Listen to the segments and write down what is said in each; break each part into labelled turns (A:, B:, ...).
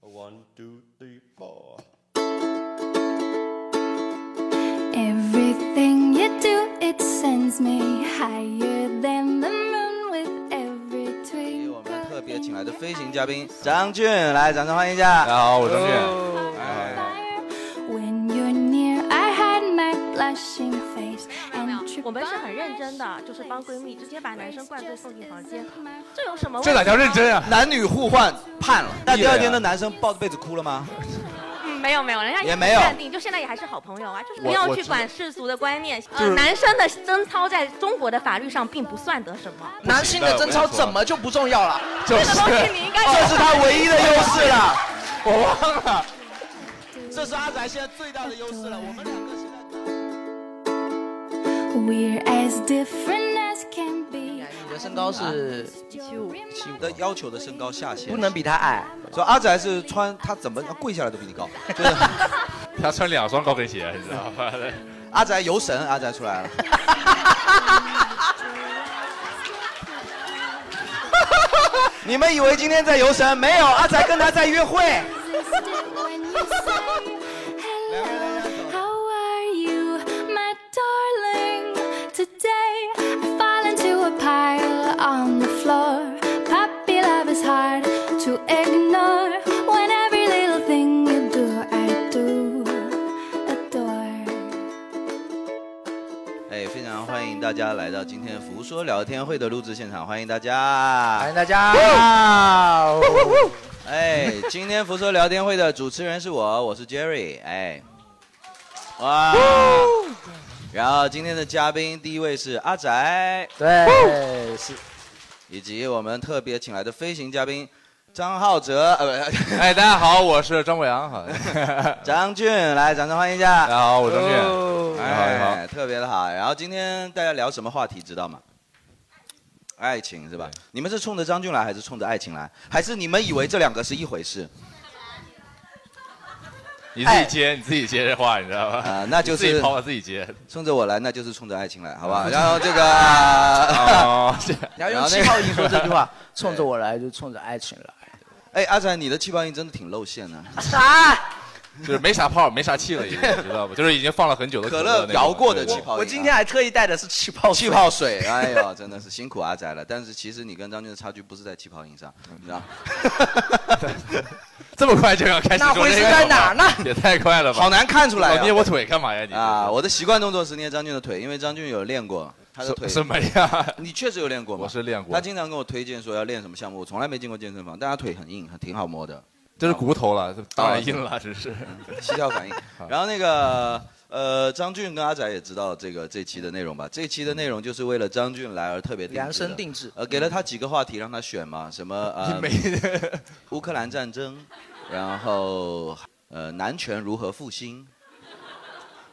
A: One, two, three, four.
B: Everything you do, it sends me higher than the moon with every
C: 给我
B: twinkle.
C: 们特别请来的飞行嘉宾张俊，来，掌声欢迎一
D: 大
C: 下。
D: 家好我是张俊
C: 哦哎
B: When you're near, I hide my blushing face.
E: 我们是很认真的，就是帮闺蜜直接把男生灌醉送进房间，这有什么？
C: 这哪叫认
D: 真啊？
C: 男女互换判了，但第二天
D: 对
C: 的男生抱着被子哭了吗？
E: 嗯，没有没有，人家
C: 也没有
E: 很淡定，就现在也还是好朋友啊，就是不
C: 我
E: 要
C: 我
E: 去
C: 知
E: 管世俗的观念。
C: 就
E: 呃，
C: 是
E: 男生的贞操在中国的法律上并不算得什么。
F: 男性的贞操怎么就不重要了？
E: 就是这个东 西你应该有
F: 这是他唯一的优势了。
C: 我忘了。
F: 这是阿宅现在最大的优势了。我们两个现在
B: We're as different as can be.
C: 你的身高是
B: 一七五，
C: 七五的要求的身高下限
F: 不能比他矮。
C: 所以阿宅是穿他怎么他跪下来都比你高，就是
D: 他穿两双高跟鞋，你知道吗？
C: 阿宅游神，阿宅出来了。你们以为今天在游神？没有，阿宅跟他在约会。
B: when you say hello, how are you, my darling? Today I fall into a pile on the floor. Puppy love is hard to ignore. When every little thing you do, I do adore.
C: 哎，非常欢迎大家来到今天福说聊天会的录制现场，欢迎大家，
F: 欢迎大家。
C: 哎，今天福说聊天会的主持人是我，我是 Jerry。哎，哇！然后今天的嘉宾第一位是阿宅，
F: 对，是，
C: 以及我们特别请来的飞行嘉宾张浩哲，呃，不，
D: 哎，大家好，我是张博洋，好，
C: 张俊，来，掌声欢迎一下。
D: 大家好我是张俊
C: 哦
D: 你好你好
C: 哎特别的好。然后今天大家聊什么话题，知道吗？爱情是吧？你们是冲着张俊来，还是冲着爱情来？还是你们以为这两个是一回事？
D: 你自己接，你自己接这话，你知道吗？
C: 啊那就是
D: 嗯你自己抛，自己接。嗯
C: 冲着我来，那就是冲着爱情来，好吧？然后这
D: 哦
C: 个，
F: 你要
C: 然
F: 用
C: 后那
F: 气
C: 个
F: 泡音说这句话，冲着我来就冲着爱情来。
C: 哎，阿仔，你的气泡音真的挺露馅的，
F: 啥？
D: 就是没啥泡，没啥气了，已经，你知道吗？就是已经放了很久的
C: 可
D: 可那
C: 乐
D: 种
C: 摇过的
D: 对
C: 气泡音啊。
F: 我今天还特意带的是气泡
C: 气泡水，哎呦，真的是辛苦阿仔了。但是其实你跟张俊的差距不是在气泡音上，你知道？
D: 这么快就要开始
F: 那
D: 说
F: 会
D: 这
F: 是
D: 个
F: 在
D: 了吗
F: 哪儿呢？
D: 也太快了吧！
C: 好难看出来
D: 老
C: 啊
D: 捏我腿干嘛呀你？
C: 啊，我的习惯动作是捏张俊的腿，因为张俊有练过他的
D: 什
C: 腿。
D: 什 么呀？
C: 你确实有练过吗？
D: 我是练过
C: 他经常跟我推荐说要练什么项目，我从来没进过健身房，但他腿很硬，还挺好摸的，
D: 这是骨头了，这当然硬了，这是。
C: 膝跳反应。然后那个呃，张俊跟阿仔也知道这个这期的内容吧？这期的内容就是为了张俊来而特别定制的
F: 量身定制。
C: 呃，给了他几个话题让他选嘛，什么 呃，
D: 没
C: 乌克兰战争，然后呃，男权如何复兴，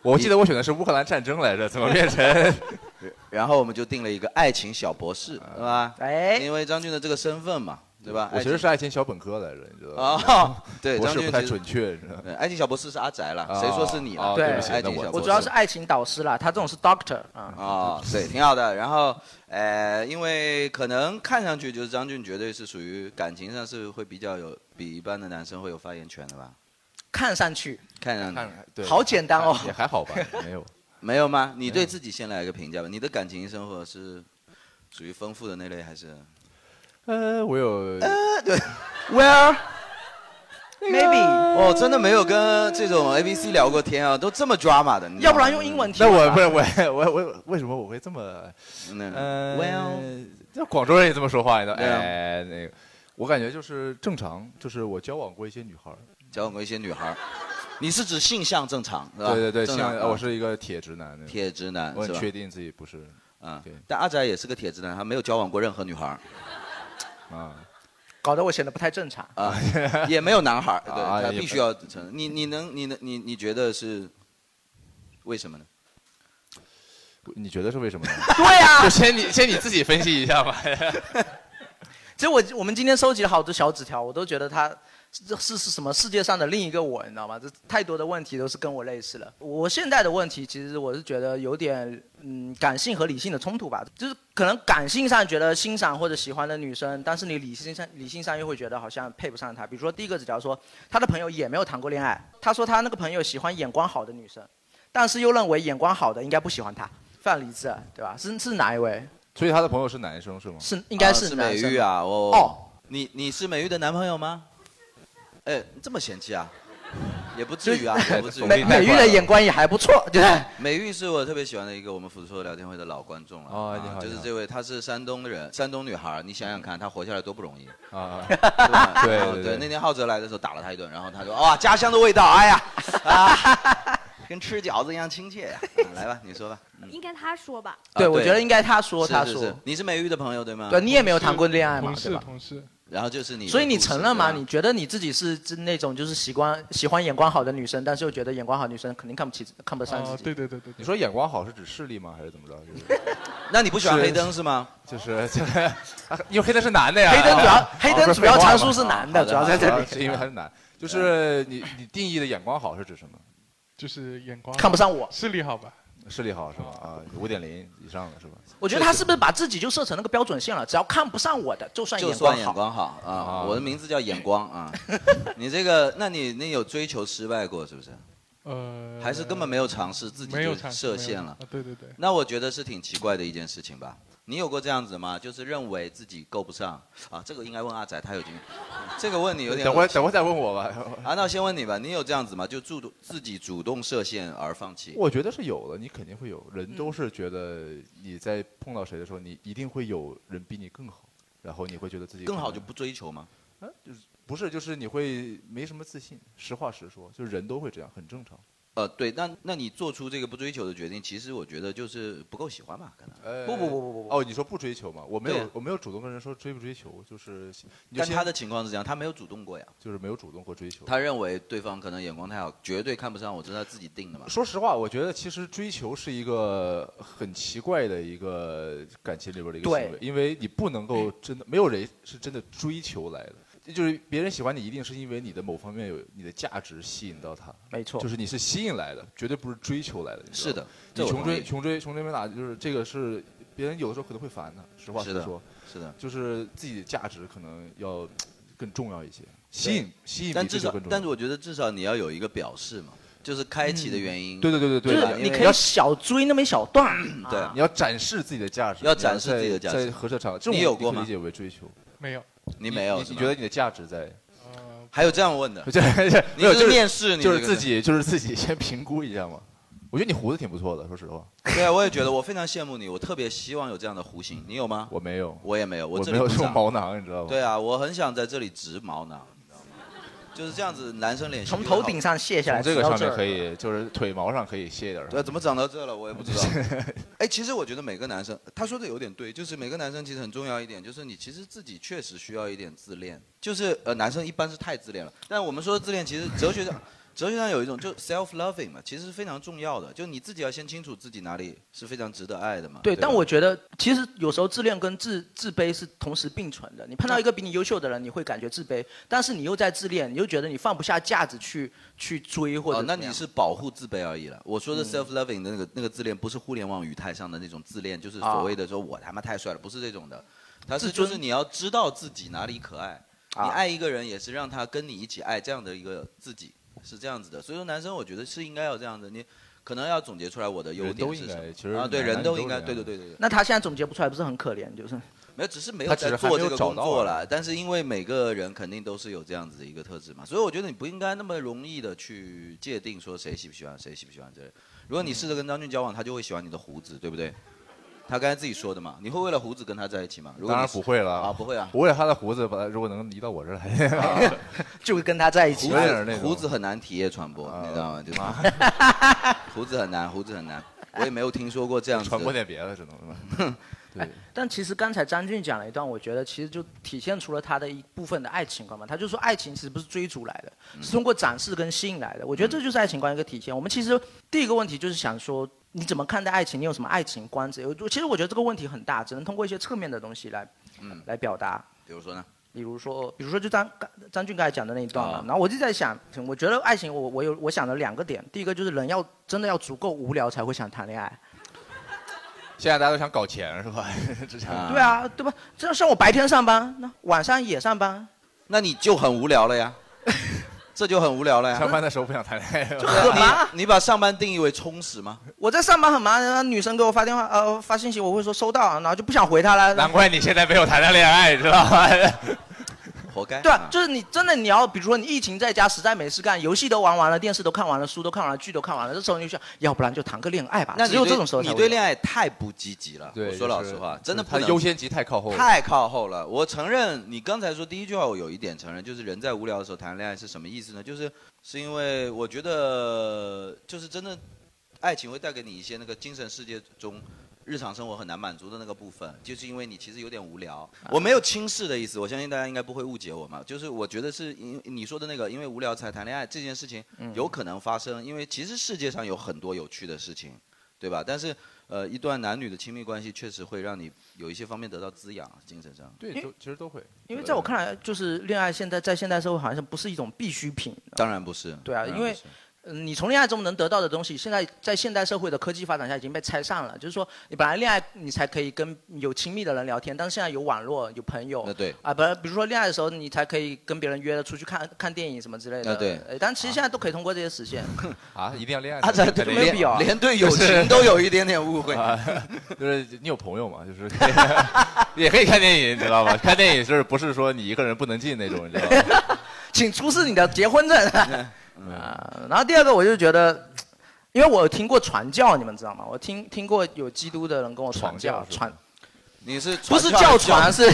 D: 我记得我选的是乌克兰战争来 着，怎么变成？
C: 然后我们就定了一个爱情小博士，对吧？啊
F: 哎，
C: 因为张俊的这个身份嘛，对吧？
D: 啊我其实是爱情小本科来着，你知道吗？
C: 啊，对，
D: 博
C: 张
D: 士
C: 俊
D: 不太
C: 其实
D: 准确，是吧？
C: 对，爱情小博士是阿宅了，
D: 啊
C: 谁说是你了？
D: 啊
F: 对不
D: 起
C: 爱情
D: 那
C: 小博士，
F: 我主要是爱情导师啦，他这种是 doctor 啊。
C: 啊，对，挺好的。然后，呃，因为可能看上去就是张俊绝对是属于感情上是会比较有比一般的男生会有发言权的吧？
F: 看上去
C: 看上去
D: 看对，
F: 好简单哦。
D: 也还好 吧，没有。
C: 没有吗？你对自己先来一个评价吧。你的感情生活是属于丰富的那类还是？
D: 呃，我有，
F: Well, maybe，
C: 哦，真的没有跟这种 A B C 聊过天啊，都这么 drama 的。你知道
F: 要
C: 吗
F: 不然用英文提
D: 那
F: 问吧。
D: 我不是我我 我为什么我会这么？
C: 嗯
D: 呃
C: ，Well，
D: 那广州人也这么说话，你知道？
C: 对啊
D: 哎，那个，我感觉就是正常，就是我交往过一些女孩儿，
C: 交往过一些女孩儿，你是指性向正常是吧？
D: 对对对，
C: 正常
D: 像呃
C: 啊
D: 我是一个铁直男，那种
C: 铁直男
D: 我
C: 是
D: 很
C: 吧？
D: 确定自己不是
C: 啊
D: 对，
C: 但阿宅也是个铁直男，他没有交往过任何女孩儿
D: 啊。
F: 搞得我显得不太正常。
C: 啊， 也没有男孩儿，对
D: 啊
C: 他
D: 也
C: 必须要承认。你你能你能你你觉得是为什么呢？
D: 你觉得是为 什么呢？
F: 对
C: 啊
F: 呀、
D: 就先你先你自己分析一下吧。
F: 其实我我们今天收集了好多小纸条，我都觉得他
G: 这是是什么世界上的另一个我，你知道吗？这太多的问题都是跟我类似了。我现在的问题，其实我是觉得有点嗯感性和理性的冲突吧，就是可能感性上觉得欣赏或者喜欢的女生，但是你理性上理性上又会觉得好像配不上她。比如说第一个，假如说他的朋友也没有谈过恋爱，他说他那个朋友喜欢眼光好的女生，但是又认为眼光好的应该不喜欢他，非常理智，对吧？是是哪一位？
D: 所以他的朋友是男生是吗？
G: 是应该
C: 啊
G: 是男
C: 美
G: 生
C: 玉啊，我
G: 哦，
C: 你你是美玉的男朋友吗？哎，你这么嫌弃啊？也不至于啊，也不至于。
G: 美美玉的眼光也还不错， 对不对？
C: 哎美玉是我特别喜欢的一个我们福州聊天会的老观众了、
D: 哦你
C: 啊
D: 好
C: 就是
D: 你好
C: 这位，她是山东人，山东女孩，你想想看，她活下来多不容易。
D: 啊，
C: 对吧
D: 对
C: 然后
D: 对
C: 对
D: 对
C: 那天浩哲来的时候打了她一顿，然后她说：“哇，家乡的味道，哎呀，啊，跟吃饺子一样亲切呀、啊来吧，你说吧。嗯
E: 应该他说吧。
C: 啊
G: 对，我觉得应该他说，
C: 是
G: 他
C: 是
G: 说
C: 是，你是美玉的朋友对吗？
G: 对，你也没有谈过恋爱嘛
H: 同，
G: 对
H: 事
G: 吧？
H: 同事，
C: 然后就是你的故事，
G: 所以你承认吗？
C: 对吧
G: 你觉得你自己是是那种就是喜欢喜欢眼光好的女生，但是又觉得眼光好的女生肯定看不起看不上
H: 哦
G: 自，己。
H: 对对对对
D: 你
H: 对，
D: 说眼光好是指视力吗？还是怎么着？
C: 那你不喜欢
D: 是
C: 黑灯是吗？
D: 就是 就是啊，因为黑灯是男的呀。
G: 黑灯主要、
D: 啊
G: 黑灯主要参数是男的，
C: 好的
G: 主要在
D: 主
G: 这
D: 要
G: 里
D: 是因为他是男。就是你你定义的眼光好是指什么？
H: 就是眼光
G: 看不上我。
H: 视力好吧？
D: 视力好是吧？啊，五点零以上的是吧？
G: 我觉得他是不是把自己就设成那个标准线了？只要看不上我的，就算
C: 就
G: 眼
C: 算
G: 好。
C: 眼光好啊
D: 啊，
C: 我的名字叫眼 光啊。你这个，那你你有追求失败过是不是？
H: 呃，
C: 还是根本没有尝试，自己
H: 没有
C: 就
H: 尝试
C: 设
H: 没有
C: 限了？
H: 啊对对对，
C: 那我觉得是挺奇怪的一件事情吧。你有过这样子吗？就是认为自己够不上啊？这个应该问阿宅，他有经验。这个问你有点
D: 等会
C: 恶
D: 儿
C: 心
D: 等会儿再问我吧。
C: 啊，那我先问你吧，你有这样子吗？就主动自己主动设限而放弃？
D: 我觉得是有的，你肯定会有。人
C: 嗯
D: 都是觉得你在碰到谁的时候，你一定会有人比你更好，然后你会觉得自己
C: 更好就
D: 不
C: 不追求吗？
D: 不是，就是你会没什么自信。实话实说，就是人都会这样，很正常。
C: 呃，对，那那你做出这个不追求的决定，其实我觉得就是不够喜欢吧，可能。
D: 呃，
G: 不不不不不不，
D: 哦，你说不追求嘛？我没
C: 对
D: 有
C: 啊，
D: 我没有主动跟人说追不追求，就是你就
C: 但
D: 先
C: 他的情况是这样，他没有主动过呀。
D: 就是没有主动过追求。
C: 他认为对方可能眼光太好，绝对看不上我，这是他自己定的嘛。
D: 说实话，我觉得其实追求是一个很奇怪的一个感情里边的一个行为，因为你不能够真的，没有人是真的追求来的，就是别人喜欢你，一定是因为你的某方面有你的价值吸引到他，
G: 没错
D: 就。是你是吸引来的，绝对不是追求来的。你知道
C: 是
D: 吗
C: 的，，这
D: 你
C: 我
D: 穷
C: 同
D: 追
C: 意。
D: 穷追穷追没打，就是这个是别人有的时候可能会烦的，实话
C: 是
D: 实
C: 的
D: 说，
C: 是的，
D: 就是自己的价值可能要更重要一些，吸引吸引
C: 但
D: 比
C: 至
D: 追求
C: 少
D: 更，重
C: 但是
D: 要。
C: 我觉得至少你要有一个表示嘛，就是开启的原因。
D: 对对对对
G: 就
D: 对，
G: 是
D: 对
G: 你
C: 因为
G: 可以小追那么一小段儿，
C: 对
G: 啊
D: 你要展示自己的价值，
C: 要
D: 你
C: 展示自己的价值
D: 在在合适场合，这种
C: 你有过
D: 可以
C: 吗
D: 理解为追求，
H: 没有，
C: 你没有
D: 你
C: 是
D: 你
C: 吗
D: 觉得你的价值在？？
H: 呃，
C: 还有这样问的
D: 这
C: 你
D: 没有，就
C: 这
D: 是
C: 面试，你
D: 就
C: 这
D: 是
C: 个
D: 自。己 就是自己先评估一下嘛。我觉得你胡子挺不错的，说实话，
C: 对啊，我也觉得，我非常羡慕你，我特别希望有这样的弧形，你有吗？
D: 我没有，
C: 我也没有，
D: 我
C: 这
D: 没有
C: 里不
D: 这种
C: 长
D: 毛囊，你知道吗？
C: 对啊，我很想在这里植毛囊，你知道吗？就是这样子，男生脸型
G: 从
C: 就好
G: 头顶。上卸下来，
D: 从这个
G: 直到
D: 上面
G: 儿
D: 可以，就是腿毛上可以卸一点儿。
C: 对，怎么长到这了？我也不知道。 哎，其实我觉得每个男生，他说的有点对，就是每个男生其实很重要一点，就是你其实自己确实需要一点自恋。就是呃，男生一般是太自恋了，但我们说的自恋，其实哲学上， 哲学上有一种就 self loving 嘛，其实是非常重要的，就你自己要先清楚自己哪里是非常值得爱的嘛。
G: 对，
C: 吧
G: 但我觉得其实有时候自恋跟自自卑是同时并存的。你碰到一个比你优秀的人，你会感觉自卑，但是你又在自恋，你又觉得你放不下架子去去追或者
C: 哦，
G: 怎么
C: 那
G: 样、
C: 你是保护自卑而已了。我说
D: 嗯
C: 的 self loving 的那个那个自恋，不是互联网语态上的那种自恋，就是所
D: 啊
C: 谓的说我他妈太帅了，不是这种的。他是
G: 自
C: 就
G: 尊
C: 是你要知道自己哪里可爱，
G: 啊
C: 你爱一个人也是让他跟你一起爱这样的一个自己，是这样子的。所以说男生我觉得是应该要这样子，你可能要总结出来我的优
D: 人都
C: 点是
D: 应
C: 什么
D: 该，其实
C: 啊？对，
D: 男
C: 人
D: 男
C: 都
D: 女
C: 应该，
D: 这
C: 对对
D: 样。
C: 对对对。
G: 那他现在总结不出来，不是很可怜？就是
C: 没有，只是没有
D: 他只
C: 在
D: 是还
C: 做
D: 没
C: 这
D: 有
C: 个
D: 找
C: 工
D: 到啊
C: 作
D: 而已
C: 了。但是因为每个人肯定都是有这样子的一个特质嘛，所以我觉得你不应该那么容易的去界定说谁喜不喜欢谁喜不喜欢这类。如果你试着跟张俊交往，他就会喜欢你的胡子，对不对？他刚才自己说的嘛，你会为了胡子跟他在一起吗？如果
D: 当然
C: 你
D: 不会了
C: 啊，不会啊。
D: 我为了他的胡子，把他如果能移到我这儿来，
G: 就会跟他在一起
C: 胡
D: 有点儿
C: 子
D: 那种
C: 胡子很难体液传播，
D: 啊
C: 你知道吗？就是 胡子很难，胡子很难。我也没有听说过这样子
D: 传播
C: 的。
D: 点别的，只能是吧？
G: 但其实刚才张俊讲了一段，我觉得其实就体现出了他的一部分的爱情观嘛。他就说爱情其实不是追逐来的，是通过展示跟吸引来的。我觉得这就是爱情观一个体现。我们其实第一个问题就是想说，你怎么看待爱情？你有什么爱情观之类的？我其实我觉得这个问题很大，只能通过一些侧面的东西来，
C: 嗯
G: 来表达。
C: 比如说呢？
G: 比如说，比如说就张张俊刚才讲的那一段嘛，然后我就在想，我觉得爱情我，我有我想了两个点，第一个就是人要真的要足够无聊才会想谈恋爱，
D: 现在大家都想搞钱是吧？ 之前
G: 对，啊，对吧？这像我白天上班，那晚上也上班，
C: 那你就很无聊 了呀，这就很无聊了呀。
D: 上班的时候不想谈恋爱，
C: 就很忙。你把上班定义为充实吗？
G: 我在上班很忙，然后女生给我发电话呃发信息，我会说收到，然后就不想回她了。
D: 难怪你现在没有谈上恋爱，知道吗？
C: 活该。
G: 对啊，就是你真的你要，比如说你疫情在家实在没事干，游戏都玩完了，电视都看完了，书都看完了，剧都看完了，这时候你就想，要不然就谈个恋爱吧。
C: 那你
G: 只有
C: 对
G: 这种时候才
C: 你
G: 会
C: 对
G: 有
C: 恋爱太不积极了。
D: 对
C: 我说
D: 就
C: 老
D: 是
C: 实话，
D: 就
C: 真的
D: 是
C: 不
D: 他
C: 能
D: 优先级太靠后了
C: 太靠后了。我承认，你刚才说第一句话，我有一点承认，就是人在无聊的时候谈恋爱是什么意思呢？就是是因为我觉得，就是真的，爱情会带给你一些那个精神世界中。日常生活很难满足的那个部分，就是因为你其实有点无聊。我没有轻视的意思，我相信大家应该不会误解我嘛。就是我觉得是因你说的那个，因为无聊才谈恋爱这件事情
G: 嗯
C: 有可能发生，因为其实世界上有很多有趣的事情。对吧？但是，呃，一段男女的亲密关系确实会让你有一些方面得到滋养，啊精神上。
D: 对，都其实都会。
G: 因为在我看来，就是恋爱现在在现代社会好像不是一种必需品。
C: 当然不是。
G: 对啊，
C: 当然
G: 因为
C: 不是
G: 嗯、你从恋爱中能得到的东西，现在在现代社会的科技发展下已经被拆散了。就是说，你本来恋爱你才可以跟有亲密的人聊天，但是现在有网络、有朋友。
C: 呃对
G: 啊，本来比如说恋爱的时候，你才可以跟别人约出去看看电影什么之类的。
C: 呃对
G: 呃但其实现在都可以通过这些实 现。
D: 啊，一定要恋爱才
G: 啊这
D: 能谈
G: 这
D: 恋
G: 没
D: 爱。
G: 有必要
C: 连对友 情都有一点点误会。
D: 啊，就是你有朋友嘛，就是也可以 看电影，你知道吧？看电影是不是说你一个人不能进那种，你知道吧？
G: 请出示你的结婚证。 啊，然后第二个我就觉得，因为我有听过传教，你们知道吗？我听听过有基督的人跟我传教，传
C: 你是
G: 不是
C: 传教嗯
G: 教传是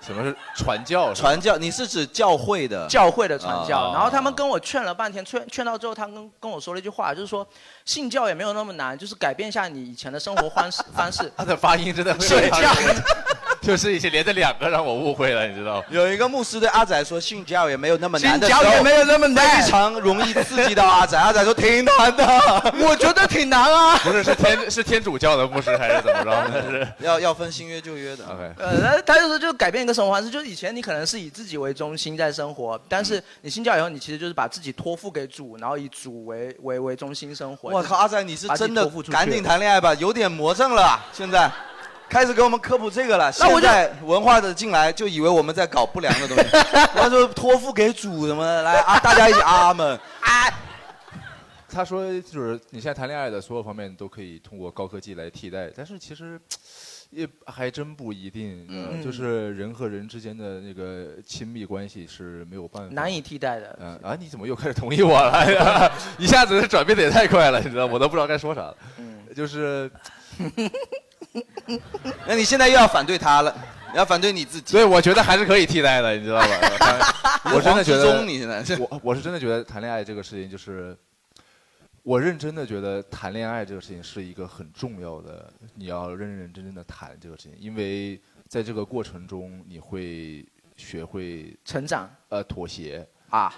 D: 什么是传教？
C: 传教，你是指教会的？
G: 教会的传
C: 哦
G: 教。然后他们跟我劝了半天，劝劝到最后，他跟跟我说了一句话，就是说信教也没有那么难，就是改变一下你以前的生活方式 方式。
D: 他的发音真的会
G: 信
D: 让
G: 教
D: 人， 就是一些连着两个让我误会了，你知道 吗？
C: 有一个牧师对阿仔说：“信教也没有那么难
G: 信
C: 的
G: 教也没有那么难
C: 非，常容易刺激到阿仔。阿仔说：“挺难的，
G: 我觉得挺难啊。
D: 不是，是天是天主教的牧师还是怎么着？那是
C: 要要分新约旧约的。
D: OK。
G: 呃，他他就说就改变一个生活方式，就是以前你可能是以自己为中心在生活，但是你信教以后，你其实就是把自己托付给主，然后以主为为为中心生活。
C: 我靠，阿仔，你是
G: 把自己
C: 真的
G: 托付出去
C: 赶紧谈恋爱吧，有点魔怔了，现在。开始给我们科普这个了，
G: 那我
C: 现
G: 就
C: 在文化的进来就以为我们在搞不良的东西，他说托付给主什么的，来啊，大家一起啊们，
D: 他说，就是你现在谈恋爱的所有方面都可以通过高科技来替代，但是其实也还真不一定，
C: 嗯
D: 呃就是人和人之间的那个亲密关系是没有办法
G: 难以。替代的。
D: 嗯啊，你怎么又开始同意我了 呀？一下子转变的也太快了，你知道，我都不知道该说啥了。
G: 嗯
D: 就是，
C: 那你现在又要反对他了，你要反对你自己，
D: 所以我觉得还是可以替代的，你知道 吧？我真的觉
C: 黄
D: 得
C: 执中，你现在是
D: 我我是真的觉得谈恋爱这个事情，就是我认真的觉得谈恋爱这个事情是一个很重要的，你要认认真真的谈这个事情，因为在这个过程中你会学会
G: 成长
D: 呃妥协。
G: 啊，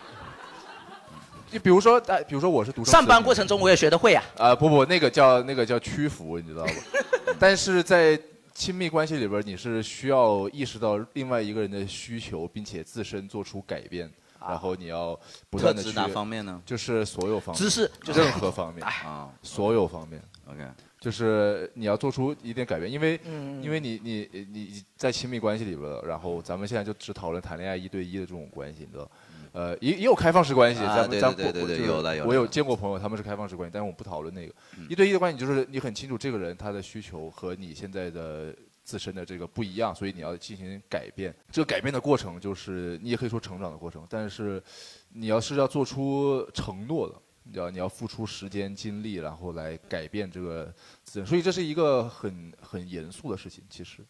D: 就比如说，呃，比如说我是独生子
G: 上
D: 女
G: 班过程中我也学得会啊。
D: 啊、不不，那个叫那个叫屈服，你知道吧？ 但是在亲密关系里边儿，你是需要意识到另外一个人的需求，并且自身做出改变，然后你要不
C: 啊特
D: 断的去
C: 指哪方面呢？
D: 就是所有方面，
G: 知识就是
D: 任何方面，
C: 啊
D: 所有方面，
C: ，OK，
D: 就是你要做出一点改变，因为、
G: 嗯
D: 因为你你你你在亲密关系里边儿，然后咱们现在就只讨论谈恋爱一对一的这种关系，你知道。呃，也也有开放式关系，
C: 嗯啊
D: 咱们
C: 对
D: 咱
C: 对
D: 不
C: 对对
D: 就是
C: 有的有的
D: 我有见过朋友，他们是开放式关系，但是我们不讨论那个。一对一的关系就是你很清楚这个人他的需求和你现在的自身的这个不一样，所以你要进行改变。这个改变的过程就是你也可以说成长的过程，但是你要是要做出承诺的，你要你要付出时间精力，然后来改变这个自身，所以这是一个很很严肃的事情，其实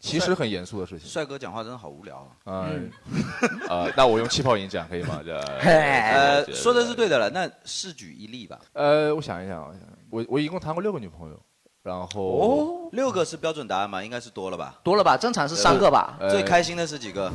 D: 其实很严肃的事情。
C: 帅哥讲话真的好无聊啊。
D: 啊、 呃，那我用气泡音讲可以吗？ 这
C: 呃，说的是对的了，那试举一例吧。
D: 呃，我想一想，我想一想我我一共谈过六个女朋友，然后
G: 哦，
C: 六个是标准答案吗？应该是多了吧？
G: 多了吧？正常是三个吧？
D: 呃
C: 最开心的是几个？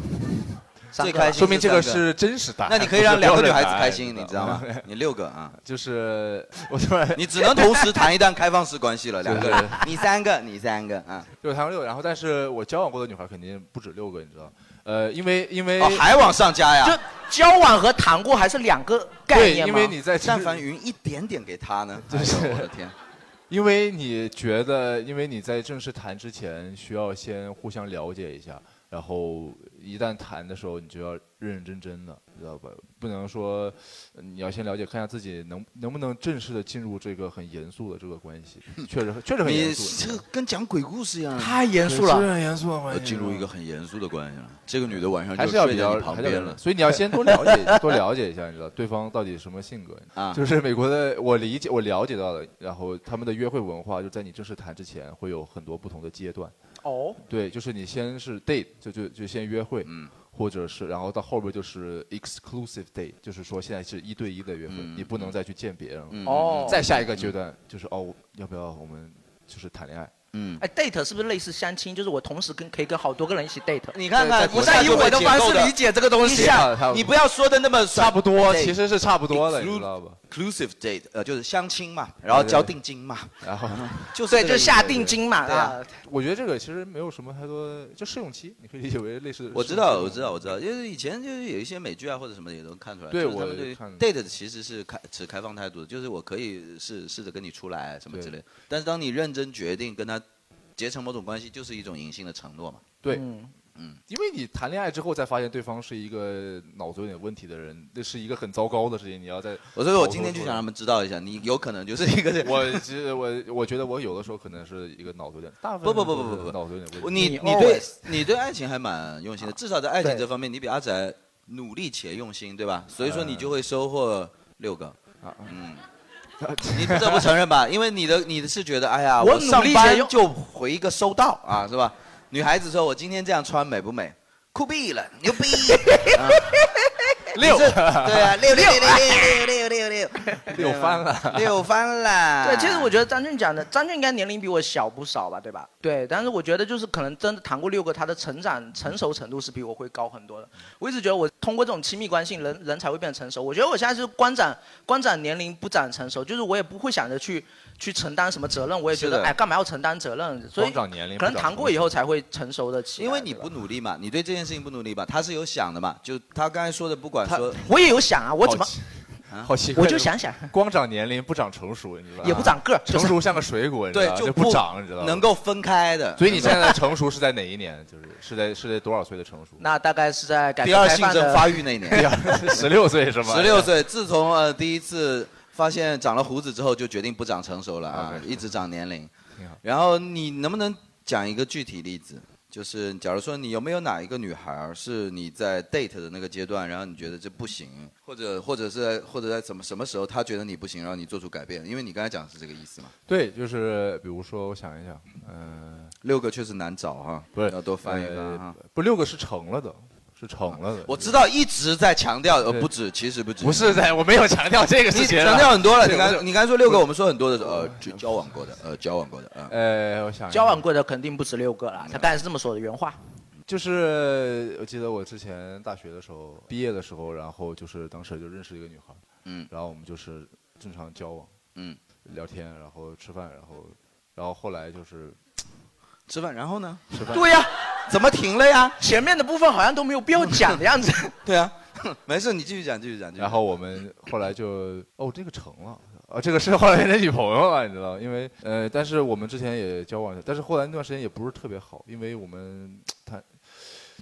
G: 三
C: 最
G: 个
C: 开心
D: 说明这个
C: 三
D: 是真实答案。
C: 那你可以让两个女孩子
D: 不是标准答案
C: 开心，你知道吗？你六个啊，
D: 就是 我突然，
C: 你只能同时谈一段开放式关系 了，两个人
D: 对，
C: 你三个，你三个啊，
D: 就是谈过六个，然后但是我交往过的女孩肯定不止六个，你知道？呃，因为因为、
C: 哦还往上加呀
G: 就交往和谈过还是两个概
D: 对，
G: 念
D: 因
G: 吗
D: 为你在
C: 但凡云一点点给他呢，
D: 就
C: 哎
D: 是
C: 呦我的天，
D: 因为你觉得，因为你在正式谈之前，需要先互相了解一下，然后一旦谈的时候，你就要认认真真的，知道吧？不能说呃你要先了解，看一下自己能能不能正式的进入这个很严肃的这个关系，确实确实很严
C: 你
D: 肃。
C: 这跟讲鬼故事一样，
D: 太严肃了对是很严肃啊哎的关系
C: 要进入一个很严肃的关系了。这个女的晚上
D: 还
C: 啊就是
D: 要
C: 睡
D: 比
C: 在
D: 较
C: 你，旁
D: 还是要
C: 边
D: 比较
C: 了，
D: 所以你要先多了解， 多了解一下，你知道对方到底什么性格
C: 啊
D: 就是美国的，我理解，我了解到的，然后他们的约会文化，就在你正式谈之前，会有很多不同的阶段。
G: 哦，
D: 对，就是你先是 date，就就就先约会，
C: 嗯
D: 或者是然后到后边就是 exclusive date，就是说现在是一对一的约会，
C: 嗯
D: 你不能再去见别人了。
G: 嗯哦
D: 再下一个阶段就是哦，我要不要我们就是谈恋爱？
C: 嗯，
G: 哎，date 是不是类似相亲？就是我同时跟可以跟好多个人一起 date。
C: 你看看
G: 我在以我的方式理解这个东西。
C: 你不要说的那么
D: 差不多，其实是差不
C: 不
D: 多的，你知道吧？
C: ？Inclusive date，呃，就是相亲嘛，然后交
D: 对
C: 定金嘛，
D: 然后
C: 就是
G: 对，
C: 这
G: 就
C: 个意
G: 下
C: 思
G: 定金嘛。
C: 对啊
G: 啊，
D: 我觉得这个其实没有什么太多，就试用期，你可以理解为类似。
C: 我知道，我知道，我知道，因为以前就是有一些美剧啊或者什么也能看出来，
D: 对
C: 就是他
D: 我
C: 们对于
D: 看
C: date 其实是开持开放态度的，就是我可以试试着跟你出来什么之类的。但是当你认真决定跟他结成某种关系，就是一种隐性的承诺嘛。
D: 对，
C: 嗯，
D: 因为你谈恋爱之后才发现对方是一个脑子有点问题的人，这是一个很糟糕的事情。你要在，
C: 我所以我今天就想让他们知道一下，你有可能就是一个
D: 我其实我我觉得我有的时候可能是一个脑子有点大部分
C: 不不不
D: 人都
C: 不不
D: 是
C: 不，
D: 脑子有点问题。
C: 你你
G: 哦
C: 对你对爱情还蛮用心的，至少在爱情这方面，你比阿宅努力且用心，对吧？所以说你就会收获六个。嗯，你不得不承认吧？因为你的你是觉得，哎呀，
G: 我努
C: 上
G: 力且
C: 班
G: 用
C: 就回一个收到啊，是吧？女孩子说我今天这样穿美不美？酷毙了，牛逼！啊
D: 六
C: 你是对啊，六六六六六六六六
D: 六翻了，
C: 六翻啦！
G: 对，其实我觉得张俊讲的，张俊应该年龄比我小不少吧，对吧？对，但是我觉得就是可能真的谈过六个，他的成长成熟程度是比我会高很多的。我一直觉得我通过这种亲密关系，人人才会变成熟。我觉得我现在是光长光长年龄不长成熟，就是我也不会想着去去承担什么责任，我也觉
C: 是
G: 得
C: 的
G: 哎干嘛要承担责任？所以
C: 光长年龄
G: 可能
C: 不长
G: 谈过以后才会成熟的起来。
C: 因为你不努力嘛，你对这件事情不努力吧？他是有想的嘛，就他刚才说的，不管说
G: 我也有想啊，我怎么
D: 好奇好奇怪，
G: 我就想想，
D: 啊 光长年龄不长成熟，你知道吗？
G: 也不长个儿
D: 成熟像个水果，你知
C: 对
D: 道，吗
C: 就
D: 就不长，你知道吗？
C: 能。够分开的。
D: 所以你现在的成熟是在哪一年？就是是在是在多少岁的成熟？
G: 那大概是在改革
C: 第二
G: 开
C: 性
G: 放
C: 征
G: 的
C: 发育那 一 年，
D: 十六岁是吗？
C: 十六岁，自从呃第一次发现长了胡子之后，就决定不长成熟了啊，一直长年龄
D: 挺好。
C: 然后你能不能讲一个具体例子？就是假如说你有没有哪一个女孩儿是你在 date 的那个阶段，然后你觉得这不行，或者或者是在或者在怎么什么时候她觉得你不行，然后你做出改变？因为你刚才讲的是这个意思嘛。
D: 对，就是比如说，我想一想，嗯、
C: 六个确实难找哈，
D: 不是
C: 要多翻一翻
D: 呃
C: 哈。
D: 不六个是成了的，是成了的。
C: 我知道一直在强调，呃，不止，其实不止，
D: 不是在，我没有强调这个事
C: 你
D: 情，啊
C: 强调很 多了。
D: 对
C: 你
D: 我
C: 刚你刚才说六个，我们说很多的时候，呃，就交往过的，呃，交往过的，啊，
D: 呃，我想一
G: 交
D: 想
G: 往过的肯定不止六个啦。
C: 嗯
G: 他刚才是这么说的原话。
D: 就是我记得我之前大学的时候，毕业的时候，然后就是当时就认识一个女孩，
C: 嗯
D: 然后我们就是正常交往，
C: 嗯，
D: 聊天，然后吃饭，然后，然后后来就是
C: 吃饭，然后呢？
D: 吃饭，
G: 对呀、
C: 怎么停了呀？
G: 前面的部分好像都没有必要讲的样子。
C: 对啊，没事，你继续讲，继续讲，继续讲
D: 然后我们后来就哦，这个成了。啊，这个是后来的女朋友了，你知道吗？因为呃，但是我们之前也交往，但是后来那段时间也不是特别好，因为我们谈，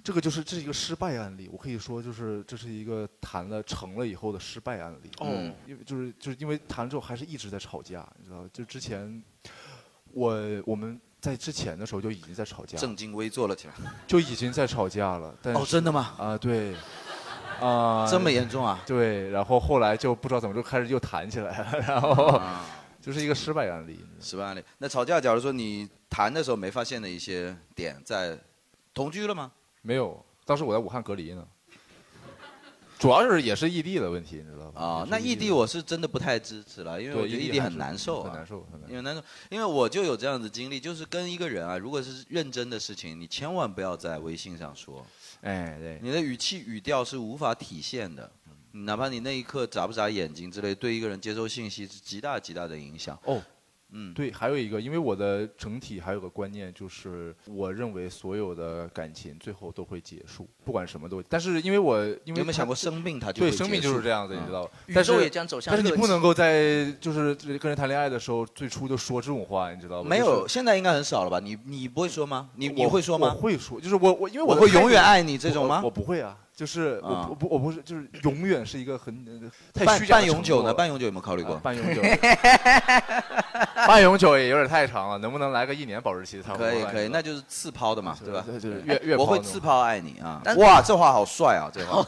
D: 这个就是这是一个失败案例，我可以说就是这是一个谈了成了以后的失败案例。
G: 哦
D: 嗯因为就是就是因为谈了之后还是一直在吵架，你知道吗，就之前我我们在之前的时候就已经在吵架，
C: 正襟危坐了起来。
D: 就已经在吵架了，但是
C: 哦，真的吗？
D: 啊、对，啊、
C: 这么严重啊？
D: 对，然后后来就不知道怎么就开始又谈起来了， 然后就是一个失败案例。
C: 啊失败案例。那吵架，假如说你谈的时候没发现的一些点，在同居了吗？
D: 没有，当时我在武汉隔离呢，主要是也是异地的问题，你知道吧？
C: 啊，那异地我是真的不太支持了，因为
D: 对
C: 我觉得
D: 异地
C: 异地
D: 还
C: 很
D: 是
C: 难受、啊，
D: 很难受嗯很难
C: 因为难受，因为我就有这样的经历，就是跟一个人啊，如果是认真的事情，你千万不要在微信上说，
D: 哎，对，
C: 你的语气语调是无法体现的，嗯哪怕你那一刻眨不眨眼睛之类，对一个人接收信息是极大极大的影响。
D: 哦，
C: 嗯，
D: 对，还有一个，因为我的整体还有个观念，就是我认为所有的感情最后都会结束，不管什么都。但是因为我因为
C: 你有没有
D: 它
C: 想过生命它就
D: 对
C: 会
D: 生命
C: 结
D: 就是
C: 束
D: 这样子，你
C: 嗯
D: 知道吧？
G: 宇
D: 但是
G: 宙也将走向
D: 但是你
G: 热
D: 不
G: 情
D: 能够在就是跟人谈恋爱的时候最初就说这种话，你知道吗？
C: 没
D: 就是
C: 有，现在应该很少了吧？你你不会说吗？你你
D: 我
C: 会说吗？
D: 我会说，就是我我因为我
C: 我
D: 的
C: 会
D: 态度
C: 永远爱你这种吗
D: 我我不会啊，就是我
C: 啊
D: 不我不我不是就是永远是一个很呃太
C: 半
D: 虚假的
C: 半永久呢？
D: 承诺
C: 半永久有没有考虑过？
D: 啊半永久，半永久也有点太长了，能不能来个一年保质期差不多吧？
C: 可以可以，
D: 你知道吗
C: 那就是次抛的嘛，对吧？
D: 对对月月
C: 我
D: 抛
C: 会
D: 那种
C: 次抛爱你 啊
G: 但！是
C: 哇，这话好帅啊！这话，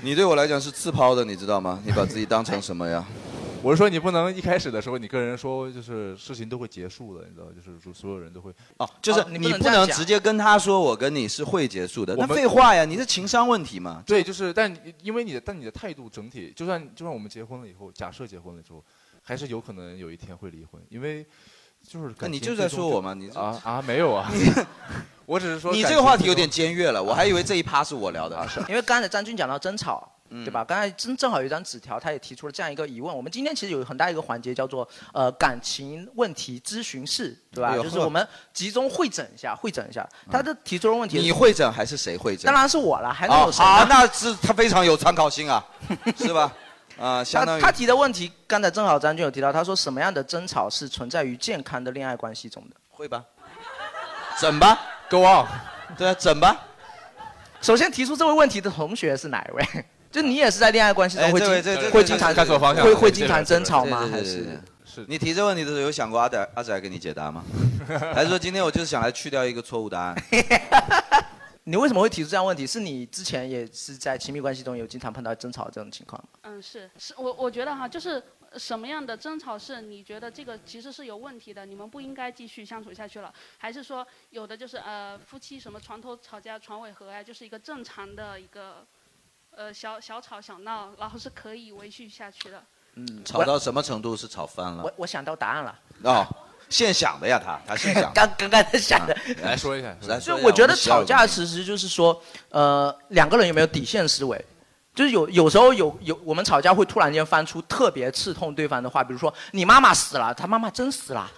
C: 你对我来讲是次抛的，你知道吗？你把自己当成什么呀？
D: 我是说你不能一开始的时候你跟人说就是事情都会结束的，你知道，就是说所有人都会
C: 哦，就是
G: 哦你不
C: 你
G: 能
C: 不
G: 这样
C: 能
G: 讲
C: 直接跟他说我跟你是会结束的，
D: 我
C: 那
D: 们
C: 废话呀，你是情商问题嘛？
D: 对，就是但你因为你的但你的态度整体，就算就算我们结婚了以后，假设结婚了之后，还是有可能有一天会离婚，因为就是
C: 那
D: 感
C: 你
D: 情
C: 就在
D: 最
C: 说
D: 终
C: 我嘛？你这
D: 啊啊没有啊， 我只是说
C: 你
D: 感
C: 这个
D: 情啊
C: 话
D: 最
C: 题有
D: 终
C: 点尖锐了，我还以为这一趴 是嗯我聊的。
G: 因为刚才张军讲到争吵，对吧？刚才正正好有一张纸条，他也提出了这样一个疑问。我们今天其实有很大一个环节叫做呃感情问题咨询室，对吧？
C: 哎呦嗯
G: 就是我们集中会诊一下，会诊一下。他的提出的问题，
C: 你会诊还是谁会诊
G: 当？然是我了，还能
C: 哦，
G: 有谁呢？
C: 好，那是他非常有参考性啊，是吧？啊，相当
G: 他
C: 于
G: 他提的问题，刚才正好张军有提到，他说什么样的争吵是存在于健康的恋爱关系中的？
C: 会吧？整吧，
D: go on。
C: 对啊，整吧。
G: 首先提出这位问题的同学是哪一位？ 就你也是在恋爱关系中
C: 哎
G: 会
C: 这位这
G: 经
C: 这
G: 会
C: 这
G: 经
C: 这
G: 常
C: 看错
D: 方向
G: 会
D: 了
G: 会
D: 这
G: 经
D: 位
G: 常
D: 这位
G: 争吵
C: 对
G: 吗？还
C: 对对对
G: 是
C: 对
D: 是
C: 你提这问题的时候有想过阿仔阿仔给你解 答吗？还是说今天我就是想来去掉一个错误答 案？
G: 你为什么会提出这样的问题？是你之前也是在亲密关系中有经常碰到争吵这种情况吗？
I: 嗯，是是，我我觉得哈，就是什么样的争吵是你觉得这个其实是有问题的，你们不应该继续相处下去了，还是说有的就是呃夫妻什么床头吵架床尾和呀，就是一个正常的一个呃小小吵小闹，然后是可以维系下去的。
G: 嗯，
C: 吵到什么程度是吵翻了
G: 我？我想到答案了，
C: 哦，现想的呀，他他现想的。
G: 刚刚刚才想的，
C: 啊
D: 来说一下，
C: 来
G: 就
C: 说一下
G: 我觉得
C: 们需要
G: 吵
C: 有
G: 架
C: 个
G: 其实就是说，呃，两个人有没有底线思维？就是有有时候有有我们吵架会突然间翻出特别刺痛对方的话，比如说你妈妈死了，他妈妈真死了，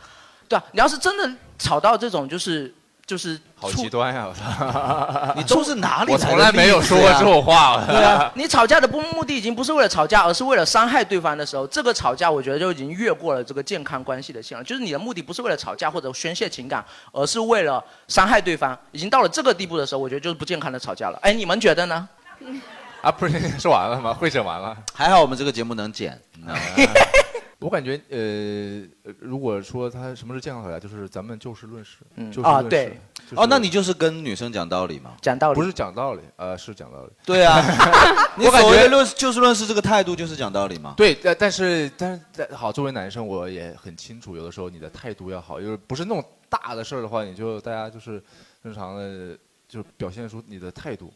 G: 对吧、你要是真的吵到这种就是就是
D: 好
G: 触
D: 极端呀！我 操，
C: 你都是哪里？
D: 我从来没有说过这。种话。
G: 对啊，你吵架的不目的已经不是为了吵架，而是为了伤害对方的时候，这个吵架我觉得就已经越过了这个健康关系的线了。就是你的目的不是为了吵架或者宣泄情感，而是为了伤害对方，已经到了这个地步的时候，我觉得就是不健康的吵架了。哎，你们觉得呢？
D: 啊，不是 说完了吗？会诊完了。嗯
C: 还好我们这个节目能剪，啊你知道吗
D: 我感觉呃，如果说他什么是健康吵架，就是咱们就事论事，
G: 嗯
D: 就事
G: 啊
D: 论事
G: 对。
D: 就是
C: 哦，那你就是跟女生讲道理嘛？
G: 讲道理，
D: 不是讲道理，呃，是讲道理。
C: 对啊， 你
D: 我感
C: 所谓
D: 觉
C: 论就事论事这个态度就是讲道理嘛。
D: 对，但但是但是但好，作为男生我也很清楚，有的时候你的态度要好，就是不是那种大的事儿的话，你就大家就是正常的，就是表现出你的态度。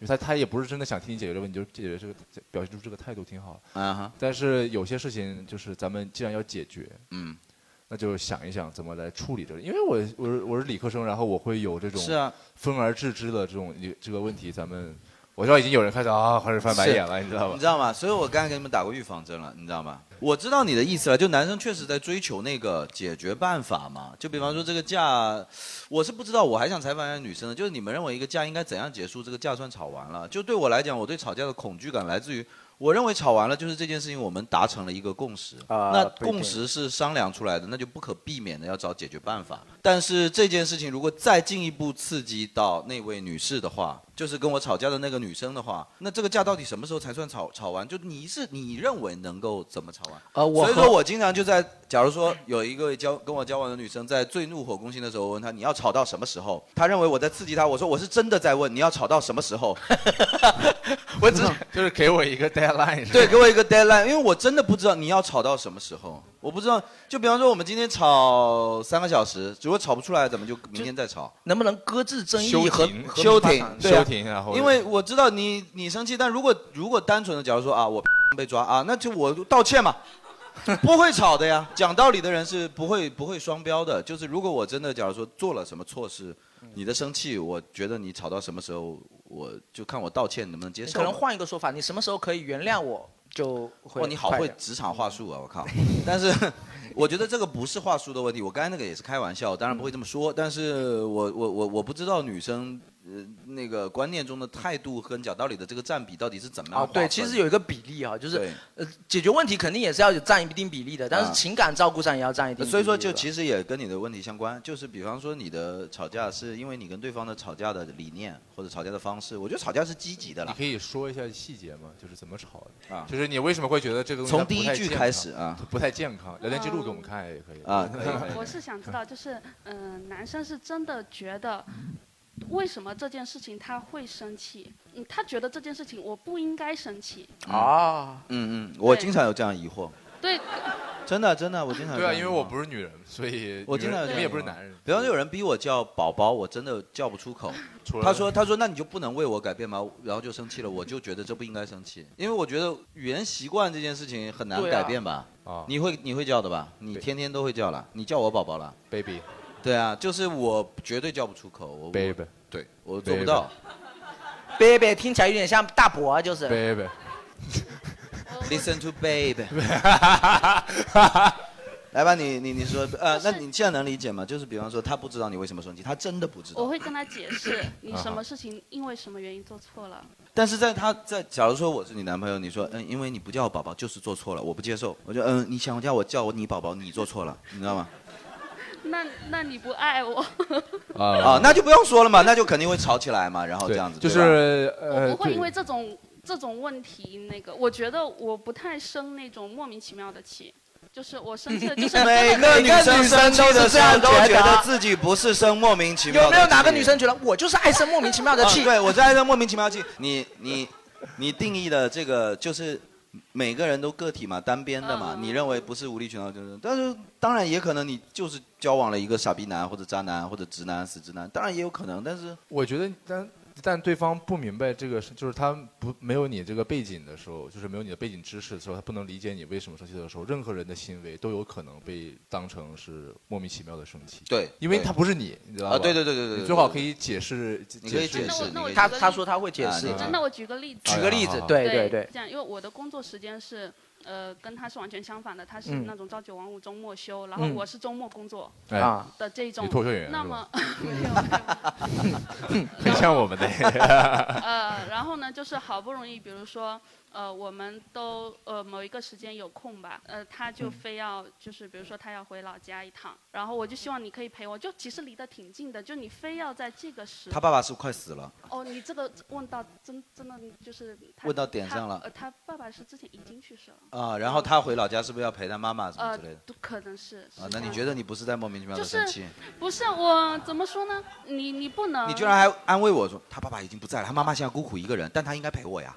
D: 就他他也不是真的想替你解决这个问题，就是解决这个表现出这个态度挺好。
C: 啊哈，
D: 但是有些事情就是咱们既然要解决，
C: 嗯，
D: 那就想一想怎么来处理这个。因为我我是我是理科生，然后我会有这种
C: 是啊，
D: 分而治之的这种这个问题。咱们我知道已经有人开始啊开始翻白眼了，你知道
C: 你
D: 吧？
C: 知道吗？所以我刚才给你们打过预防针了，你知道吗？我知道你的意思了，就男生确实在追求那个解决办法嘛。就比方说这个架，我是不知道，我还想采访一下女生呢，就是你们认为一个架应该怎样结束？这个架算吵完了？就对我来讲，我对吵架的恐惧感来自于。我认为吵完了就是这件事情，我们达成了一个共识。
G: 啊
C: 那
G: 不一定
C: 共识是商量出来的，那就不可避免的要找解决办法。但是这件事情如果再进一步刺激到那位女士的话，就是跟我吵架的那个女生的话，那这个架到底什么时候才算吵吵完？就你是你认为能够怎么吵完？
G: 呃，我
C: 所以
G: 和
C: 说我经常就
D: 啊
C: 在，假如说有一个交跟我交往的女生在最怒火攻心的时候，我问她你要吵到什么时候？她认为我在刺激她，我说我是真的在问你要吵到什么时候？
D: 我只就是给我一个大家 deadline 是吧
C: 对，给我一个 deadline，因为我真的不知道你要吵到什么时候，我不知道。就比方说我们今天吵三个小时，如果吵不出来，咱们就明天再吵。
G: 能不能搁置争
C: 休
G: 议
C: 庭
G: 和
C: 休庭，
G: 对啊
C: 对啊因为我知道你你生气，但如果如果单纯的，假如说啊，我 被抓啊，那就我道歉 嘛，不会吵的呀。讲道理的人是不会不会双标的，就是如果我真的假如说做了什么错事，你的生气，我觉得你吵到什么时候，我就看我道歉能不能接受
G: 可
C: 嘛。
G: 能换一个说法，你什么时候可以原谅我？就
D: 哦
G: 会
C: 哇，哦你好
G: 快一
C: 会
G: 点
C: 职场话术啊！我靠，但是我觉得这个不是话术的问题，我刚才那个也是开玩笑，当然不会这么说。但是我我我我不知道女生呃那个观念中的态度跟讲道理的这个占比到底是怎么样划
G: 啊，
C: 分的、
G: 对，其实有一个比例啊，就是
C: 对
G: 呃，解决问题肯定也是要有占一定比例的，但是
C: 啊
G: 情感照顾上也要占一定比例。
C: 呃所以说，
G: 对
C: 就
G: 吧
C: 其实也跟你的问题相关，就是比方说你的吵架是因为你跟对方的吵架的理念或者吵架的方式，我觉得吵架是积极的啦
D: 你。可以说一下细节吗？就是怎么吵的
C: 啊
D: 就是你为什么会觉得这个东西
C: 从
D: 它不
C: 第一
D: 太
C: 句
D: 健
C: 开
D: 康
C: 始啊
D: 不太健康？聊天记录给我们看也可以
C: 啊可以可以
I: 我是想知道，就是嗯、呃男生是真的觉得为什么这件事情他会生气？嗯，他觉得这件事情我不应该生气。
G: 啊，
C: 嗯嗯，我
I: 对
C: 经常有这样疑惑，
I: 对，
C: 真的真的，我经常有
D: 对啊，
C: 这样疑
D: 因为
C: 惑
D: 我不是女人，所 以
C: 我
D: 女
C: 经
D: 人
C: 常有
D: 你们也
C: 这样的
D: 不是
C: 吗
D: 男人。
C: 比方说有人逼我叫宝宝，我真的叫不出口
D: 除。了
C: 他说：“他说那你就不能为我改变吗？”然后就生气了，我就觉得这不应该生气，因为我觉得语言习惯这件事情很难
D: 对啊
C: 改变吧。
D: 啊
C: 你会你会叫的吧？你天天都会叫了，你叫我宝宝了
D: ，baby。
C: 对啊，就是我绝对叫不出口，我
D: baby，
C: 对我做不到。
G: baby 听起来有点像大伯啊，就是。
D: baby。
C: Listen to babe，来吧，你你你说，呃，那你现在能理解吗？就是比方说，他不知道你为什么生气，他真的不知道。
I: 我会跟他解 释你
C: 啊
I: 什
C: 好
I: 么事情因为什么原因做错了。
C: 但是在他在，假如说我是你男朋友，你说嗯，因为你不叫我宝宝就是做错了，我不接受。我就嗯，你想叫我叫我你宝宝，你做错了，你知道吗？
I: 那那你不爱我？
C: 啊那就不用说了嘛，那就肯定会吵起来嘛，然后这样子。
D: 就
C: 对吧
D: 是呃，
I: 不会
D: 对
I: 因为这种这种问题，那个我觉得我不太生那种莫名其妙的气，就是我生气的 就是
C: 每个女生生气的时候都
G: 每个女生都是这
C: 觉
G: 样觉
C: 得
G: 得
C: 自己不是生莫名其妙的
G: 有
C: 气。
G: 没有哪个女生觉得我就是爱生莫名其妙 的气？
C: 啊对我是爱生莫名其妙的气。 你你你定义的这个就是每个人都个体嘛，单边的嘛，
I: 嗯
C: 你认为不是无理取闹就是，但是当然也可能你就是交往了一个傻逼男或者渣男或者直男死直男，当然也有可能，但是。
D: 我觉得但但对方不明白这个是，就是他不没有你这个背景的时候，就是没有你的背景知识的时候，他不能理解你为什么生气的时候，任何人的行为都有可能被当成是莫名其妙的生气。
C: 对
D: 因为
C: 对
D: 他不是你，你知道吧？
C: 啊对对对对对对
D: 你最好可以解释，
C: 你可以解释
I: 那我那我
G: 他
I: 举个
G: 他
I: 例
G: 说他会解
D: 啊
G: 释。
I: 真的，我举个例
D: 哎
I: 子。
G: 举个例子，对对对。
I: 这样，因为我的工作时间是，呃，跟他是完全相反的，他是
G: 嗯
I: 那种朝九晚五、周末休，然后
G: 嗯
I: 我是周末工作
D: 哎啊
I: 的这种。
D: 你脱口秀演员
I: 那
D: 是
I: 么
D: 吧
I: 没有没有。
D: 很像我们的。
I: 呃，然后呢，就是好不容易，比如说，呃，我们都呃某一个时间有空吧，呃，他就
J: 嗯
I: 非要就是比如说他要回老家一趟，然后我就希望你可以陪我，就其实离得挺近的，就你非要在这个时。
C: 他爸爸是快死了，
I: 哦，你这个问到真真的就是他
C: 问到点上了
I: 他呃，他爸爸是之前已经去世了，
C: 啊，然后他回老家是不是要陪他妈妈啊什么
I: 呃
C: 之类的？，
I: 都可能是。是
C: 啊，
I: 这
C: 那你
I: 样
C: 觉得你不是在莫名其妙
I: 就
C: 的
I: 是
C: 生气？
I: 不是我怎么说呢？你你不能。
C: 你居然还安慰我说他爸爸已经不在了，他妈妈现在孤苦一个人，但他应该陪我 呀。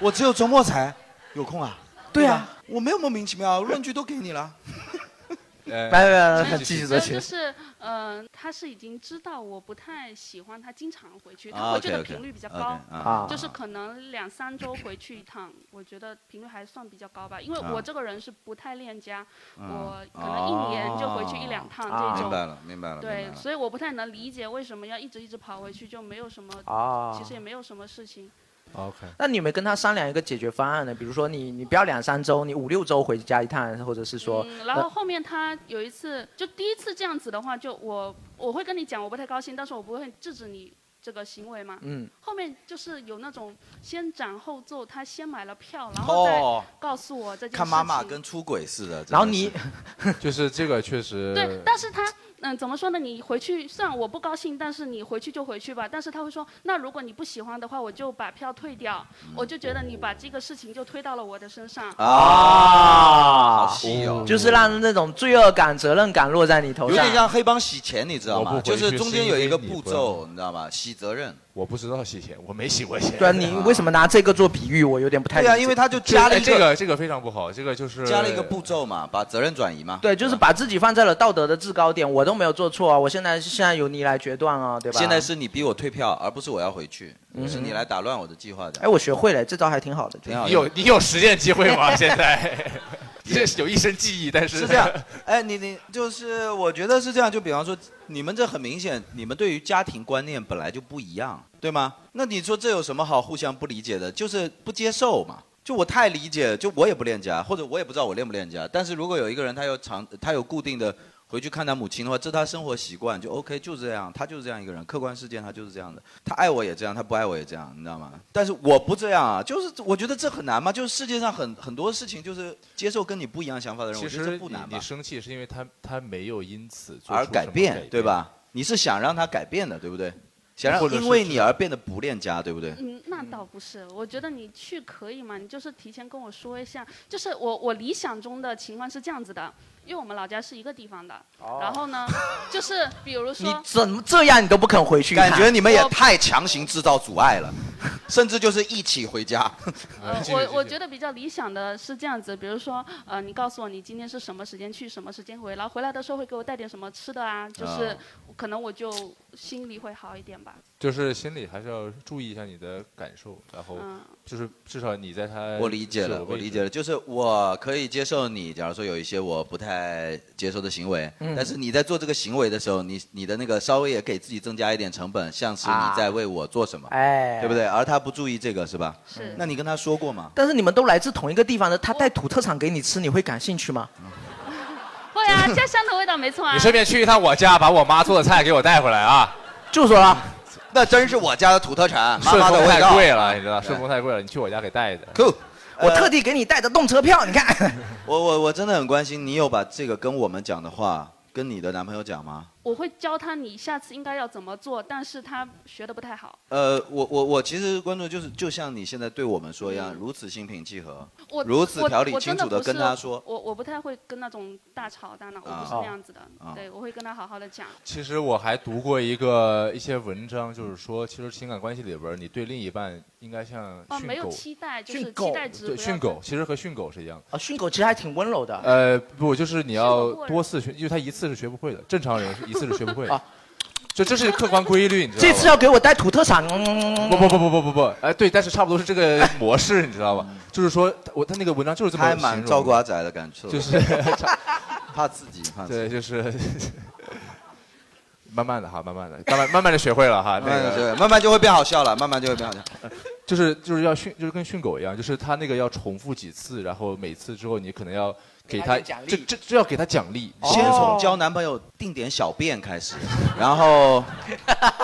C: 我只有周末才有空啊。对呀、啊，我没有莫名其妙，论据都给 你了。
D: 来
G: 来来，
C: 继续
G: 继续说，
I: 没有
G: 继续。
I: 呃就是，嗯、他是已经知道我不太喜欢他经常回去，
C: 啊
I: 他回去的
C: OK，OK，
I: 频率比较
C: OK，
I: 高
C: 啊
I: 就是可能两三周回去一趟，我觉得频率还算比较高吧，因为
C: 啊
I: 我这个人是不太恋家，
C: 啊
I: 我可能一年就回去一两趟
C: 啊
I: 这种。
C: 明白了，明白了，明
I: 对
C: 白，了。
I: 所以我不太能理解为什么要一直一直跑回去，就没有什么，
G: 啊
I: 其实也没有什么事情。
D: OK。
G: 那你有没有跟他商量一个解决方案呢？比如说你你不要两三周，你五六周回家一趟，或者是说，
I: 嗯，然后后面他有一次，就第一次这样子的话，就我我会跟你讲我不太高兴，但是我不会制止你这个行为嘛。
G: 嗯。
I: 后面就是有那种先斩后奏，他先买了票，然后
C: 哦
I: 再告诉我这件事情。
C: 看妈妈跟出轨似的。
D: 然后
C: 你，
D: 就是这个确实。
I: 对，但是他嗯，怎么说呢？你回去虽然我不高兴，但是你回去就回去吧。但是他会说，那如果你不喜欢的话，我就把票退掉。
C: 嗯
I: 我就觉得你把这个事情就推到了我的身
C: 啊
I: 上。
G: 啊，
C: 细哦
G: 就是让那种罪恶感、责任感落在你头
C: 有
G: 上，
C: 点像黑帮洗钱，你知道
G: 我
C: 吗？
G: 不
C: 就
G: 回去
C: 是中间有一个
G: 是因
C: 步
G: 为你不
C: 骤，你知道吗？洗责任。
D: 我不知道洗钱，我没洗过钱。
G: 对啊，你为什么拿这个做比喻？我有点不太
C: 啊
G: 理解
D: 哎这个这个非常不好，这个就是
C: 加了一个步骤嘛，把责任转移嘛。
G: 对，就是把自己放在了道德的制高点，我都没有做错啊，我现在现在由你来决断啊，对吧？
C: 现在是你逼我退票，而不是我要回去，
G: 嗯
C: 是你来打乱我的计划的。
G: 哎，我学会了，这招还挺好的。
C: 挺好的
D: 你有你有实践机会 吗？现在 这有一身技艺，但是
C: 是这样，哎，你你就是我觉得是这样，就比方说你们这很明显，你们对于家庭观念本来就不一样，对吗？那你说这有什么好互相不理解的？就是不接受嘛。就我太理解，就我也不恋家，或者我也不知道我恋不恋家。但是如果有一个人他有长，他有固定的回去看他母亲的话，这是他生活习惯，就 OK，就是这样，他就是这样一个人，客观事件他就是这样的，他爱我也这样，他不爱我也这样，你知道吗？但是我不这样啊，就是我觉得这很难嘛，就是世界上很很多事情就是接受跟你不一样想法的人，
D: 其
C: 我觉得这
D: 实
C: 不
D: 你
C: 难吧
D: 你。生气是因为他他没有因此做
C: 而
D: 出
C: 改
D: 什么
C: 变，
D: 变，
C: 对吧？你是想让他改变的，对不对？想让
D: 或者是
C: 因为
D: 这
C: 你而变得不恋家，对不对？
I: 嗯，那倒不是，我觉得你去可以嘛，你就是提前跟我说一下，就是我我理想中的情况是这样子的，因为我们老家是一个地方的，然后呢，就是比如
G: 你
I: 说，
G: 怎么这样你都不肯回去看？
C: 感觉你们也太强行制造阻碍了，甚至就是一起回家。
I: 呃，我我觉得比较理想的是这样子，比如说，呃，你告诉我你今天是什么时间去，什么时间回，然后回来的时候会给我带点什么吃的啊，就是
D: 啊
I: 可能我就心里会好一点吧。
D: 就是心里还是要注意一下你的感受，然后
I: 嗯
D: 就是至少你在他
C: 我理解了，我理解了，就是我可以接受你，假如说有一些我不太接受的行为，
D: 嗯
C: 但是你在做这个行为的时候，你你的那个稍微也给自己增加一点成本，像是
G: 啊
C: 你在为我做什么，
G: 哎
C: 对不对？而他不注意这个是吧？
I: 是
C: 那你跟他说过吗？
G: 但是你们都来自同一个地方的，他带土特产给你吃，你会感兴趣吗？
I: 会啊，家乡的味道没错啊。
D: 你顺便去一趟我家，把我妈做的菜给我带回来啊！
G: 就说了，
C: 那真是我家的土特产，妈
D: 顺
C: 妈的
D: 丰
C: 味
D: 太
C: 道。
D: 贵了，你知道，顺丰太贵了，你去我家给带一带。
C: Cool，呃
G: 我特地给你带的动车票，你看。
C: 我我我真的很关心，你有把这个跟我们讲的话跟你的男朋友讲吗？
I: 我会教他你下次应该要怎么做，但是他学的不太好。
C: 呃，我我我其实关注就是，就像你现在对我们说一样，如此心平气和
I: 嗯我，
C: 如此
I: 我
C: 条理
I: 我
C: 清
I: 真
C: 楚的
I: 的不
C: 跟
I: 是
C: 他说。
I: 我我不太会跟那种大吵大闹，我不是
D: 啊
I: 那样子的。
D: 啊
I: 对，我会跟他好好的讲。
D: 其实我还读过一个一些文章，就是说，其实情感关系里边儿，你对另一半应该像
I: 哦，
D: 训
I: 没有
D: 狗，
I: 期待，就是
G: 训狗
I: 期待值
D: 对，
I: 不要
D: 训狗其实和训狗是一样的。
G: 啊，训狗其实还挺温柔的。
D: 呃，不，就是你要多次学，因为他一次是学不会的，正常人是一次是学不会的。就这是客观规律，你知道吗？
G: 啊这次要给我带土特产，嗯嗯
D: 不不不不不不不，哎，对，但是差不多是这个模式，你知道吧？就是说，我他那个文章就是这么
C: 还蛮
D: 形容
C: 照顾阿仔的感受
D: 就是
C: 怕自己，怕自
D: 对，
C: 己
D: 就是慢慢的哈，慢慢的，慢慢慢慢的学会了哈，那
C: 慢慢地学
D: 个
C: 会慢慢就会变好笑了，慢慢就会变好笑。
D: 就是就是要训，就是跟训狗一样，就是他那个要重复几次，然后每次之后你可能要给他
C: 给他一个奖励
D: 这这这要给他奖励，
C: 哦先从交男朋友定点小便开始，然后，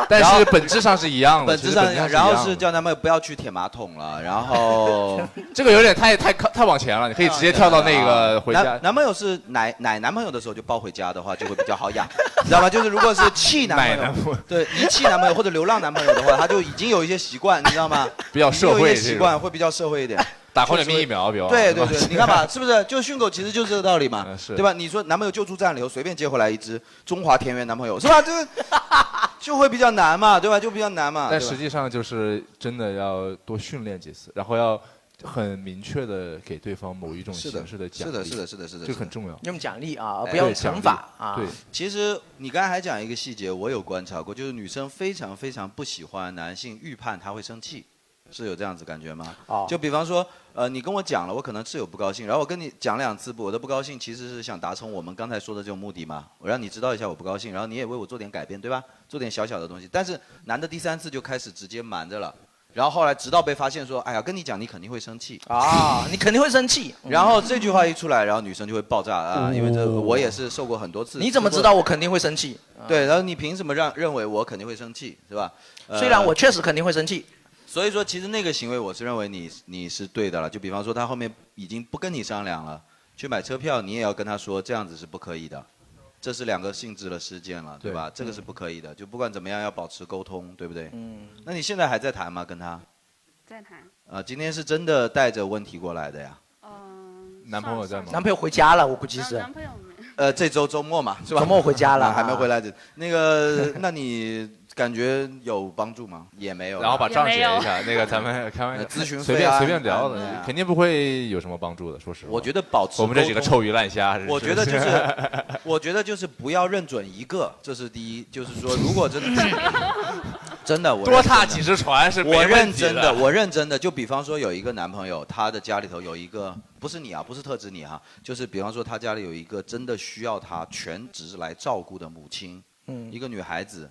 D: 但
C: 然后
D: 是本质上是一样的，
C: 本质上
D: 其实本质上是一
C: 然
D: 样的
C: 后是叫男朋友不要去舔马桶了，然后
D: 哦这个有点太太靠太往前了，你可以直接跳到那个回家
C: 啊男。男朋友是奶奶男朋友的时候就抱回家的话，就会比较好养， 你知道吗？就是如果是气男
D: 奶男
C: 朋
D: 朋
C: 友，对遗弃男朋友或者流浪男朋友的话，他就已经有一些习惯，你知道吗？
D: 比较社会
C: 已经有一些习
D: 这
C: 惯
D: 种
C: 会比较社会一点。
D: 打狂犬病疫苗，比方
C: 对对对，你看吧，是不是？就训狗其实就是这个道理嘛，
D: 嗯是
C: 对吧？你说男朋友救助站流随便接回来一只中华田园男朋友，是吧？这个 就会比较难嘛，对吧？就比较难 嘛。
D: 但
C: 对吧
D: 实际上就是真的要多训练几次，然后要很明确的给对方某一种
C: 是的
D: 形式的奖
C: 是
D: 励，
C: 的是的是的是的
D: 这
C: 是的
D: 很重要。
G: 用奖励啊，
C: 哎
G: 不要
C: 对
G: 惩罚啊。
D: 对，
C: 其实你刚才还讲一个细节，我有观察过，就是女生非常非常不喜欢男性预判她会生气，是有这样子感觉吗？
G: 哦
C: 就比方说，呃，你跟我讲了，我可能是有不高兴，然后我跟你讲两次，我的不高兴其实是想达成我们刚才说的这种目的嘛，我让你知道一下我不高兴，然后你也为我做点改变，对吧？做点小小的东西。但是男的第三次就开始直接瞒着了。然后后来，直到被发现说：“哎呀，跟你讲，你肯定会生气
G: 啊，你肯定会生气。”
C: 然后这句话一出来，然后女生就会爆炸啊，因为这
G: 哦
C: 我也是受过很多次。
G: 你怎么知道我肯定会生气？
C: 对，然后你凭什么让认为我肯定会生气，是吧？呃
G: 虽然我确实肯定会生气，
C: 所以说，其实那个行为我是认为你你是对的了。就比方说，他后面已经不跟你商量了，去买车票，你也要跟他说这样子是不可以的，这是两个性质的事件了，对
D: 对
G: 嗯
C: 吧？这个是不可以的，就不管怎么样要保持沟通，对不对？嗯。那你现在还在谈吗？跟他？
I: 再谈。
C: 呃，今天是真的带着问题过来的呀。
D: 男朋友在吗？
G: 男朋友回家了，我估计是。
I: 男朋友
C: 呃，这周周末嘛，是吧？
G: 周末回家了
C: 啊还没
G: 啊
C: 回来的。那个，那你感觉有帮助吗？也没有。啊
D: 然后把账结一下，那个咱 们开玩笑，
C: 咨询费
D: 随
C: 啊
D: 便随便聊
C: 对啊
D: 的，肯定不会有什么帮助的。说实话，
C: 我觉得保持
D: 我们这几个
C: 沟通
D: 臭鱼烂虾，
C: 我觉得就是， 我觉得就是不要认准一个，这是第一。就是 说，如果真的真的，我
D: 多
C: 认真
D: 踏
C: 的
D: 几十船是没
C: 我认
D: 问题
C: 真
D: 的
C: 我认真的。就比方说有一个男朋友，他的家里头有一个，不是你啊，不是特指你哈、就是比方说他家里有一个真的需要他全职来照顾的母亲，
G: 嗯
C: 一个女孩子，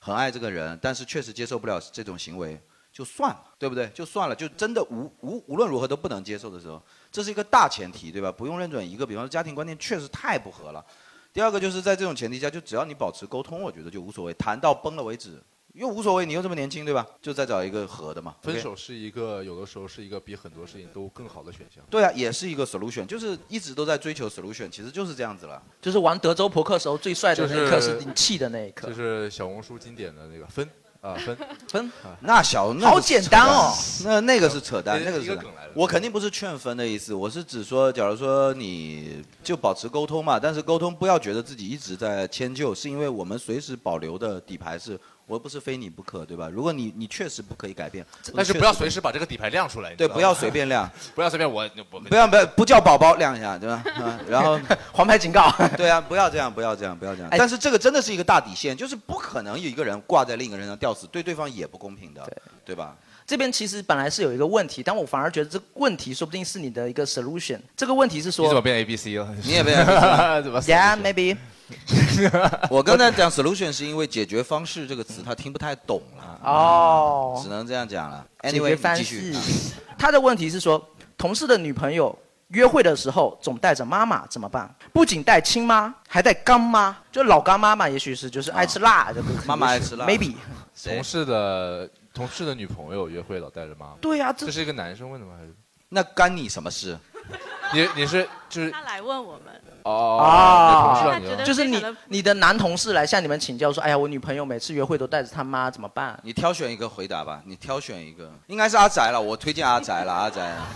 C: 很爱这个人，但是确实接受不了这种行为，就算了，对不对？就算了，就真的无无无论如何都不能接受的时候，这是一个大前提，对吧？不用认准一个，比方说家庭观念确实太不合了。第二个就是在这种前提下，就只要你保持沟通，我觉得就无所谓，谈到崩了为止，又无所谓，你又这么年轻，对吧？就再找一个合的嘛。
D: 分
C: OK
D: 手是一个有的时候是一个比很多事情都更好的选项。
C: 对啊，也是一个 solution，就是一直都在追求 solution，其实就是这样子了。
G: 就是玩德州扑克时候最帅的
D: 就
G: 那一刻
D: 是
G: 是你气的那一刻。
D: 就是小红书经典的那个分 啊分啊
G: 分
C: 那小那
G: 好
C: 个是
G: 简
C: 扯
G: 单
C: 淡
G: 哦
C: 那那个是扯淡，
D: 一
C: 那个是
D: 一个
C: 扯淡
D: 梗来了
C: 我肯定不是劝分的意思，我是只说，假如说你就保持沟通嘛，但是沟通不要觉得自己一直在迁就，是因为我们随时保留的底牌是。我不是非你不可，对吧？如果你你确实不可以改变，
D: 但是不要随时把这个底牌亮出来。你
C: 对，
D: 知道吗
C: 不要随便亮，
D: 不要随便我 我
C: 不要不要不叫宝宝亮一下，对吧？ 嗯，然 后
G: 黄牌警告。
C: 对啊，不要这样，不要这样，不要这样。
D: 哎
C: 但是这个真的是一个大底线，就是不可能有一个人挂在另一个人上吊死，对对方也不公平的，对吧？
G: 这边其实本来是有一个问题，但我反而觉得这个问题说不定是你的一个 solution。这个问题是
D: 你
G: 说
D: 怎么变 A B C 了？
C: 你也变 ABC
D: 怎么
G: Yeah, maybe。
C: 我刚才讲 solution 是因为解决方式这个词他听不太懂了，
G: 哦
C: 只，能这样讲了。
G: 解决
C: Anyway，
G: 方
C: 你继续啊
G: 式。。他的问题是说，同事的女朋友约会的时候总带着妈妈怎么办？不仅带亲妈，还带干妈，就老干妈嘛，也许是就是爱吃辣，这个
C: 妈妈爱吃辣
G: maybe。
D: 同事的同事的女朋友约会老带着妈妈。
G: 对呀、
D: 这是一个男生问的吗？还是
C: 那干你什么事？
D: 你你是就是
J: 他来问我们，
D: 哦
G: 啊
D: 那同事啊你
G: 就是
J: 非
G: 你
J: 常地
G: 你的男同事来向你们请教说，哎呀，我女朋友每次约会都带着她妈，怎么办？
C: 你挑选一个回答 吧，你挑选一个，应该是阿宅了，我推荐阿宅了，阿宅啊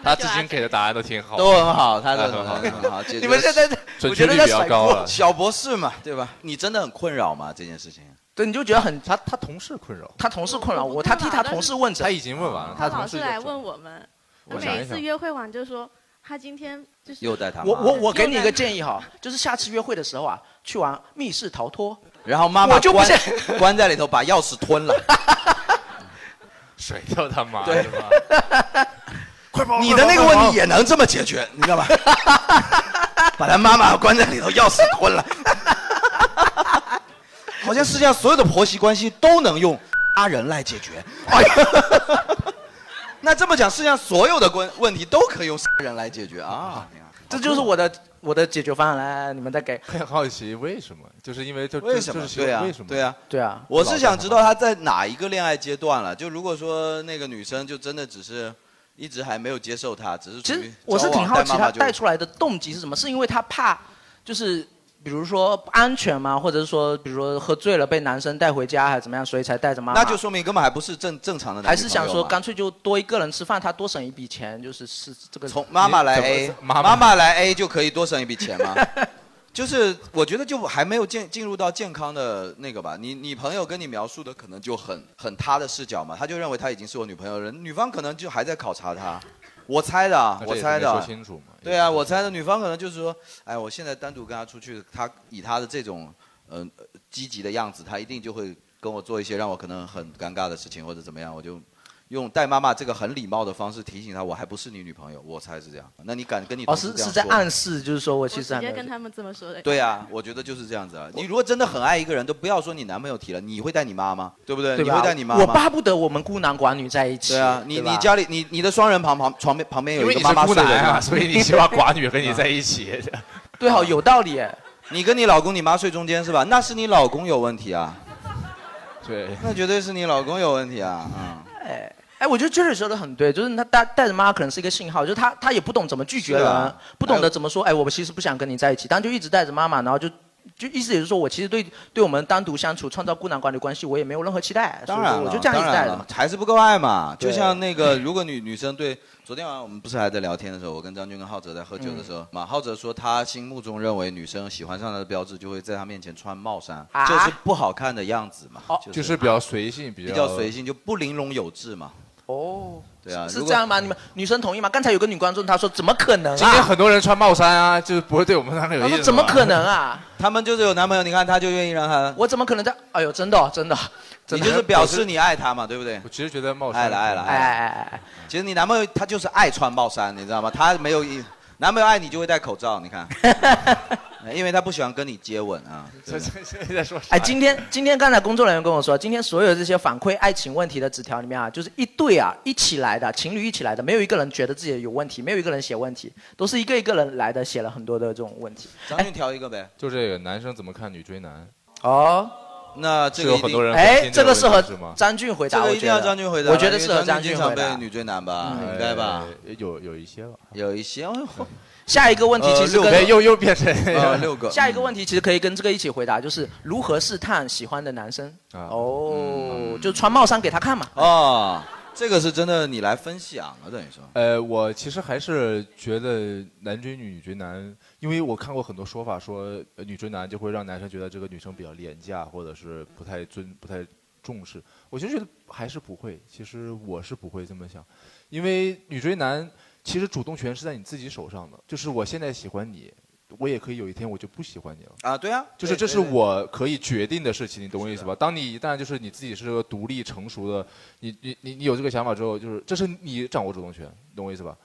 D: 他至今给的答案都挺好，
C: 都很好，他都
D: 啊
C: 很好，
D: 很
C: 很好。解决
G: 你们现在在
D: 准
G: 我
D: 确
G: 觉得
D: 率
G: 在
D: 比较
G: 甩
D: 高啊
G: 锅
D: 了。
C: 小博士嘛，对吧？你真的很困扰吗？这件事情？
G: 对，你就觉得很
D: 他他同事困扰，
G: 他同事困扰我，
J: 我不
G: 他
J: 困扰
G: 替他同事问诊
D: 他。已经问完了，
J: 他
D: 同
J: 老是
D: 事就
J: 来问我们，
D: 我想
J: 每
D: 一
J: 次
D: 想，
J: 约会完就说他今天就是
C: 又带他妈
G: 我我我给你一个建议哈，就是下次约会的时候啊，去玩密室逃脱，
C: 然后妈妈
G: 我就不
C: 关
G: 信
C: 关在里头，把钥匙吞 了。
D: 谁叫他妈
C: 对
D: 的吧？
C: 你的那个问题也能这么解决，你知道 吧？把他妈妈关在里头，钥匙吞了。 好像世界上所有的婆媳关系都能用阿人来解决。哎呀， 那这么讲，世界上所有的关问题都可以用人来解决啊！
G: 这就是我的我的解决方案。来，来你们再给。
D: 很好奇为什么？就是因为就
C: 为什么
D: 就？是
C: 对啊
D: 为什，么？
C: 对啊。
G: 对啊，
C: 我是想知道他在哪一个恋爱阶段了。就如果说那个女生就真的只是一直还没有接受他，只是
G: 其
C: 处
G: 实
C: 于
G: 我是
C: 交
G: 挺
C: 往
G: 好
C: 但
G: 奇
C: 妈妈
G: 他
C: 就
G: 带出来的动机是什么？是因为他怕，就是比如说不安全吗？或者是说，比如说喝醉了被男生带回家，还是怎么样，所啊以才带着妈妈？
C: 那就说明根本还不是正正常的男
G: 还
C: 女
G: 是
C: 朋
G: 想
C: 友
G: 说
C: 嘛
G: 干脆就多一个人吃饭，他多省一笔钱，就是是这个。
C: 从妈妈来
D: 你怎么
C: A，
D: 妈妈
C: 妈来 A 就可以多省一笔钱吗？ 就是我觉得就还没有进进入到健康的那个吧。你你朋友跟你描述的可能就很很他的视角嘛，他就认为他已经是我女朋友了，女方可能就还在考察他。我猜的啊
D: 那，这
C: 我
D: 也
C: 猜
D: 没
C: 的
D: 说
C: 啊。
D: 清楚嘛？
C: 对啊，我猜的女方可能就是说，哎，我现在单独跟他出去，他以他的这种呃呃积极的样子，他一定就会跟我做一些让我可能很尴尬的事情或者怎么样，我就用带妈妈这个很礼貌的方式提醒他，我还不是你女朋友，我猜是这样。那你敢跟你
G: 哦，
C: 同事这样
G: 是是
C: 说
G: 在
C: 吗
G: 暗示，就是说我
J: 我
G: 其实
J: 直
G: 还没
J: 接
G: 有
J: 跟他们这么说的。
C: 对啊，我觉得就是这样子啊。你如果真的很爱一个人，都不要说你男朋友提了，你会带你妈吗？对不对？
G: 对
C: 你
G: 吧？
C: 会带你妈
G: 我
C: 吗？
G: 巴不得我们孤男寡女在一起。
C: 对啊，你
G: 吧
C: 你家里你你的双人旁旁床边旁边
D: 因
C: 有
D: 为
C: 一
D: 你
C: 个
D: 是
C: 妈妈嗯
D: 孤
C: 睡的
D: 男
C: 是
D: 啊，
C: 吧
D: 所以你希望寡女跟你在一起。
G: 对好有道理耶。
C: 啊你跟你老公你妈睡中间是吧？那是你老公有问题 啊。
D: 对，
C: 那绝对是你老公有问题啊！嗯，
G: 哎哎，我觉得 Jerry 说的很对，就是他带带着妈可能是一个信号，就是他他也不懂怎么拒绝
C: 是
G: 人，
C: 啊
G: 不懂得怎么说，哎，我们其实不想跟你在一起，但就一直带着妈妈，然后就就意思也是说我其实对对我们单独相处、创造孤男寡女关系，我也没有任何期待，
C: 当然
G: 所以
C: 了，
G: 我就这样一直
C: 当然
G: 带着
C: 了
G: 嘛。
C: 还是不够爱嘛。
G: 对
C: 就像那个，如果女女生对，昨天晚上我们不是还在聊天的时候，我跟张军跟浩哲在喝酒的时候，
G: 嗯
C: 马、浩哲说他心目中认为女生喜欢上他的标志，就会在他面前穿帽衫，
G: 啊哦
C: 这是不好看的样子嘛，就是、
D: 就是比较随性，比
C: 比
D: 较
C: 较随性，就不玲珑有致嘛。
G: 哦，
C: 对啊，
G: 是
C: 如
G: 这
C: 果
G: 样吗？你们女生同意吗？刚才有个女观众她说怎么可能啊？
D: 今天很多人穿帽衫啊，就是不会对我们那个有意
G: 他
D: 见
G: 说
D: 的
G: 怎么
D: 嘛
G: 可能？啊？
C: 他们就是有男朋友，你看他就愿意让他。
G: 我怎么可能在？哎呦，真的哦、真的，
C: 你
G: 真的
C: 就是表示你爱他嘛，对不对？我
D: 其实觉得帽嗯
C: 爱了爱了
G: 哎哎
C: 爱了。其实你男朋友他就是爱穿帽衫，你知道吗？他没有 一男朋友爱你就会戴口罩，你看，因为他不喜欢跟你接吻啊。对不 对
D: 现在说啥
G: 哎，今天今天刚才工作人员跟我说，今天所有这些反馈爱情问题的纸条里面啊，就是一对啊一起来的情侣一起来的，没有一个人觉得自己有问题，没有一个人写问题，都是一个一个人来的，写了很多的这种问题。
C: 张俊挑一个呗。
D: 就这个男生怎么看女追男？
G: 哦，
C: 那这个
D: 有
C: 一定
D: 很多人关
G: 哎，
D: 心
G: 这个
D: 个
G: 适合
D: 问题是吗？
G: 张俊回答，
C: 这个
G: 我
C: 一
G: 觉
C: 定
G: 得
C: 要张俊回答吧，
G: 我觉得
C: 因为
G: 适合
C: 张
G: 张俊
C: 经常
G: 回
C: 被
G: 答。
C: 女追男吧，
G: 嗯
C: 应该吧？
D: 有有一些吧，
C: 有一些。哎
G: 下一个问题其实
C: 呃六
D: 哎
G: 跟
C: 个又又变成呃六个
G: 下一个问题其实可以跟这个一起回答，就是如何试探喜欢的男生？
D: 啊嗯
G: 哦，就穿帽衫给他看嘛。
C: 哦，这个是真的，你来分啊享了，等于说。
D: 呃，我其实还是觉得男追女、女追男，因为我看过很多说法说，呃女追男就会让男生觉得这个女生比较廉价，或者是不太尊、不太重视。我其实觉得还是不会，其实我是不会这么想，因为女追男其实主动权是在你自己手上的，就是我现在喜欢你，我也可以有一天我就不喜欢你了。
C: 啊，对啊，
D: 就是这是
C: 对对对
D: 我可以决定的事情，你懂我意思吧？当你一旦就是你自己是个独立成熟的，你你你你有这个想法之后，就是这是你掌握主动权，你懂我意思吧？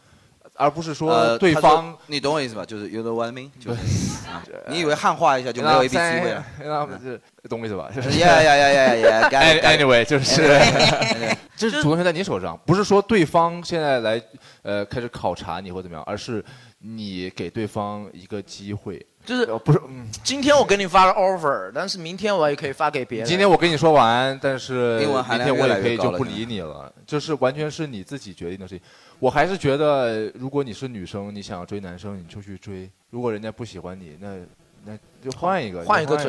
D: 而不是说
C: 呃
D: 对
C: 他说
D: 方
C: 你懂我意思吧？就是 you know what I mean，就是 啊你以为汉化一下就没有 A B C 啊位了？
D: 那是懂我意思吧
C: Yeah, yeah, yeah, yeah, yeah, got it, got it.
D: Anyway，就是
C: Anyway
D: 这是主动权在你手上，不是说对方现在来呃开始考察你或怎么样，而是你给对方一个机会。
G: 就是
D: 呃不是？嗯
G: 今天我给你发了 offer，但是明天我也可以发给别人。
D: 今天我跟你说晚安，但是
C: 英文含
D: 明天
C: 量
D: 我
C: 越
D: 也
C: 来
D: 可
C: 越
D: 以
C: 高
D: 就
C: 了
D: 不
C: 现
D: 理你了，就是完全是你自己决定的事情。我还是觉得，如果你是女生，你想要追男生，你就去追；如果人家不喜欢你，那那就 换
C: 呃
D: 一个，就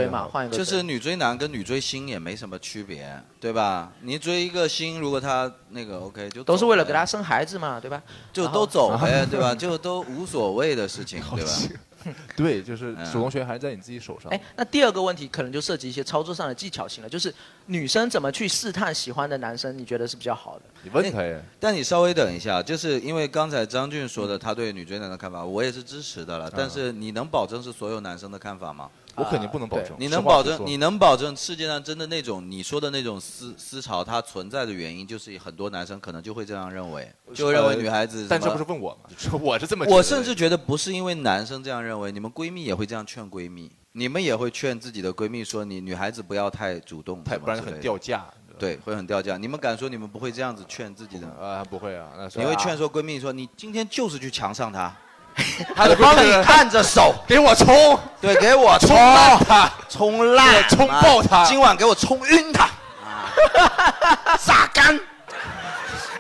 C: 就是女追男跟女追星也没什么区别，对吧？你追一个星，如果他那个 OK，就
G: 都是
C: 走
G: 为了
C: 呗
G: 给他生孩子嘛，对吧？
C: 就
G: 然后
C: 都走呗，对吧？就都无所谓的事情，对吧？
D: 对，就是
C: 嗯
D: 主动权还是在你自己手上。
G: 哎，那第二个问题可能就涉及一些操作上的技巧性了，就是女生怎么去试探喜欢的男生，你觉得是比较好的？
D: 你
C: 哎但你稍微等一下，就是因为刚才张俊说的他对女追男的看法，我也是支持的了。但是你能保证是所有男生的看法吗？
D: 我肯嗯定不能保证
C: 对你
D: 实
C: 能
D: 话
C: 保
D: 实
C: 证
D: 说
C: 你能保证世界上真的那种你说的那种思思潮，它存在的原因就是很多男生可能就会这样认为，就认为女孩子什
D: 呃
C: 么。
D: 但这不是问我吗？我是这么觉得的，
C: 我甚至觉得不是因为男生这样认为，你们闺蜜也会这样劝闺蜜，你们也会劝自己的闺蜜说，你女孩子不要太主动，
D: 太
C: 什么
D: 不然
C: 之类的
D: 很掉价。
C: 对，会很掉价。你们敢说你们不会这样子劝自己的？
D: 啊，不会啊，那是
C: 你会劝说闺蜜说，你今天就是去强 上她，
D: 她
C: 我
D: 的
C: 帮你
D: 闺蜜
C: 看着手，
D: 给我冲，
C: 对，给我
D: 冲
C: 冲
D: 烂她，
C: 冲烂，
D: 冲爆她
C: 今晚给我冲晕 她，榨干。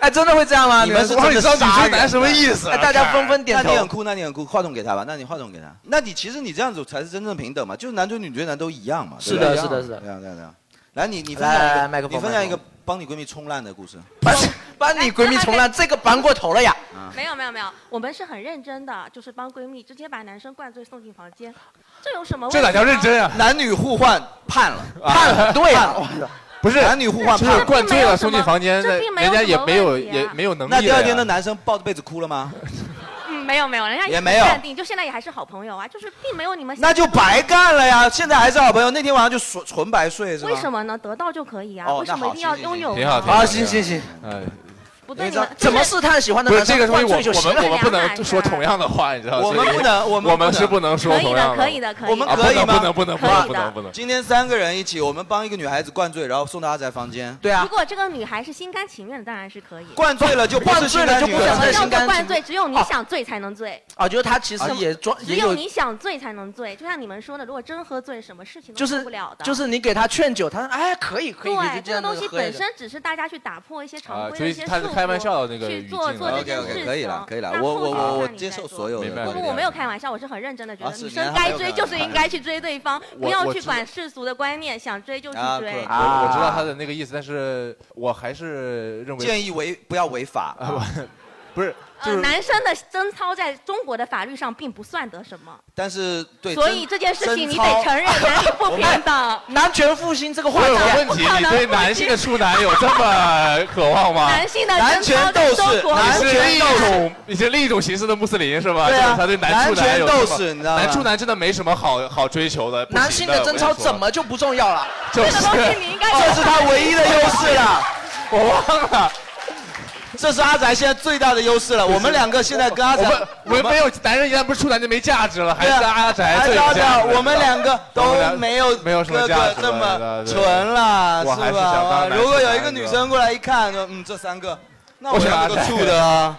G: 哎，真的会这样吗？
C: 你们是
G: 我
C: 真的
G: 知道女
C: 杀
G: 生
C: 人
G: 男什么意思啊哎大家纷纷点头
C: 那你很酷，那你很酷，话筒给他吧。那你话筒给他。那你其实你这样子才是真正平等嘛，就是男追女追男都一样嘛。
G: 是
C: 对吧
G: 的
C: 一样
G: 是的是的
C: 对啊对啊对啊。来，你你分
G: 来来来
C: 享
G: 麦
C: 一个，
G: 克风
C: 你分享一
G: 麦
C: 个帮你闺蜜冲烂的故事。
G: 把哎你闺蜜从来这个搬过头了呀！
C: 啊
E: 没有没有没有，我们是很认真的，就是帮闺蜜直接把男生灌醉送进房间，这有什么问题？
D: 真啊？
C: 男女互换判了，
D: 判
C: 了，
G: 对
C: 啊，
D: 不是
C: 男女互换
D: 就
C: 判
D: 是
C: 了，
D: 灌醉了送进房间，
E: 这并
D: 那
E: 没有
D: 人家
E: 什
D: 也
E: 么
D: 没有
E: 问题啊
D: 也没有能力
C: 那
D: 了呀。
C: 第二天的男生抱着被子哭了吗？
E: 嗯，没有没有，人家
C: 也
E: 很
C: 没有
E: 淡定，就现在也还是好朋友啊，就是并没有你们想
C: 那就白干了呀！现在还是好朋友，那天晚上就纯纯白睡是吧？啊
E: 为什么呢？得到就可以啊，
C: 哦
E: 为什么一定要拥有呢？
D: 挺好，
G: 好啊行行行，
D: 哎，
E: 不对，你们
G: 哎怎么试探喜欢的
D: 不
G: 男
D: 是
G: 生？
D: 这个东西，我
G: 灌醉就
D: 我
G: 行
D: 们
G: 了
D: 我们不能说同样的话，啊你知道吗？
C: 我们
D: 所以
C: 不能我们
D: 我
C: 不能
D: 们是不能说
E: 可以的
D: 同样
E: 可以的可以的
C: 我们
D: 啊
C: 可以吗？
D: 不能不能不能不能不能不能。
C: 今天三个人一起，我们帮一个女孩子灌醉，然后送到阿宅房间。
G: 对
D: 啊
E: 如，果这个女孩是心甘情愿的，当然是可以。
C: 啊灌醉了就不是心甘情愿
E: 什么叫做
G: 心甘情
E: 灌醉？只有你想醉才能醉。
G: 啊，就是他其实也装
E: 只
G: 也
E: 有
G: 有，
E: 你想醉才能醉，就像你们说的，如果真喝醉，什么事情都
G: 就
E: 做
G: 是
E: 不了的。
G: 就是你给他劝酒，他说哎可以可以，你
E: 对
G: 就
E: 这个
G: 样
E: 东
G: 子
E: 西
G: 喝一
E: 本
G: 下
E: 身只是大家去打破一些常
D: 啊，
E: 规
D: 所
E: 的
D: 以
E: 一些
D: 他
E: 束
D: 开玩笑的那个
E: 去
D: 语
E: 做
D: 境啊
E: 做
D: 了
E: 这件事
C: OK，OK，
E: 情。
C: 可以了可以了
E: 那
C: 我
E: 后续
C: 我
E: 看
C: 我我
E: 你
C: 接
E: 再
C: 受
E: 说
C: 所有的观
E: 不，
C: 点
E: 我没有开玩笑，我是很认真的，觉
C: 啊
E: 得
C: 是
E: 女
C: 你还
E: 生
C: 没
E: 该
C: 有
E: 追
C: 开
E: 就
C: 玩
E: 是
C: 笑
E: 应该去追对方，不
D: 我
E: 要
D: 我
E: 去
D: 知
E: 管世俗的观念，想追就去
C: 啊
E: 追
C: 可。
D: 我我知道他的那个意思，但是我还是认为
C: 建议违不要违法
D: 啊，不是，
C: 就
E: 呃，
C: 是
E: 男生的贞操在中国的法律上并不算得什么，
C: 但是对，
E: 所以
C: 贞
E: 这件事情
C: 贞
E: 你
C: 操
E: 得承认男女不平等。
G: 男权复兴这个话
D: 我
G: 题啊
D: 有个问题，你对男性的处男有这么渴望吗？
E: 男性的
D: 男权
E: 贞操在中国
D: 你是另一
E: 男权
D: 种，你是另一种形式的穆斯林是吧？
G: 对啊
D: 就是他对男处有
C: 男权
D: 这么
C: 斗士你知道吗
D: 男处男真的没什么好好追求的。不行
G: 男性的贞操怎？么就不重要 了？
D: 我跟你说就是
E: 应
C: 哦
G: 该
F: 这是他唯一的优 势了。
D: 我忘了，
F: 这是阿宅现在最大的优势了。我们两个现在跟阿
D: 我
F: 宅
D: 们，我们没有男人一旦不是处男就没价值了，还
F: 对
D: 是
F: 啊
D: 阿宅
F: 还
D: 最
F: 是
D: 有
F: 阿
D: 价
F: 宅，
D: 值的。
F: 我们两个都没有
D: 没有什么
F: 哥
D: 价
F: 哥
D: 值
F: 这
D: 了
F: 么
D: 呃对
F: 纯了，
D: 我还是想
F: 吧
D: 当？男
F: 如果
D: 处男
F: 有一个女
D: 是吧
F: 生过来一看，说嗯这三个，那
D: 我
F: 我
D: 选阿
F: 要那
D: 宅
F: 个处的啊，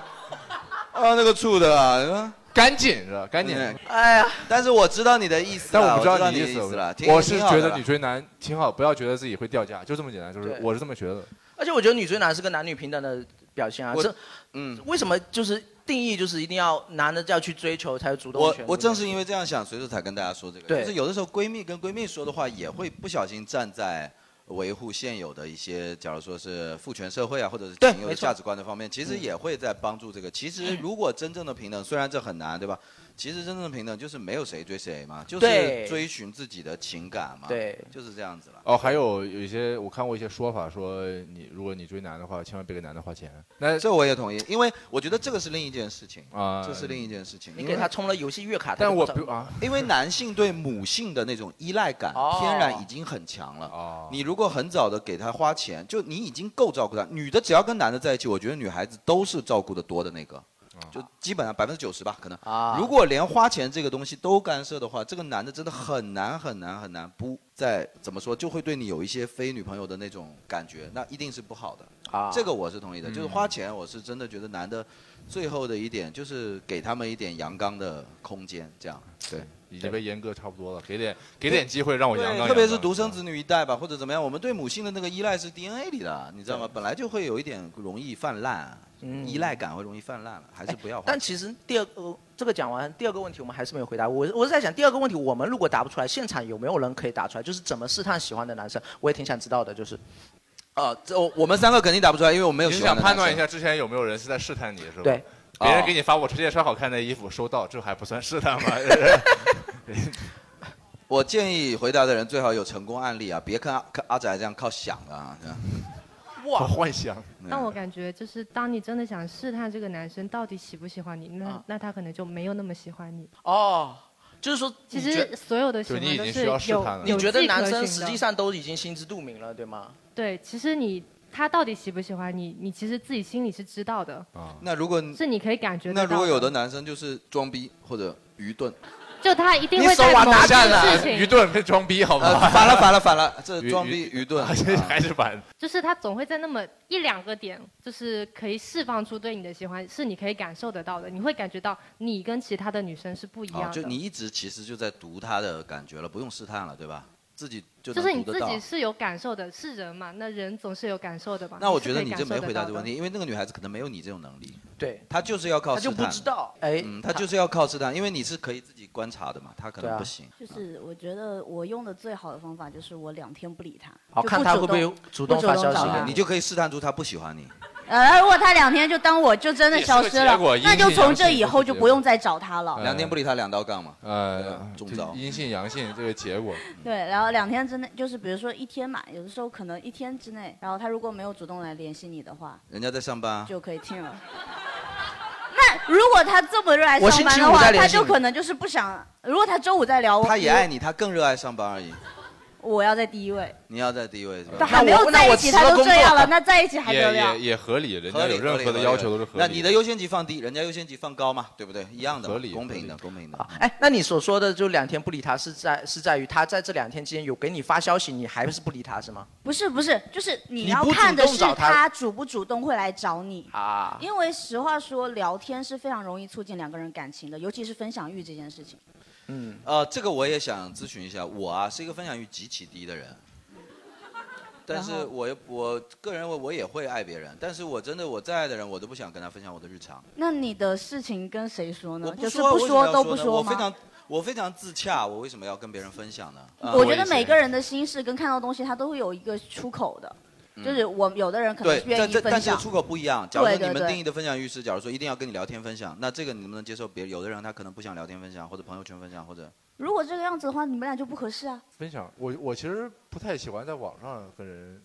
F: 啊那个处的啊，
D: 干净是吧？干净。
C: 嗯
G: 哎呀，
C: 但是我知道你的意思
D: 但
C: 了，
D: 我不
C: 啊知
D: 知道
C: 你
D: 你
C: 的
D: 思，
C: 思了。挺
D: 我是觉得，
C: 挺好的
D: 女追男挺好，不要觉得自己会掉价，就这么简单，就是
G: 对
D: 我是这么觉得。
G: 而且我觉得女追男是个男女平等的表现啊。
C: 我
G: 这，
C: 嗯，
G: 为什么就是定义就是一定要男的要去追求才有主动
C: 我
G: 权？
C: 我正是因为这样想，所以说才跟大家说这个。
G: 对
C: 就是有的时候闺蜜跟闺蜜说的话，也会不小心站在维护现有的一些，假如说是父权社会啊，或者是
G: 对
C: 仅有
G: 没
C: 的
G: 错嗯
C: 价值观的方面，其实也会在帮助这个。其实如果真正的平等，虽然这很难，对吧？其实真正的平等就是没有谁追谁嘛，就是
D: 对
C: 追寻自己的情感嘛，
D: 对，
C: 就是这样子了。
D: 哦，还有有一些我看过一些说法，说你如果你追男的话，千万别给男的花钱。那
C: 这我也同意，因为我觉得这个是另一件事情
D: 啊
C: 这是另一件事情。
G: 你
C: 因
G: 给
C: 为
G: 他充了游戏月卡，
C: 但我
G: 不
D: 啊，
C: 因为男性对母性的那种依赖感
G: 哦
C: 天然已经很强了。你如果很早的给他花钱，就你已经够照顾他。女的只要跟男的在一起，我觉得女孩子都是照顾的多的那个，就基本上百分之九十吧，可能。
G: 啊
C: 如果连花钱这个东西都干涉的话，这个男的真的很难很难很难不再怎么说，就会对你有一些非女朋友的那种感觉，那一定是不好的。
G: 啊
C: 这个我是同意的，
G: 嗯
C: 就是花钱，我是真的觉得男的最后的一点就是给他们一点阳刚的空间，这样对。
D: 已经被阉割差不多了，给点给点机会让我阳
C: 对
D: 刚。
C: 特别
D: 阳
C: 是
D: 刚
C: 独生子女一代吧，或者怎么样，我们对母性的那个依赖是 DNA 里的，你知道吗？
G: 对
C: 本来就会有一点容易泛滥，
G: 嗯
C: 依赖感会容易泛滥了，还是不要花。
G: 但其实第二个、呃这个讲完，第二个问题我们还是没有回答。我我是在想，第二个问题我们如果答不出来，现场有没有人可以答出来？就是怎么试探喜欢的男生，我也挺想知道的。就是，
C: 哦，这我我们三个肯定答不出来，因为我没有
D: 你
C: 喜
D: 是想
C: 欢的
D: 判断一
C: 男
D: 下之前有没有人是在试探你是吧？
G: 对
D: 别人
C: 哦
D: 给你发我这件穿好看的衣服，收到，这还不算试探吗？
C: 生。我建议回答的人最好有成功案例啊，别看阿看阿仔这样靠想的啊。这样
G: 哇，
D: 幻想。
K: 但我感觉就是，当你真的想试探这个男生到底喜不喜欢你，那、
C: 啊
K: 那他可能就没有那么喜欢你。
G: 哦，就是说，
K: 其
G: 你觉
K: 实所有的喜欢都是有
G: 你
K: 有
G: 觉得
K: 迹
G: 男
K: 可
G: 生
K: 循
G: 实
K: 的
G: 际上都已经心知肚明了，对吗？
K: 对，其实你他到底喜不喜欢你，你其实自己心里是知道的，
C: 那如果
K: 是你可以感觉得
C: 那
K: 到。
C: 如果有的男生就是装逼或者愚钝，
K: 就他一定
C: 你
K: 会
C: 手
K: 在
C: 往
K: 某
C: 哪站
K: 件
C: 了
K: 事情，
D: 愚钝跟装逼好不好？
C: 呃反了反了反了，这装逼
D: 愚
C: 愚钝
D: 啊还是反。
K: 就是他总会在那么一两个点，就是可以释放出对你的喜欢，是你可以感受得到的，你会感觉到你跟其他的女生是不一
C: 啊，
K: 样的。
C: 就你一直其实就在读他的感觉了，不用试探了，对吧？自己就
K: 就
C: 能
K: 是你
C: 读
K: 自
C: 得到
K: 己是有感受的，是人嘛？那人总是有感受的嘛？
C: 那我
K: 是
C: 觉
K: 可
C: 得
K: 以
C: 你
K: 感
C: 这
K: 受
C: 没
K: 得
C: 回答
K: 到
C: 这
K: 的
C: 个问题，因为那个女孩子可能没有你这种能力，
G: 对，
C: 她就是要靠
G: 她
C: 试
G: 就
C: 探，
G: 不知道哎
C: 嗯，她就是要靠试探，因为你是可以自己观察的嘛，她可
G: 对
C: 能
G: 啊
C: 不行。
L: 就是我觉得我用的最好的方法就是我两天不理他，
C: 好
L: 就
C: 哦看
L: 不
C: 她
L: 主
C: 会不会
L: 动
C: 主
L: 不
C: 动发消
L: 找
C: 息
L: 他，
C: 你就可以试探出她不喜欢你。
L: 呃，如果他两天就当我就真的消
C: 也
L: 失
C: 是个结
L: 了
C: 果，
L: 那就
C: 阴性阳
L: 从
C: 性
L: 这以后就不用再找他了。
C: 两天不理她，两道杠嘛。
D: 呃，中招，阴性阳性这个结果。
L: 对，然后两天之内，就是比如说一天嘛，有的时候可能一天之内，然后他如果没有主动来联系你的话，
C: 人家在上班啊，
L: 就可以听了。 那如果他这么热爱
C: 我星
L: 上
C: 期
L: 班的
C: 五再
L: 话，
C: 联
L: 他
C: 系
L: 就
C: 你
L: 可能就是不想。如果他周五再聊，
C: 她也爱，你，她更热爱上班而已。
L: 我要在第一位。
C: 你要在第一位是吧？
L: 但还没有在一起，他都这样了，那在一起还得
D: 也
L: 了
D: 也？也合理，人家有
C: 合理
D: 任何的要求都是合理的。嗯
C: 那你的优先级放低，人家优先级放高嘛，对不对？一样的嘛，
D: 合理
C: 公平的，公平的。
G: 哎，那你所说的就两天不理他，是在是在于他在这两天之间有给你发消息，你还是不理他是吗？
L: 不是不是，就是你
G: 你
L: 要
G: 不主
L: 看的
G: 动
L: 是
G: 找他
L: 他主不主动会来找你。
G: 啊，
L: 因为实话说，聊天是非常容易促进两个人感情的，尤其是分享欲这件事情。
G: 嗯，
C: 啊呃，这个我也想咨询一下，我啊是一个分享欲极其低的人，但
M: 然
C: 是
M: 后
C: 我也我个人我我也会爱别人，但是我真的我再爱的人，我都不想跟他分享我的日常。
L: 那你的事情跟谁说呢？
C: 我
L: 就是
C: 说
L: 不
C: 为什么要说
L: 都不
C: 呢
L: 说
C: 我
L: 吗？
C: 非常我非常自洽，我为什么要跟别人分享呢？啊
L: 嗯我觉得每个人的心事跟看到东西，他都会有一个出口的，就是我有的人可能
C: 嗯对
L: 是，
C: 但
L: 愿意
C: 这
L: 分
C: 但是
L: 享，
C: 出口不一样。假如
L: 对
C: 说你
L: 对
C: 们
L: 对
C: 定义的分享欲是，假如说一定要跟你聊天分享，那这个你能不能接受别？有的人他可能不想聊天分享，或者朋友圈分享，或者
L: 如果这个样子的话，你们俩就不合适啊。
D: 分享。我我其实不太喜欢在网上跟人，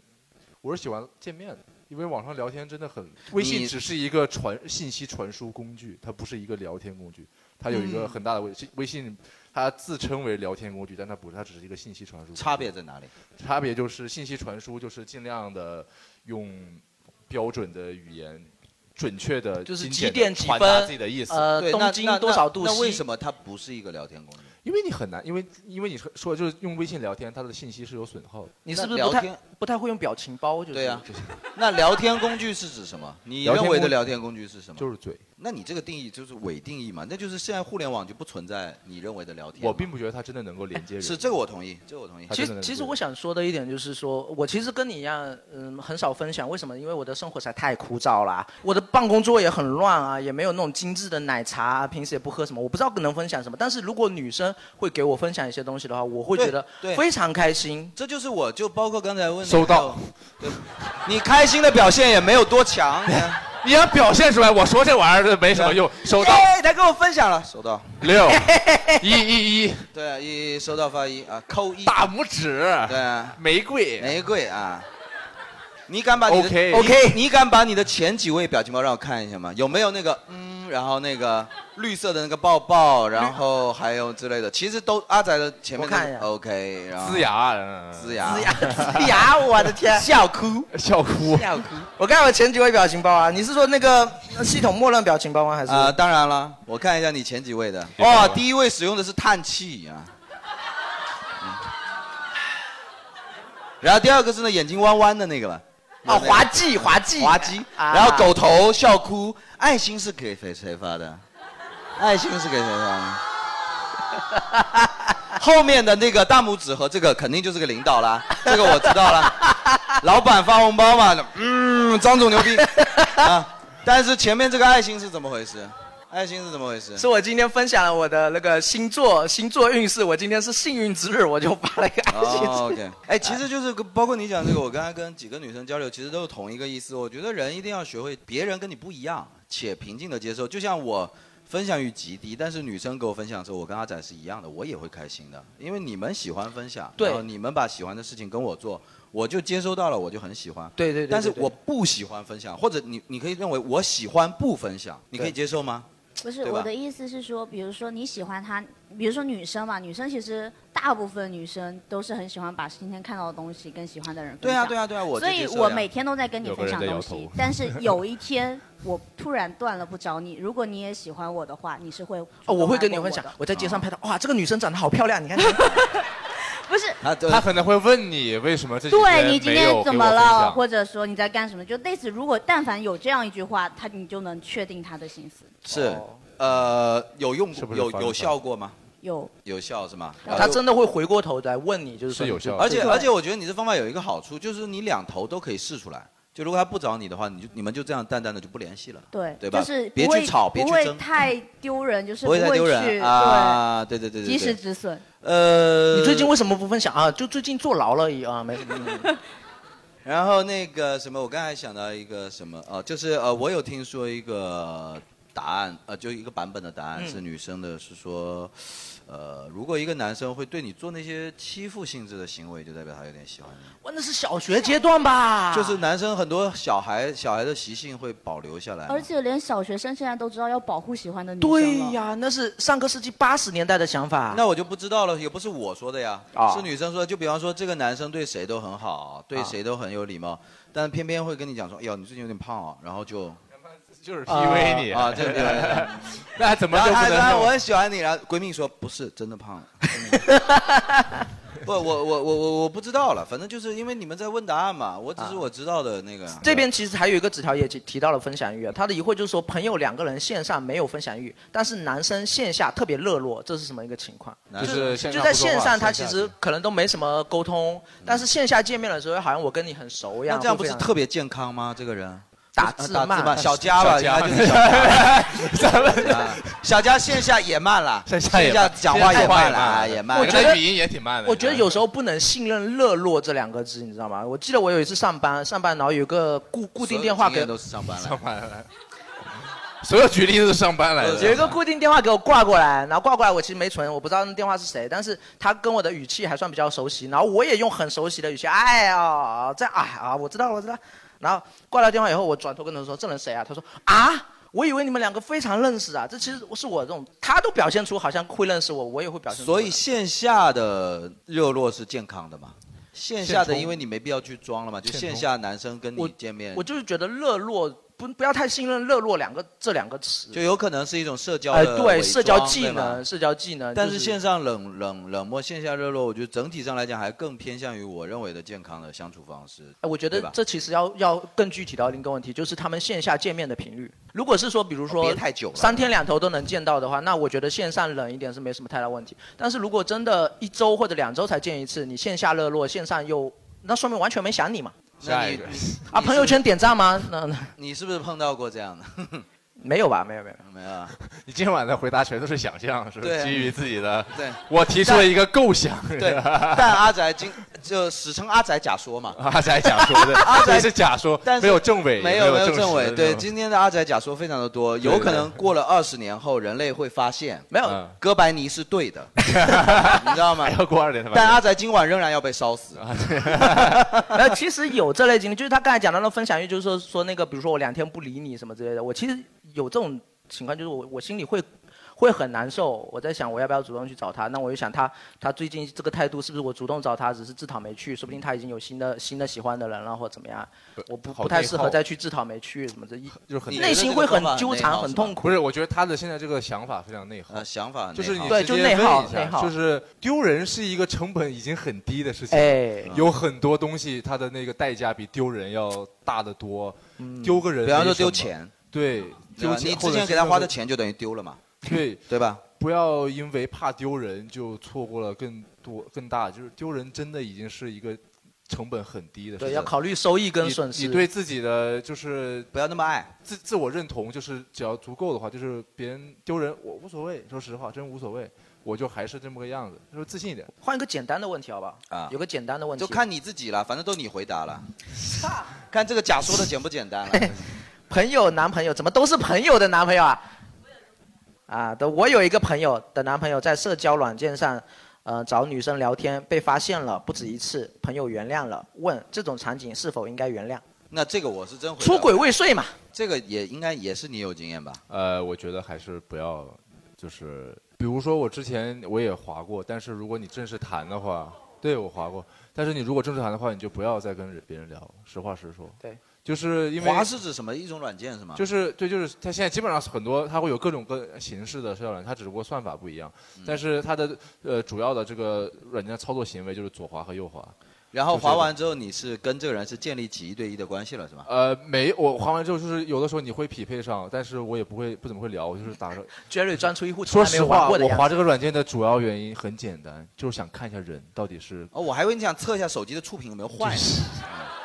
D: 我是喜欢见面的，因为网上聊天真的很。微信
C: 你
D: 只是一个传信息传输工具，它不是一个聊天工具，它有一个
C: 嗯
D: 很大的微信、微信，它自称为聊天工具，但它不是，它只是一个信息传输工具。
C: 差别在哪里？
D: 差别就是信息传输就是尽量的用标准的语言。准确的，
G: 就是
D: 精简
G: 几点
D: 地
G: 几
D: 传达
G: 分
D: 自己的意思。
G: 呃
D: 对
G: 东
D: 那
G: 经
D: 那
G: 多少度
D: 那那为
G: 西
D: 什么
C: 它不是一个聊天工具？
D: 因为你很难，因为因为你说说就是用微信聊天，它的信息是有损耗的。
G: 你是不是不太不太会用表情包？就是啊
C: 对呀、那聊天工具是指什么？你
D: 聊天
C: 认为
D: 工
C: 的
D: 具
C: 聊天工具是什么？
D: 就是嘴。
C: 那你这个定义就是伪定义嘛？那就是现在互联网就不存在你认为的聊天。
D: 我并不觉得它真的能够连接人。
C: 是这个我同意，这个我同意。
G: 其实，其实我想说的一点就是说，我其实跟你一样，嗯，很少分享。为什么？因为我的生活实在太枯燥啦，
C: 嗯
G: 我的办公桌也很乱啊，也没有那种精致的奶茶啊，平时也不喝什么，我不知道能分享什么。但是如果女生会给我分享一些东西的话，我会觉得
C: 对
G: 非常开心。
C: 这就是我就包括刚才问你
G: 收
D: 到，
C: 对你开心的表现也没有多 强。
D: 你要表现出来，我说这玩意儿没什么用。收到
C: 哎，他跟我分享了，收到。
D: 六 一一 一，
C: 对，一收到发一啊，扣一。
D: 大拇指。
C: 对啊，
D: 玫瑰，
C: 玫瑰啊。你敢把你的
D: OK
C: 你你敢把你的前几位表情包让我看一下吗？有没有那个嗯，然后那个绿色的那个抱抱，然后还有之类的，其实都阿仔的前面、那个、
G: 我看
C: OK，
G: 一下
C: 然后
D: 呲牙，嗯
C: 呲牙，
G: 呲牙，呲牙，我的天！
C: 笑哭，
D: 笑哭，
G: 笑哭。我看我前几位表情包啊，你是说那个系统默认表情包吗？还是？
C: 啊、当然了，我看一下你前几位的。
G: 个
C: 哇、
G: 吧
C: 第一位使用的是叹气啊。嗯然后第二个是那眼睛弯弯的那个吧。
G: 哦滑稽滑稽
C: 滑稽。
G: 啊
C: 然后狗头笑哭，爱心是给谁谁发的？爱心是给谁 发的？后面的那个大拇指和这个肯定就是个领导啦，这个我知道 了。老板发红包嘛，嗯，张总牛逼 啊！但是前面这个爱心是怎么回事？爱心是怎么回事？
G: 是我今天分享了我的那个星座星座运势，我今天是幸运之日，我就发了一个爱心之日。
C: 哦，OK 哎，其实就是跟包括你讲这个，我刚才跟几个女生交流，其实都是同一个意思。我觉得人一定要学会别人跟你不一样，且平静的接受。就像我分享欲极低，但是女生给我分享的时候，我跟阿仔是一样的，我也会开心的，因为你们喜欢分享，
G: 对
C: 然后你们把喜欢的事情跟我做。我就接收到了，我就很喜欢。
G: 对对对对
C: 但是
G: 对
C: 我不喜欢分享，或者你你可以认为我喜欢不分享，你可以接受吗？
L: 不是
C: 对吧
L: 我的意思是说，比如说你喜欢他，比如说女生嘛，女生其实大部分女生都是很喜欢把今天看到的东西跟喜欢的人分享。
C: 对啊对啊对啊我
L: 所
C: 就
L: 以
C: 接受
L: 我
C: 呀
L: 每天都在跟你
C: 有个
L: 分享
C: 人在
L: 东
C: 摇
L: 西
C: 头，
L: 但是有一天我突然断了不找你，如果你也喜欢我的话，你是会
G: 哦，我会跟你
L: 主
G: 分
L: 动来问
G: 享
L: 我的。
G: 我在街上拍到，哇，这个女生长得好漂亮，你看。不
L: 是，
C: 他
D: 他可能会问你为什么这几
L: 对你今
D: 没有给
L: 天怎
D: 我
L: 么
D: 分
L: 了，
D: 享。
L: 或者说你在干什么，就类似。如果但凡有这样一句话，他你就能确定他的心思。
C: 是，呃，有用
G: 不是
C: 有
G: 发
C: 有
G: 自
C: 效果吗？
L: 有
C: 有效是吗？
G: 他真的会回过头来问你，就是说
D: 是有效的
C: 而且
G: 对
C: 啊而且，我觉得你这方法有一个好处，就是你两头都可以试出来。就如果他不找你的话，你就你们就这样淡淡的就不联系了，
L: 对，
C: 对吧？
L: 就是
C: 别
L: 不会
C: 去吵，别
L: 不
C: 去
L: 会
C: 争，
L: 太丢人，就是
C: 不会太丢
L: 去
C: 人啊！对对对
L: 对，
C: 对，
L: 及
C: 对
L: 时止损。
C: 呃，
G: 你最近为什么不分享啊？就最近坐牢了而已啊，没。嗯
C: 然后那个什么，我刚才想到一个什么哦、就是呃，我有听说一个答案，呃，就一个版本的答案
G: 嗯
C: 是女生的，是说，呃，如果一个男生会对你做那些欺负性质的行为，就代表他有点喜欢你。
G: 哇，那是小学阶段吧？
C: 就是男生很多小孩小孩的习性会保留下来嘛，
L: 而且连小学生现在都知道要保护喜欢的女生
G: 对
L: 了
G: 呀，那是上个世纪八十年代的想法。
C: 那我就不知道了，也不是我说的呀，
G: 啊
C: 是女生说的。就比方说，这个男生对谁都很好，对
G: 啊
C: 谁都很有礼貌，但偏偏会跟你讲说：“哎呦，你最近有点胖啊。”然后就
D: 就是
C: PUA
D: PUA 你。
C: 啊，对对对
D: 那怎么
C: 然
D: 就
C: 后
D: 不
C: 她
D: 能
C: 说哎
D: 弄
C: 我很喜欢你，然后闺蜜说：“不是，真的胖了。”不，我我我我我不知道了，反正就是因为你们在问答案嘛，我只是我知道的那个。
G: 这边其实还有一个纸条也提提到了分享欲啊，他的疑惑就是说，朋友两个人线上没有分享欲，但是男生线下特别热络，这是什么一个情况？
C: 就是线上
G: 就在
C: 不说话
G: 线上，他
C: 线
G: 其
C: 下
G: 实可能都没什么沟通，但是线下见面的时候，好像我跟你很熟一样。
C: 那这样不
G: 会
C: 是
G: 非常
C: 特别健康吗？这个人
G: 打
C: 呃
G: 字
C: 打
G: 慢
C: 字慢，小
G: 小
C: 佳吧，应
G: 佳
C: 该就是小佳。咱们 小佳线下也慢了， 线
D: 下也慢
C: 讲话也慢了，啊
D: 线下
C: 也
D: 也
C: 慢
D: 慢
C: 了。
D: 我觉得语音也挺慢的
G: 我觉得有时候不能信任“热络”这两个字，你知道吗？我记得我有一次上班，上班然后有个固固定电话
C: 所有经
G: 给
C: 验都是上班来的
D: 上班来， 所有举例都是上班来的。
G: 有一个固定电话给我挂过来，然后挂过来我其实没存，我不知道那电话是谁，但是他跟我的语气还算比较熟悉，然后我也用很熟悉的语气，哎呀，这哎啊，我知道了我知道了。然后挂掉电话以后，我转头跟他说：“这人谁啊？”他说：“啊，我以为你们两个非常认识啊，这其实是我这种，他都表现出好像会认识我，我也会表现出。”
C: 所以线下的热络是健康的嘛？线下的
G: 现充
C: 因为你没必要去装了嘛，就
G: 现充
C: 线下男生跟你
G: 我
C: 见面，
G: 我就是觉得热络不不要太信任“热络”两个这两个词。
C: 就有可能是一种社交
G: 哎，
C: 的伪
G: 对，社交
C: 装
G: 技
C: 对吗
G: 能，社交技能。
C: 但是
G: 就
C: 线上冷冷冷漠，线下热络，我觉得整体上来讲还更偏向于我认为的健康的相处方式。
G: 哎，我觉
C: 对
G: 得
C: 吧
G: 这其实要要更具体到另一个问题，就是他们线下见面的频率。如果是说，比如说
C: 哦别太久了
G: 三天两头都能见到的话，那我觉得线上冷一点是没什么太大问题。但是如果真的一周或者两周才见一次，你线下热络，线上又，那说明完全没想你嘛。
C: 下一个
G: 啊，朋友圈点赞吗？那那
C: 你是不是碰到过这样 的？
G: 没有吧？没有没有
C: 没有啊。
D: 你今晚的回答全都是想象，是吧
C: 对啊
D: 基于自己的。
C: 对
D: 我提出了一个构想。
C: 对， 但阿宅今就史称阿宅假说嘛，
D: 阿宅假说的
C: 阿
D: 所
C: 宅
D: 以是假说
C: 但是
D: 没有证伪
C: 没
D: 也没有
C: 没有
D: 证实
C: 证伪。
D: 是吧
C: 对，今天的阿宅假说非常的多，有
D: 对对
C: 可能过了二十年后，人类会发现
G: 没有
C: 哥白尼是对的，你知道吗？
D: 要过二年才发现
C: 但阿宅今晚仍然要被烧死。
G: 然呃后其实有这类经历，就是他刚才讲到那分享欲，就是说说那个，比如说我两天不理你什么之类的，我其实有这种情况，就是我我心里会会很难受。我在想我要不要主动去找他？那我又想他他最近这个态度是不是我主动找他只是自讨没趣？说不定他已经有新的新的喜欢的人了，或怎么样？我不
D: 好
G: 不太
D: 内耗
G: 适合再去自讨没趣什么的，
D: 就是很
G: 内心会很纠缠，很痛苦。
D: 不是，我觉得他的现在这个想法非常内耗。
C: 呃想法
D: 就是
C: 内耗
D: 你
C: 对
D: 直接
C: 就内耗
D: 问一下
C: 内耗
D: 就是丢人是一个成本已经很低的事情。
G: 哎
D: 有很多东西它的那个代价比丢人要大得多。丢个人，
C: 嗯比方说丢钱，
D: 对，
C: 对
D: 丢
C: 吧
D: 钱
C: 你
D: 或
C: 之
D: 者
C: 前
D: 是
C: 给他花的钱就等于丢了嘛。
D: 对
C: 对吧？
D: 不要因为怕丢人就错过了更多更大，就是丢人真的已经是一个成本很低的事情。
G: 对要考虑收益跟损失
D: 你。你对自己的就是
C: 不要那么爱
D: 自自我认同，就是只要足够的话，就是别人丢人我无所谓，说实话真无所谓，我就还是这么个样子，就是自信一点。
G: 换一个简单的问题好不好？
C: 啊，
G: 有个简单的问题，
C: 就看你自己了，反正都你回答了，看这个假说的简不简单了。
G: 朋友、男朋友，怎么都是朋友的男朋友啊？啊，的我有一个朋友的男朋友在社交软件上，呃，找女生聊天被发现了不止一次，朋友原谅了，问这种场景是否应该原谅？
C: 那这个我是真回答
G: 出轨未遂嘛？
C: 这个也应该也是你有经验吧？
D: 呃，我觉得还是不要，就是比如说我之前我也滑过，但是如果你正式谈的话，对我滑过，但是你如果正式谈的话，你就不要再跟人别人聊，实话实说。
G: 对，
D: 就是因为
C: 华是指什么一种软件是吗？
D: 就是对，就是它现在基本上是很多，它会有各种各形式的社交软件，它只不过算法不一样，
C: 嗯
D: 但是它的呃主要的这个软件的操作行为就是左滑和右滑。
C: 然后
D: 就这
C: 划
D: 个
C: 完之后，你是跟这个人是建立起一对一的关系了是吗？
D: 呃，没，我滑完之后就是有的时候你会匹配上，但是我也不会不怎么会聊，我就是打个。
G: Jerry 钻出一户从
D: 啊说
G: 来没
D: 实
G: 有玩
D: 话，
G: 过的
D: 我
G: 样
D: 滑
G: 子
D: 这个软件的主要原因很简单，就是想看一下人到底是。
C: 哦，我还以为你想测一下手机的触屏有没有坏呢。嗯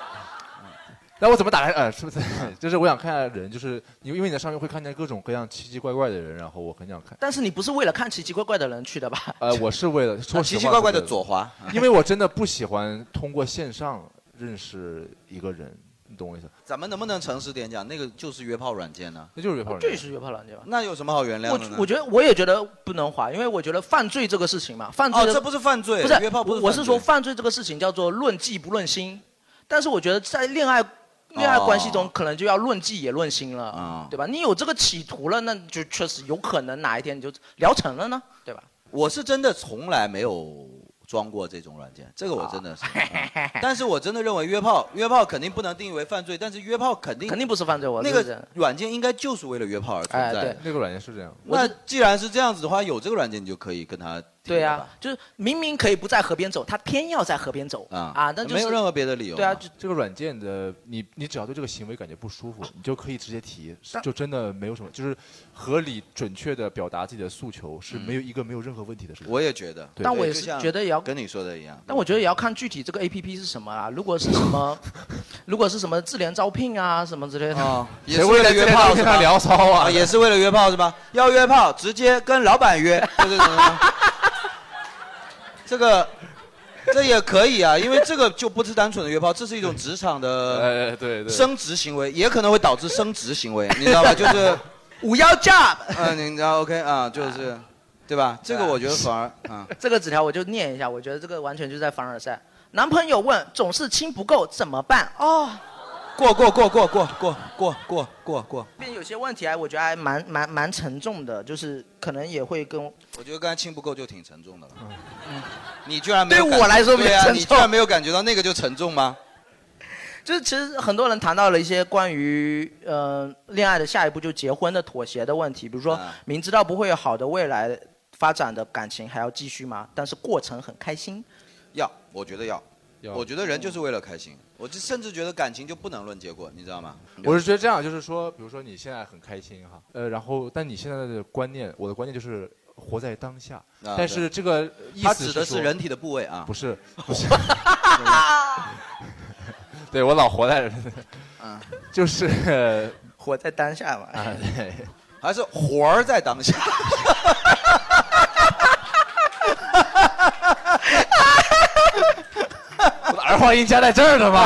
D: 那我怎么打开？呃，是不 是？就是我想看一下人，就是因为因为你在上面会看见各种各样奇奇怪怪的人，然后我很想看。
G: 但是你不是为了看奇奇怪怪的人去的吧？
D: 呃，我是为了说
C: 啊
D: 实话
C: 奇奇怪怪的
D: 是为了
C: 左滑
D: 因为我真的不喜欢通过线上认识一个人，你懂我意思？
C: 咱们能不能诚实点讲？那个就是约炮软件呢？
D: 那就是约炮软
G: 这是约炮软件吧？
C: 那有什么好原谅
G: 我
C: 的呢？
G: 我觉得我也觉得不能滑，因为我觉得犯罪这个事情嘛，犯罪的、
C: 哦这不是犯罪
G: 不是
C: 约炮不是
G: 我我
C: 犯
G: 是
C: 罪
G: 说犯罪这个事情叫做论迹不论心，但是我觉得在恋爱恋爱关系中，可能就要论迹也论心了，
C: 啊
G: 对吧？你有这个企图了，那就确实有可能哪一天你就聊成了 呢， 对吧？
C: 我是真的从来没有装过这种软件，这个我真的
G: 啊
C: 是。嗯但是我真的认为约炮，约炮肯定不能定义为犯罪，但是约炮肯定
G: 肯定不是犯罪，我
C: 那
G: 是这样
C: 个软件应该就是为了约炮而存在
G: 哎
C: 的
G: 对。
D: 那个软件是这样。
C: 那既然是这样子的话，有这个软件你就可以跟他
G: 对啊，就是明明可以不在河边走，他偏要在河边走啊啊，那就是对啊，就
D: 这个软件的你，你只要对这个行为感觉不舒 服，你就可以直接提
G: 但，
D: 就真的没有什么，就是合理准确的表达自己的诉求是
C: 嗯
D: 没有一个没有任何问题的事情。
C: 我也觉得，
D: 对
G: 但我也是觉得也要
C: 跟你说的一样。
G: 但我觉得也要看具体这个 A P P 是什么啊。如果是什么，如果是什么智联招聘啊什么之类的，
C: 哦 也是为了约 炮是吧？啊哦也是为了约炮是吧？要约炮直接跟老板 约，就是什么？这个这也可以啊，因为这个就不是单纯的约炮，这是一种职场 的
D: 呃，对对，
C: 升职行为，也可能会导致升职行 为，你知道吧？就是
G: 五幺 job，
C: 嗯，你知道 OK 啊，就是对吧？这个我觉得反而啊，
G: 这个纸条我就念一下，我觉得这个完全就是在凡尔赛。男朋友问总是亲不够怎么办？哦，
C: 过过过过过过过过过过。
G: 并有些问题啊，我觉得还蛮蛮蛮沉重的，就是可能也会跟
C: 我觉得刚才亲不够就挺沉重的了。
D: 嗯
C: 你居然没有
G: 对
C: 感
G: 我来说没
C: 对啊，
G: 沉
C: 你居
G: 重
C: 然没有感觉到那个就沉重吗？
G: 就是其实很多人谈到了一些关于呃恋爱的下一步就结婚的妥协的问题，比如
C: 啊
G: 说明知道不会有好的未来发展的感情还要继续吗？但是过程很开心。
C: 要，我觉得要。我觉得人就是为了开心，我就甚至觉得感情就不能论结果，你知道吗？
D: 我是觉得这样，就是说，比如说你现在很开心哈，呃，然后但你现在的观念，我的观念就是活在当下。
C: 啊
D: 但是
C: 对
D: 这个意
C: 它
D: 思
C: 指的是
D: 说
C: 人体的部位啊
D: 不 是，不是。 对我老活在，
C: 嗯
D: 就是呃
G: 活在当下嘛。
D: 啊， 对，
C: 还是活儿在当下。
D: 我的儿化音加在这儿的嘛，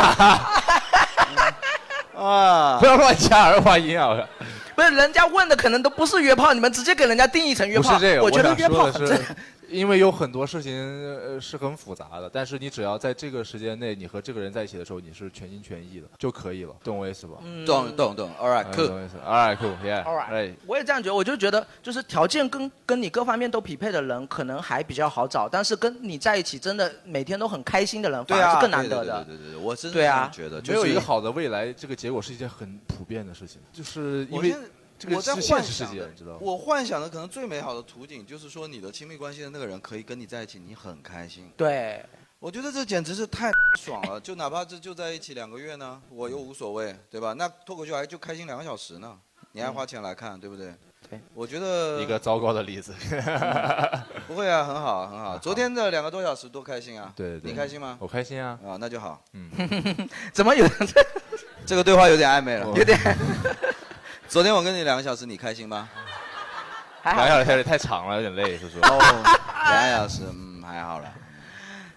C: 啊
D: 不要乱加儿化音啊！
G: 不是人家问的可能都不是约炮，你们直接给人家定义 成约
D: 不
G: 炮。
D: 是这个，
G: 我觉得
D: 想
G: 约炮
D: 说
G: 很
D: 的
G: 正
D: 是，因为有很多事情呃是很复杂的，但是你只要在这个时间内，你和这个人在一起的时候，你是全心全意的就可以了，懂我意思吧？
G: 嗯
C: 懂懂懂，All right,
D: 嗯
C: cool
D: 懂我意思，All 哎 right cool，yeah，
G: All right 我也这样觉得，我就觉得就是条件跟跟你各方面都匹配的人，可能还比较好找，但是跟你在一起真的每天都很开心的人，
C: 对
G: 反而
C: 啊，
G: 是更难得的。
C: 对对对对对，我真的
G: 对啊
C: 这么觉得
D: 没有一个。
C: 就是
D: 好的未来，这个结果是一件很普遍的事情，就是因
C: 我
D: 为
C: 现在
D: 这个
C: 我在
D: 是现
C: 幻
D: 实世
C: 想
D: 界，
C: 的
D: 你知道吗？
C: 我幻想的可能最美好的图景就是说，你的亲密关系的那个人可以跟你在一起，你很开心。
G: 对，
C: 我觉得这简直是 太爽了，就哪怕这就在一起两个月呢，我又无所谓，对吧？那脱口秀还就开心两个小时呢，你还花钱来看，对不对？
G: 嗯对，
C: 我觉得
D: 一个糟糕的例子。
G: 嗯
C: 不会啊，很好啊很好。昨天的两个多小时多开心啊！
D: 对对对
C: 你开心吗？
D: 我开心啊！
C: 啊，那就好。
D: 嗯，
G: 怎么有
C: 这个对话有点暧昧
D: 哦
C: 了，
G: 有点。
C: 昨天我跟你两个小时，你开心吗？
G: 还
D: 两小时太长了，有点累，是说。
C: 哦，两个小时，嗯，还好了。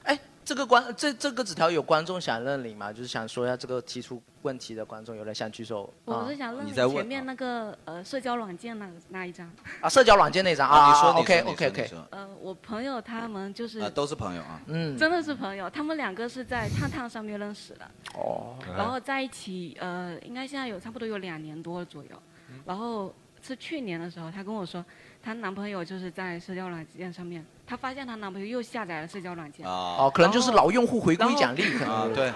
G: 哎，这个观这这个纸条有观众想认领吗？就是想说一下这个提出问题的观众，有人想举手？
M: 我
G: 啊
M: 是想问
G: 你在
M: 问
G: 问
M: 前面那个呃社交软件那那一张。
G: 啊，社交软件那张啊
C: 啊你说你说
G: o k
C: 你说
G: OK
C: 你
G: OK，
C: 说
M: 呃，我朋友他们就是、
C: 啊，都是朋友啊。
G: 嗯
M: 真的是朋友，他们两个是在探探上面认识的，
G: 哦
M: 然后在一起呃，应该现在有差不多有两年多左右，
G: 嗯
M: 然后是去年的时候，她跟我说，她男朋友就是在社交软件上面，她发现她男朋友又下载了社交软件，
C: 啊
G: 哦，可能就是老用户回归奖励，可
C: 啊
G: 能，
C: 对，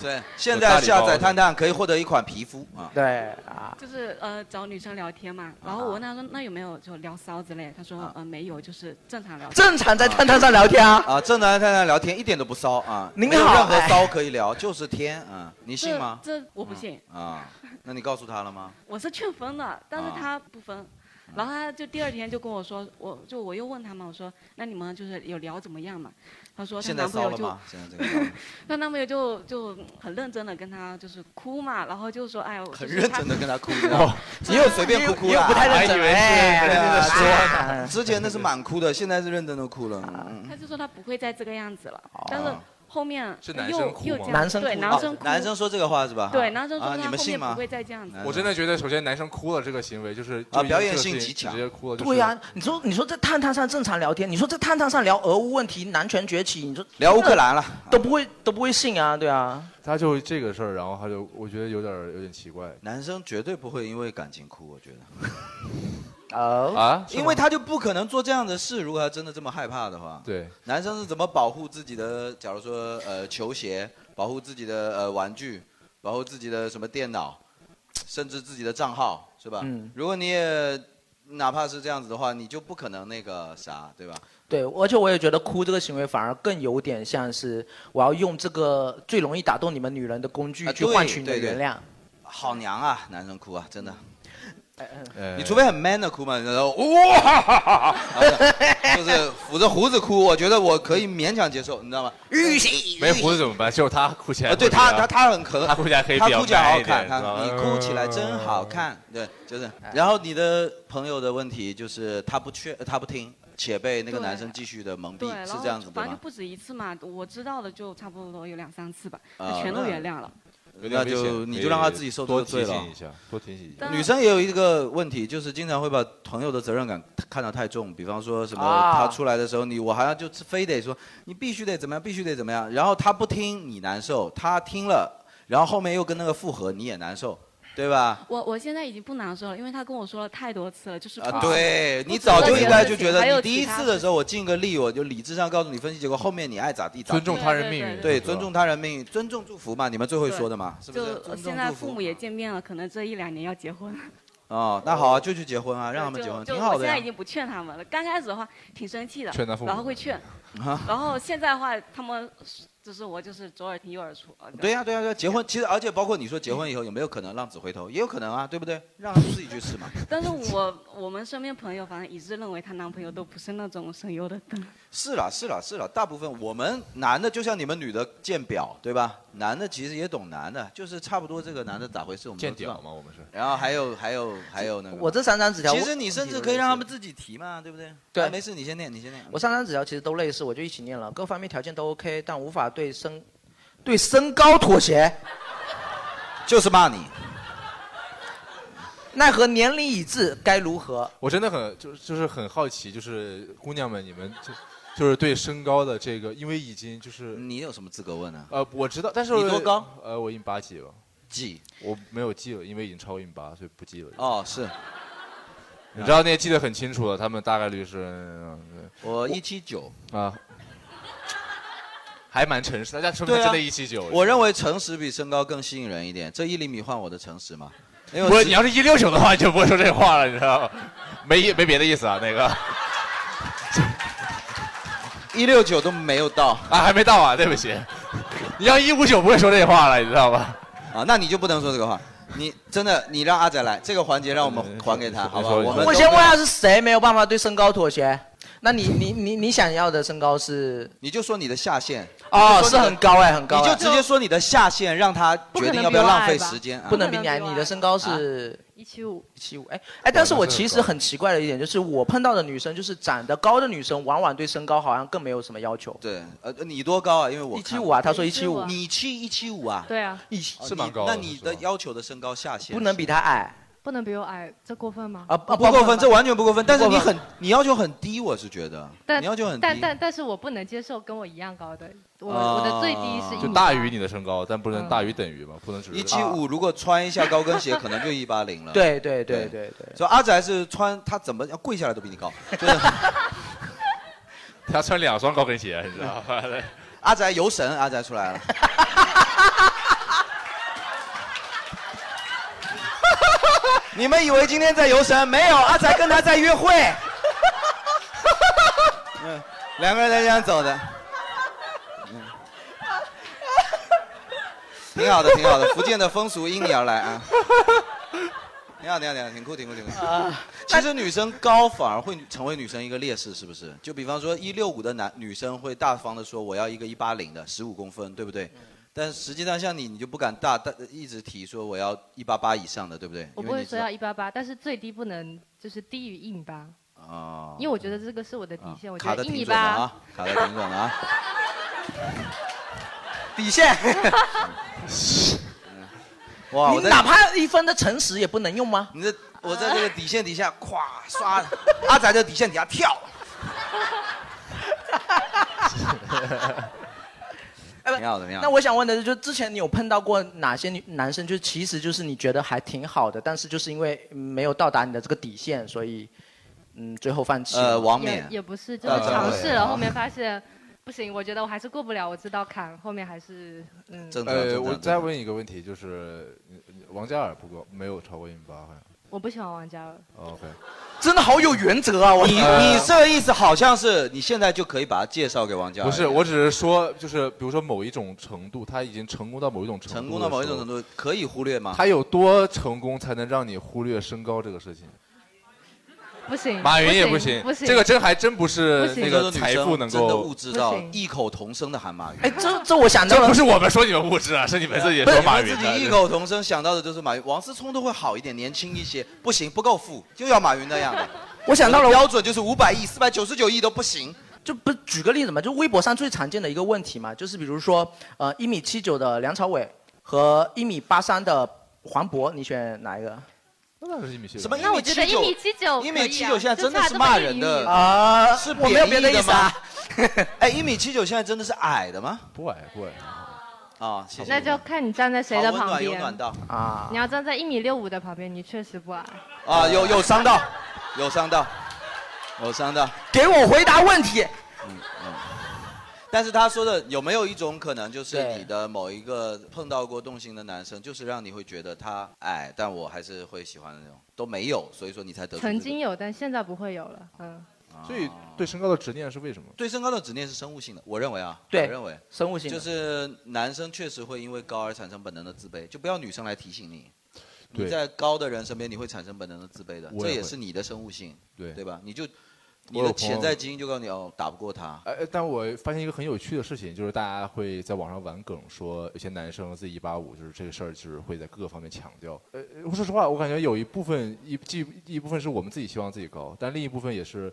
C: 对，现在下载探探可以获得一款皮肤啊。
G: 对啊，
M: 就是呃找女生聊天嘛，然后我问她说那有没有就聊骚之类的，她说、呃没有，就是正常聊天，
G: 啊正常在探探上聊天啊。
C: 啊，正常在探探聊天一点都不骚啊，
G: 您
C: 没有
G: 好
C: 任何
G: 哎
C: 骚可以聊，就是天啊，你信
M: 这
C: 吗？
M: 这我不信。
C: 啊，那你告诉他了吗？
M: 我是劝分的，但
C: 啊
M: 是他不分，
C: 嗯
M: 然后他就第二天就跟我说，我就我又问他嘛，我说那你们就是有聊怎么样嘛？他说她
C: 现在
M: 男朋
C: 骚
M: 友
C: 了
M: 就
C: 吗？现在这个骚了吗
M: 她男朋友就就很认真的跟他就是哭嘛，然后就说哎，
C: 很认真的跟他哭
M: 的，
C: 的， 你又随便哭哭
G: 哦又
C: 了，
G: 又不太认真
C: 对啊
G: 哎认真地说
C: 啊之前那是满哭的，现在是认真的哭了。嗯
M: 他就说他不会再这个样子了，但是后面
C: 哦是男
M: 又
C: 生哭
M: 又
C: 吗
M: 这样
C: 男生
M: 对
C: 哭
M: 男
C: 哦
M: 生哭
C: 男生说这个话是吧
M: 对，男生说
C: 啊
M: 他
C: 你们
M: 后
C: 信
M: 面
C: 吗嗯
M: 不会再这样子，
D: 我真的觉得，首先男生哭了这个行为就是
C: 啊
D: 就
C: 表演
D: 这个事
C: 性
D: 情
C: 极强
D: 直接哭了。
G: 对呀、啊你说你说在探探上正常聊天，你说在探探上聊俄乌问题、男权崛起，你说
D: 聊乌克兰了，
G: 都不会都不会信啊，对啊。
D: 他就这个事儿，然后他就我觉得有点有点奇怪。
C: 男生绝对不会因为感情哭，我觉得。
G: 哦
D: 啊是吗
C: 因为他就不可能做这样的事。如果他真的这么害怕的话，
D: 对，
C: 男生是怎么保护自己的？假如说呃球鞋，保护自己的呃玩具，保护自己的什么电脑，甚至自己的账号，是吧？
G: 嗯
C: 如果你也哪怕是这样子的话，你就不可能那个啥，对吧？
G: 对，而且我也觉得哭这个行为反而更有点像是我要用这个最容易打动你们女人的工具
C: 啊
G: 去
C: 对
G: 换取你的
C: 对对
G: 原谅。
C: 好娘啊，男生哭啊，真的。
D: 呃
C: 你除非很 man 的哭嘛，然后哇哈哈哈哈，然后呢就是抚着胡子哭，我觉得我可以勉强接受，你知道吗？玉玺，
D: 没胡子怎么办？就是他哭起来
C: 啊，
D: 会比
C: 对
D: 较。
C: 他他他很可，
D: 他哭起来黑
C: 他
D: 比较
C: 哭起来
D: 白
C: 好
D: 一
C: 看，
D: 点嗯呃
C: 他
D: 知道吗
C: 你哭起来真好看，对，就是。然后你的朋友的问题就是他不确，他不听，且被那个
M: 对
C: 男生继续的蒙蔽
M: 对，，然
C: 是
M: 后
C: 这样子对
M: 反正
C: 吗
M: 就？不止一次嘛，我知道的就差不多有两三次吧，
C: 啊
M: 全都
C: 那
M: 原谅了。
D: 有点
C: 那
D: 危险
C: 就你
D: 可
C: 就
D: 以
C: 让他自己受这
D: 多
C: 个罪
D: 提
C: 了
D: 醒一下，多提醒一下。
M: 但
C: 女生也有一个问题，就是经常会把朋友的责任感看得太重，比方说什么
G: 啊
C: 他出来的时候，你我好像就非得说你必须得怎么样，必须得怎么样，然后他不听你难受，他听了，然后后面又跟那个复合，你也难受，对吧？
M: 我我现在已经不难受了，因为他跟我说了太多次了，就是
C: 啊
M: 不，止
C: 对
M: 不
C: 你
M: 止
C: 早
M: 这
C: 就
M: 件
C: 应该就
M: 事情
C: 觉得
M: 还有
C: 你第
M: 其
C: 一
M: 他
C: 次的时候，我尽个力，我就理智上告诉你分析结果，后面你爱咋地咋地。
D: 尊重他人命运
C: 对，
D: 是吧
C: 尊重他人命运，尊重祝福嘛，你们最会
M: 对
C: 说的嘛，是不是？
M: 就
C: 尊重
M: 现在
C: 祝福
M: 父母也见面了，可能这一两年要结婚了。
C: 哦，那好啊，就去结婚啊，让他们
M: 就
C: 结婚，
M: 就
C: 挺好
M: 我
C: 的
M: 现在
C: 呀
M: 已。经不劝他们了，刚开始的话挺生气的，
C: 劝他父母
M: 然后会劝，
C: 啊
M: 然后现在的话他们就是我就是左耳听右耳出。
C: 啊对呀、对呀、对、呀，结婚其实而且包括你说结婚以后有没有可能浪子回头，也有可能啊，对不对？让他们自己去试嘛。
M: 但是我我们身边朋友反正一致认为她男朋友都不是那种省油的灯。
C: 是啦，是啦，是啦，大部分我们男的就像你们女的见表，对吧？男的其实也懂男的，就是差不多这个男的咋回事，我们都
D: 见
C: 知道
D: 屌嘛，我们是。
C: 然后还有还有还有那个，
G: 我这三张纸条，
C: 其实你甚至可以让他们自己提嘛，对不对？
G: 对
C: 啊没事，你先念，你先念。
G: 我三张纸条其实都类似，我就一起念了，各方面条件都 OK，但无法对身对身高妥协，
C: 就是骂你。
G: 奈何年龄已至，该如何？
D: 我真的很就是就是很好奇，就是姑娘们，你们就就是对身高的这个，因为已经就是
C: 你有什么资格问啊？
D: 呃，我知道，但是
C: 你多高？
D: 呃，我一米八几吧。
C: 几？
D: 我没有记了，因为已经超过一米八，所以不记了。
C: 哦，是。
D: 你知道那记得很清楚了，他们大概率是。呃
C: 我一七九。
D: 啊。还蛮诚实，大家说明
C: 对
D: 真
C: 啊
D: 的一七九。
C: 我认为诚实比身高更吸引人一点。这一厘米换我的诚实嘛？因为
D: 不是
C: 只
D: 你要是一六九的话，就不会说这话了，你知道吗？没没别的意思啊，那个
C: 一六九都没有到
D: 啊，还没到啊，对不起。你要一五九不会说这话了，你知道吧？
C: 啊，那你就不能说这个话。你真的，你让阿仔来这个环节，让我们还给他，好吧？我们
G: 我
C: 都
G: 先问下是谁没有办法对身高妥协？那你你你你想要的身高是？
C: 你就说你的下限
D: 啊
G: 哦，
C: 你就说你的
G: 是很高哎，很高哎。
C: 你就直接说你的下限，让他决定要不要浪费时间啊。啊
G: 不能比你矮，你的身高是
K: 一七五，
G: 一七五。哎哎，但是我其实很奇怪的一点就是，我碰到的女生就是长得高的女生，往往对身高好像更没有什么要求。
C: 对，呃，你多高啊？因为我
G: 一七五啊，他说一七五，
C: 你七一七五啊？
K: 对啊，
G: 一
C: 哦
D: 是蛮
C: 你
D: 高的
C: 那你的要求的身高下限
G: 不能比他矮
K: 不能比我矮，这过分吗？
C: 啊？不过分，这完全不过分。但是你
K: 不过分
C: 很，你 要求很低，我是觉得，
K: 但
C: 你要求很低。
K: 但但但是我不能接受跟我一样高的，我、
C: 啊
K: 我的最低是一
D: 就
K: 米
D: 大
K: 八嗯
D: 于你的身高，但不能大于等于嘛，不能只是
C: 一七五，如果穿一下高跟鞋，可能就一八零了。
G: 对对对对对。
C: 所以阿宅是穿他怎么要跪下来都比你高。就是
D: 他穿两双高跟鞋，你知道吧？
C: 阿宅游神，阿宅出来了。 你们以为今天在游神？没有，阿宅跟他在约会。嗯，两个人在这样走的。嗯，挺好的，挺好的。福建的风俗因你而来啊。挺好，挺好，挺好，挺酷，挺酷，挺酷。
K: 啊
C: 其实女生高反而会成为女生一个劣势，是不是？就比方说一六五的男女生会大方的说我要一个一八零的，十五公分，对不
K: 嗯
C: 对？但实际上像你，你就不敢大大一直提说我要一八八以上的，对不对？
K: 我
C: 因
K: 不会
C: 为你知
K: 说
C: 道
K: 要一八八，但是最低不能就是低于一米八，
C: 哦，
K: 因为我觉得这个是我的底
C: 啊
K: 线。我觉
C: 卡
K: 得
C: 的
K: 一
C: 挺
K: 米
C: 准的
K: 八
C: 啊，卡的挺 准的啊。
G: 底线。
C: 哇，
G: 你
C: 我在
G: 哪怕一分的诚实也不能用吗？
C: 你这我在这个底线底 下咵刷，阿仔在底线底下跳。
K: 呃
C: 挺好的，挺好的。
G: 那我想问的是，就之前你有碰到过哪些女男生，就其实就是你觉得还挺好的，但是就是因为嗯没有到达你的这个底线，所以嗯最后放弃了。
C: 呃王
K: 也
C: 冕
K: 也不是，就
G: 大
K: 是
G: 张
K: 尝
G: 伟
K: 试
G: 啊
K: 了，后面发现不行，我觉得我还是过不了，我知道坎，后面还是嗯。
C: 正常
D: 呃，
C: 正常
D: 我再问一个问题，就是呃王嘉尔不够，没有超过一米八，好像。
K: 我不喜欢王嘉尔，
D: 哦 OK。
G: 真的好有原则啊！我
C: 你你这个意思好像是你现在就可以把它介绍给王嘉尔。
D: 不是，我只是说，就是比如说某一种程度，他已经成功到某一种程度，
C: 成功到某一种程度，可以忽略吗？
D: 他有多成功才能让你忽略身高这个事情？
K: 不行，
D: 马云也
K: 不
D: 行
K: 不行，
D: 这个真还真不是
K: 不行
D: 那
C: 这
D: 个
C: 个女
D: 财富
C: 生
D: 能
C: 真的
D: 够
C: 物质到
K: 不行
C: 异口同声的喊马云。
G: 哎，这这我想到
D: 这
G: 了，
D: 不是我们说你们物质啊，是你们自己说马云
C: 自己异
D: 的。
C: 口同声想到的就是马云，王思聪都会好一点，年轻一些。不行，不够富，就要马云那样的。
G: 我想到了
C: 我的标准就是五百亿、四百九十九亿都不行。
G: 就不举个例子嘛，就微博上最常见的一个问题嘛，就是比如说，呃，一米七九的梁朝伟和一米八三的黄渤，你选哪一个？
D: 那是一米七
C: 什么
K: 那我觉得一米七九可以啊，
C: 一米七九现在真的
K: 就差
C: 是
K: 这么
C: 骂
K: 一厘
C: 人
K: 米
C: 的
G: 啊
C: 是
G: 我没有别
C: 贬
G: 的
C: 义的
G: 意思啊
C: 吗。 哎，一米七九现在真的是矮的吗？
D: 不矮不矮。
C: 啊，谢谢。
K: 那就看你站在谁的
C: 好温
K: 旁
C: 暖有
K: 边。
C: 暖到
G: 啊
K: 你要站在一米六五的旁边，你确实不矮。
C: 啊，有有伤到，有伤到，有伤到。
G: 给我回答问题。
C: 但是他说的有没有一种可能，就是你的某一个碰到过动心的男生，就是让你会觉得他矮，但我还是会喜欢的那种，都没有，所以说你才得出这
K: 曾
C: 个
K: 经有，但现在不会有了。嗯，
D: 所以对身高的执念是为什么？
C: 对身高的执念是生物性的，我认为啊，
G: 对
C: 我认为
G: 生物性的
C: 就是男生确实会因为高而产生本能的自卑，就不要女生来提醒你。
D: 对
C: 你在高的人身边，你会产生本能的自卑的，
D: 我
C: 这
D: 也
C: 也
D: 会
C: 是你的生物性，
D: 对
C: 对吧？你就你
D: 我有
C: 的
D: 朋友
C: 潜在基因就告诉你哦，打不过他。
D: 哎，哎但我发现一个很有趣的事情，就是大家会在网上玩梗，说有些男生自己一八五，就是这个事儿，就是会在各个方面强调。呃，呃说实话，我感觉有一部分一既一部分是我们自己希望自己高，但另一部分也是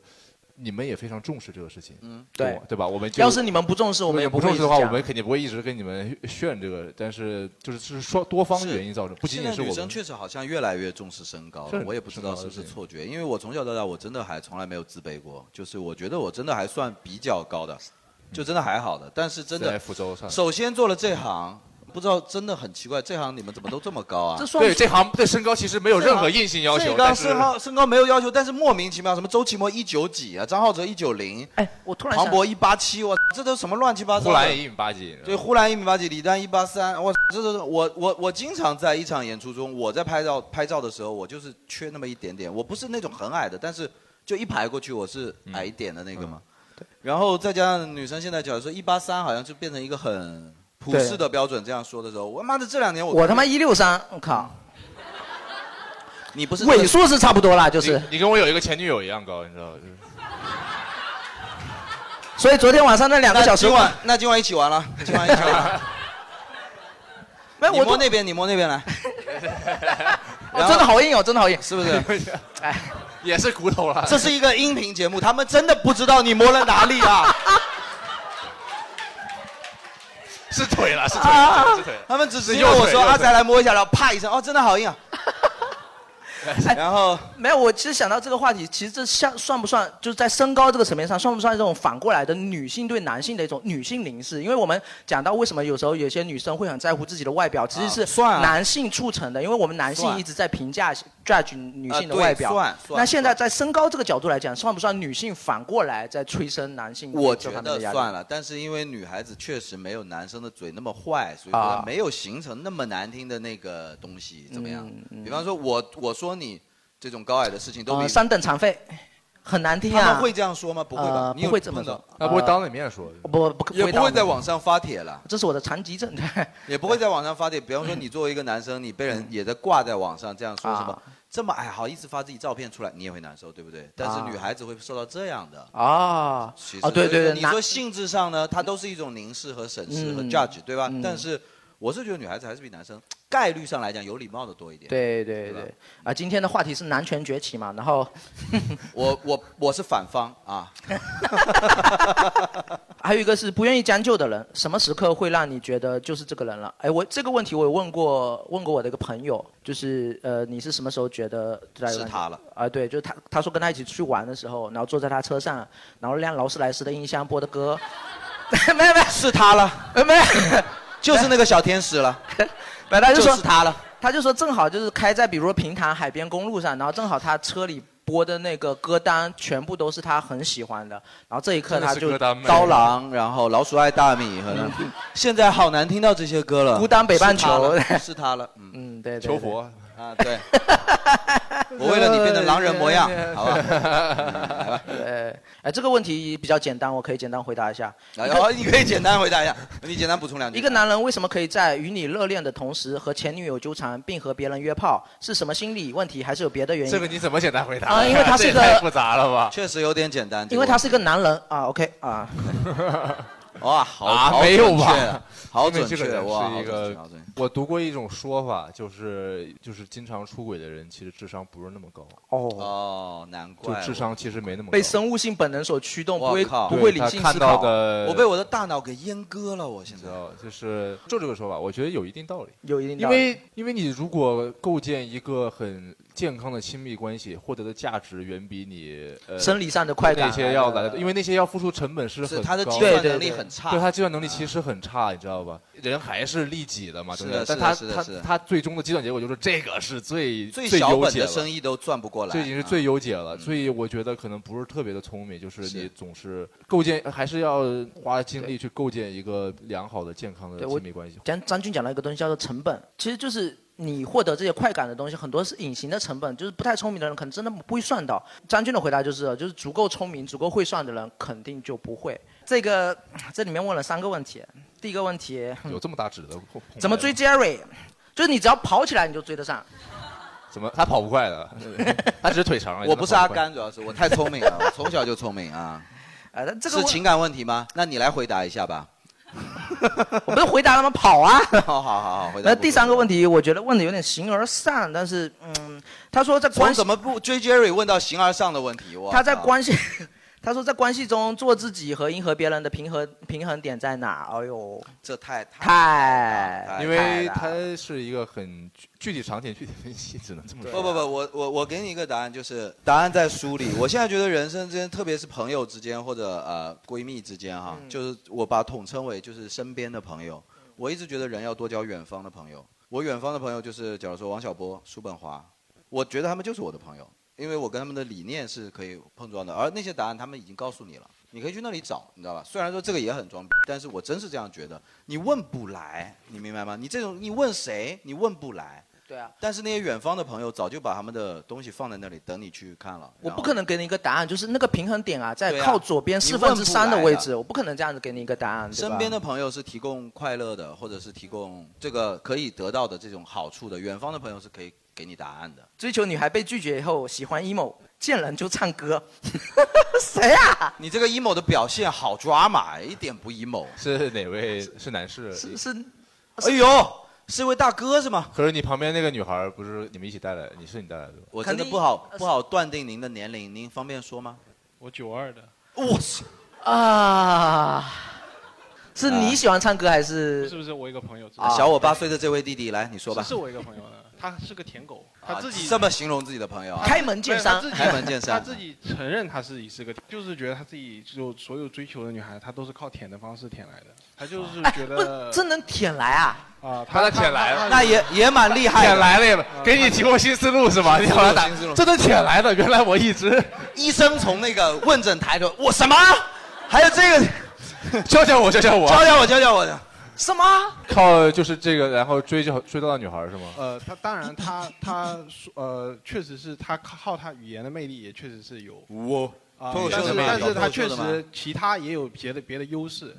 D: 你们也非常重视这个事情，
C: 嗯
G: 对
D: 对吧？我们就
G: 要是你们不重视，我们也
D: 不
G: 会
D: 重
G: 一
D: 视
G: 直
D: 的话，我
G: 讲
D: 们肯定不会一直跟你们 炫这个。但是就是是双多方原因造成，不仅仅是
C: 现在
D: 我
C: 女生
D: 们。
C: 确实好像越来越重视身高
D: 是
C: 了，我也不知道是不
D: 身
C: 是
D: 高
C: 错觉，因为我从小到大我真的还从来没有自卑过，就是我觉得我真的还算比较高的，就真的还好的，但是真
D: 在
C: 的
D: 福州上
C: 首先做了这行，不知道真的很奇怪，这行你们怎么都这么高啊？
D: 这算对这行对身高其实没有任何硬性要求
C: 这行
D: 但是
C: 身高身高没有要求，但是莫名其妙什么周奇墨一九几啊，张浩哲一九零，
G: 哎，我突然
C: 庞
G: 想
C: 博一八七，我这都什么乱七八糟的？
D: 呼兰也一米八几，
C: 对，呼兰一米八几，李诞一八三，我这是我我我经常在一场演出中，我在拍照拍照的时候，我就是缺那么一点点，我不是那种很矮的，但是就一排过去我是矮一点的那个嘛。然后再加上女生现在假如说一八三，好像就变成一个很普世的标准。这样说的时候，我妈的这两年我
G: 我他妈一六三，我靠，
C: 你不是
G: 尾数是差不多啦，就是。
D: 你跟我有一个前女友一样高，你知道吗？就是
G: 所以昨天晚上那两个小
C: 那
G: 时，
C: 今晚那今晚一起玩了，今晚一起玩了。
G: 没有
C: 你
G: 我
C: 摸
G: 都
C: 那边，你摸那边 来。
G: 哦真的好硬哦，真的好硬，
C: 是不是？
G: 哎，
D: 也是骨头了
C: 这是一个音频节目，他们真的不知道你摸了哪里啊！
D: 是腿了，是腿
C: 啊
D: 了，是腿了。
C: 他们只是
D: 是
C: 因
D: 右
C: 为
D: 腿
C: 我说
D: 右
G: 啊
C: 阿
D: 腿
C: 仔来摸一下，然后啪一声，哦，真的好硬啊！ 然后
G: 哎没有，我其实想到这个话题，其实这像算不算，就是在身高这个层面上，算不算这种反过来的女性对男性的一种女性凝视？因为我们讲到为什么有时候有些女生会很在乎自己的外表，其实
C: 啊
G: 是
C: 算啊
G: 男性促成的，因为我们男性
C: 算
G: 一直在评价 judge 女性的
C: 啊对
G: 外表。
C: 算算
G: 那现在在身高这个角度来讲，算不算女性反过来在催生男性？
C: 我觉得算
G: 了。
C: 了，但是因为女孩子确实没有男生的嘴那么坏，所以说她
G: 啊
C: 没有形成那么难听的那个东西，怎么样
G: 嗯？
C: 比方说我我说你这种高矮的事情都比
G: 呃三等残废，很难听啊。
C: 他们会这样说吗？不会吧？
G: 呃
C: 你有
G: 不会这么
C: 碰到
G: 说那不会当着你面
D: 说
G: 不不不
C: 也
G: 会
C: 呃不会
G: 当
C: 在
G: 着
C: 网上发帖了，
G: 这是我的残疾 啊证。
C: 也不会在网上发帖。比方说，你作为一个男生，你被人也在挂在网上这样说什么
G: 啊，
C: 这么矮哎好意思发自己照片出来，你也会难受，对不对？但是
G: 啊
C: 女孩子会受到这样的。
G: 啊
C: 其实
G: 啊，对
C: 所以
G: 对
C: 说
G: 对，
C: 你
G: 男
C: 说性质上呢，它都是一种凝视和审视和
G: 嗯
C: judge，对吧？
G: 嗯
C: 但是我是觉得女孩子还是比男生概率上来讲有礼貌的多一点。
G: 对对对啊，今天的话题是男权崛起嘛，然后
C: 我我我是反方啊，
G: 还有一个是不愿意将就的人，什么时刻会让你觉得就是这个人了？哎，我这个问题我有问过问过我的一个朋友，就是呃，你是什么时候觉得
C: 是他了？
G: 啊、对，就是他，他说跟他一起出去玩的时候，然后坐在他车上，然后亮劳斯莱斯的音箱播 的歌，没有没有，
C: 是他了，
G: 没有，
C: 就是那个小天使了，
G: 没有，他就说
C: 就是他了。
G: 他就说正好就是开在比如说平潭海边公路上，然后正好他车里播的那个歌单全部都是他很喜欢的，然后这一刻他就嗯
C: 刀郎，然后老鼠爱大米，可能现在好难听到这些呃歌了。
G: 孤单北半球
C: 是他了，是他了，嗯
G: 嗯，对对
C: 求
G: 对
C: 佛啊，对。我为了你变成狼人模 样，好吧？
G: 呃，哎，这个问题比较简单，我可以简单回答一下。
C: 哎呦你可以简单回答一下，你简单补充两句。
G: 一个男人为什么可以在与你热恋的同时和前女友纠缠，并和别人约炮，是什么心理问题，还是有别的原因？
D: 这个你怎么简单回答？
G: 啊因为他是
D: 这也
G: 个
D: 太复杂了吧？
C: 确实有点简单
G: 因为他是一个男人啊，OK 啊。
C: 哇，好
D: 啊，
C: 好
D: 没有
C: 准确
D: 吧
C: 啊？好
D: 因为
C: 准
D: 这
C: 确
D: 个
C: 哇
D: 是一
C: 好准确
D: 个
C: 好准确，
D: 我读过一种说法，就是就是经常出轨的人，其实智商不是那么高。
C: 哦，难
D: 就
C: 怪
D: 智商其实没那么高。
G: 被生物性本能所驱动，不
D: 我
G: 会
D: 靠
G: 不会
D: 对
G: 理
D: 他
G: 性
D: 看
G: 思
D: 到
G: 考。
D: 的
C: 我被我的大脑给阉割了，我现在。
D: 就是就这个说法，我觉得有一定道理，
G: 有一定
D: 因
G: 道理
D: 为因为你如果构建一个很健康的亲密关系，获得的价值远比你呃
G: 生理上的快感啊
D: 那些要来的，因为那些要付出成本是
C: 是
D: 很
C: 他的
D: 高
C: 计算能力很差啊
D: 对他计算能力其实很差，你知道吧？人还是利己的嘛，对不对？
C: 是的
D: 但他
C: 是的
D: 他
C: 是的
D: 他最终的计算结果就是这个是最
C: 最小
D: 优
C: 本
D: 解
C: 的
D: 了。
C: 生意都赚不过来，啊嗯
D: 这已经是最优解了，所以我觉得可能不是特别的聪明，就是你总是构建，还是要花精力去构建一个良好的、健康的
G: 对我
D: 亲密关系。
G: 讲张军讲了一个东西叫做成本，其实就是你获得这些快感的东西，很多是隐形的成本，就是不太聪明的人可能真的不会算到。张军的回答就是，就是足够聪明、足够会算的人肯定就不会。这个这里面问了三个问题，第一个问题
D: 有这么大纸的空？空白
G: 怎么追 Jerry？就是你只要跑起来你就追得上。
D: 怎么他跑不快的？ 他只是腿长而已。
C: 我
D: 他
C: 不是
D: 跑
C: 阿
D: 快
C: 甘，主要是我太聪明了， 我从小就聪明啊。
G: 啊，这个
C: 是
G: 问
C: 情感问题吗？那你来回答一下 吧。
G: 我不是回答了吗？跑 啊！
D: 哎
C: 好好好好，回答
G: 那
C: 不
G: 第三个问题，我觉得问的有点形而上，但是嗯，他说在关
C: 从
G: 系
C: 怎么不追 Jerry 问到形而上的问题，哇
G: 他在
C: 靠
G: 关系， 他说在关系中做自己和迎合别人的平衡平衡点在哪？哎呦，
C: 这太
G: 太，
D: 因为
G: 太大
D: 他是一个很具具体场景具体分析，只能这么说。
C: 不不不，我我我给你一个答案，就是答案在书里。我现在觉得人生之间，特别是朋友之间或者呃闺蜜之间
G: 嗯
C: 哈，就是我把它统称为就是身边的朋友。我一直觉得人要多交远方的朋友。我远方的朋友就是，假如说王小波、叔本华，我觉得他们就是我的朋友，因为我跟他们的理念是可以碰撞的。而那些答案他们已经告诉你了，你可以去那里找，你知道吧？虽然说这个也很装逼，但是我真是这样觉得。你问不来，你明白吗？你这种你问谁，你问不来。
G: 对啊，
C: 但是那些远方的朋友早就把他们的东西放在那里，等你去看了。
G: 我
C: 然
G: 不
C: 后
G: 可能给你一个答案，就是那个平衡点啊，在
C: 对啊
G: 靠左边四分之三
C: 你问不来
G: 位
C: 的
G: 置，我不可能这样子给你一个答案。对吧
C: 身边的朋友是提供快乐的，或者是提供这个可以得到的这种好处的，远方的朋友是可以给你答案的。
G: 追求女孩被拒绝以后，喜欢 emo，见人就唱歌，谁啊？
C: 你这个 emo 的表现好抓马，一点不 emo。
D: 是哪位？是男士？
G: 是是，
C: 哎呦，是一位大哥是吗？
D: 可是你旁边那个女孩不是你们一起带来的？你是你带来的吧？
C: 我真的不好
G: 呃
C: 不好断定您的年龄，您方便说吗？
H: 我九二的，
C: 我操！
G: 啊，是你喜欢唱歌还
H: 不
G: 是？
H: 是不是，我一个朋友知道
C: 啊，小我八岁的这位弟弟，来你说吧。
H: 这是我一个朋友呢，他是个舔狗，他
C: 啊
H: 自己
C: 这么形容自己的朋友啊？
H: 没有他自己
C: 开门见山。
H: 他自己承认他自己是个，就是觉得他自己就所有追求的女孩，他都是靠舔的方式舔来的，他就是觉 得
G: 真能舔来啊！
H: 啊，
D: 把他舔来了那
C: 也也蛮厉害的
D: 舔来了也蛮，给你提供新思路是吧？你好像打
C: 新思路，
D: 这都舔来的。原来我一直
C: 医生从那个问诊台头，我什 么？还有这个，
D: 教教我，教教我，
C: 教教我，教教我的。
G: 什么？
D: 靠就是这个，然后追就追到了女孩是吗？
H: 呃，他当然他他说呃，确实是他靠他语言的魅力，也确实是有
D: 我
H: 啊
C: 哦脱口，秀
H: 但
C: 的
H: 是
C: 魅力
H: 但
C: 有
H: 是他
C: 脱
H: 确
C: 口秀的
H: 实
C: 吗
H: 其他也有别的别的优势，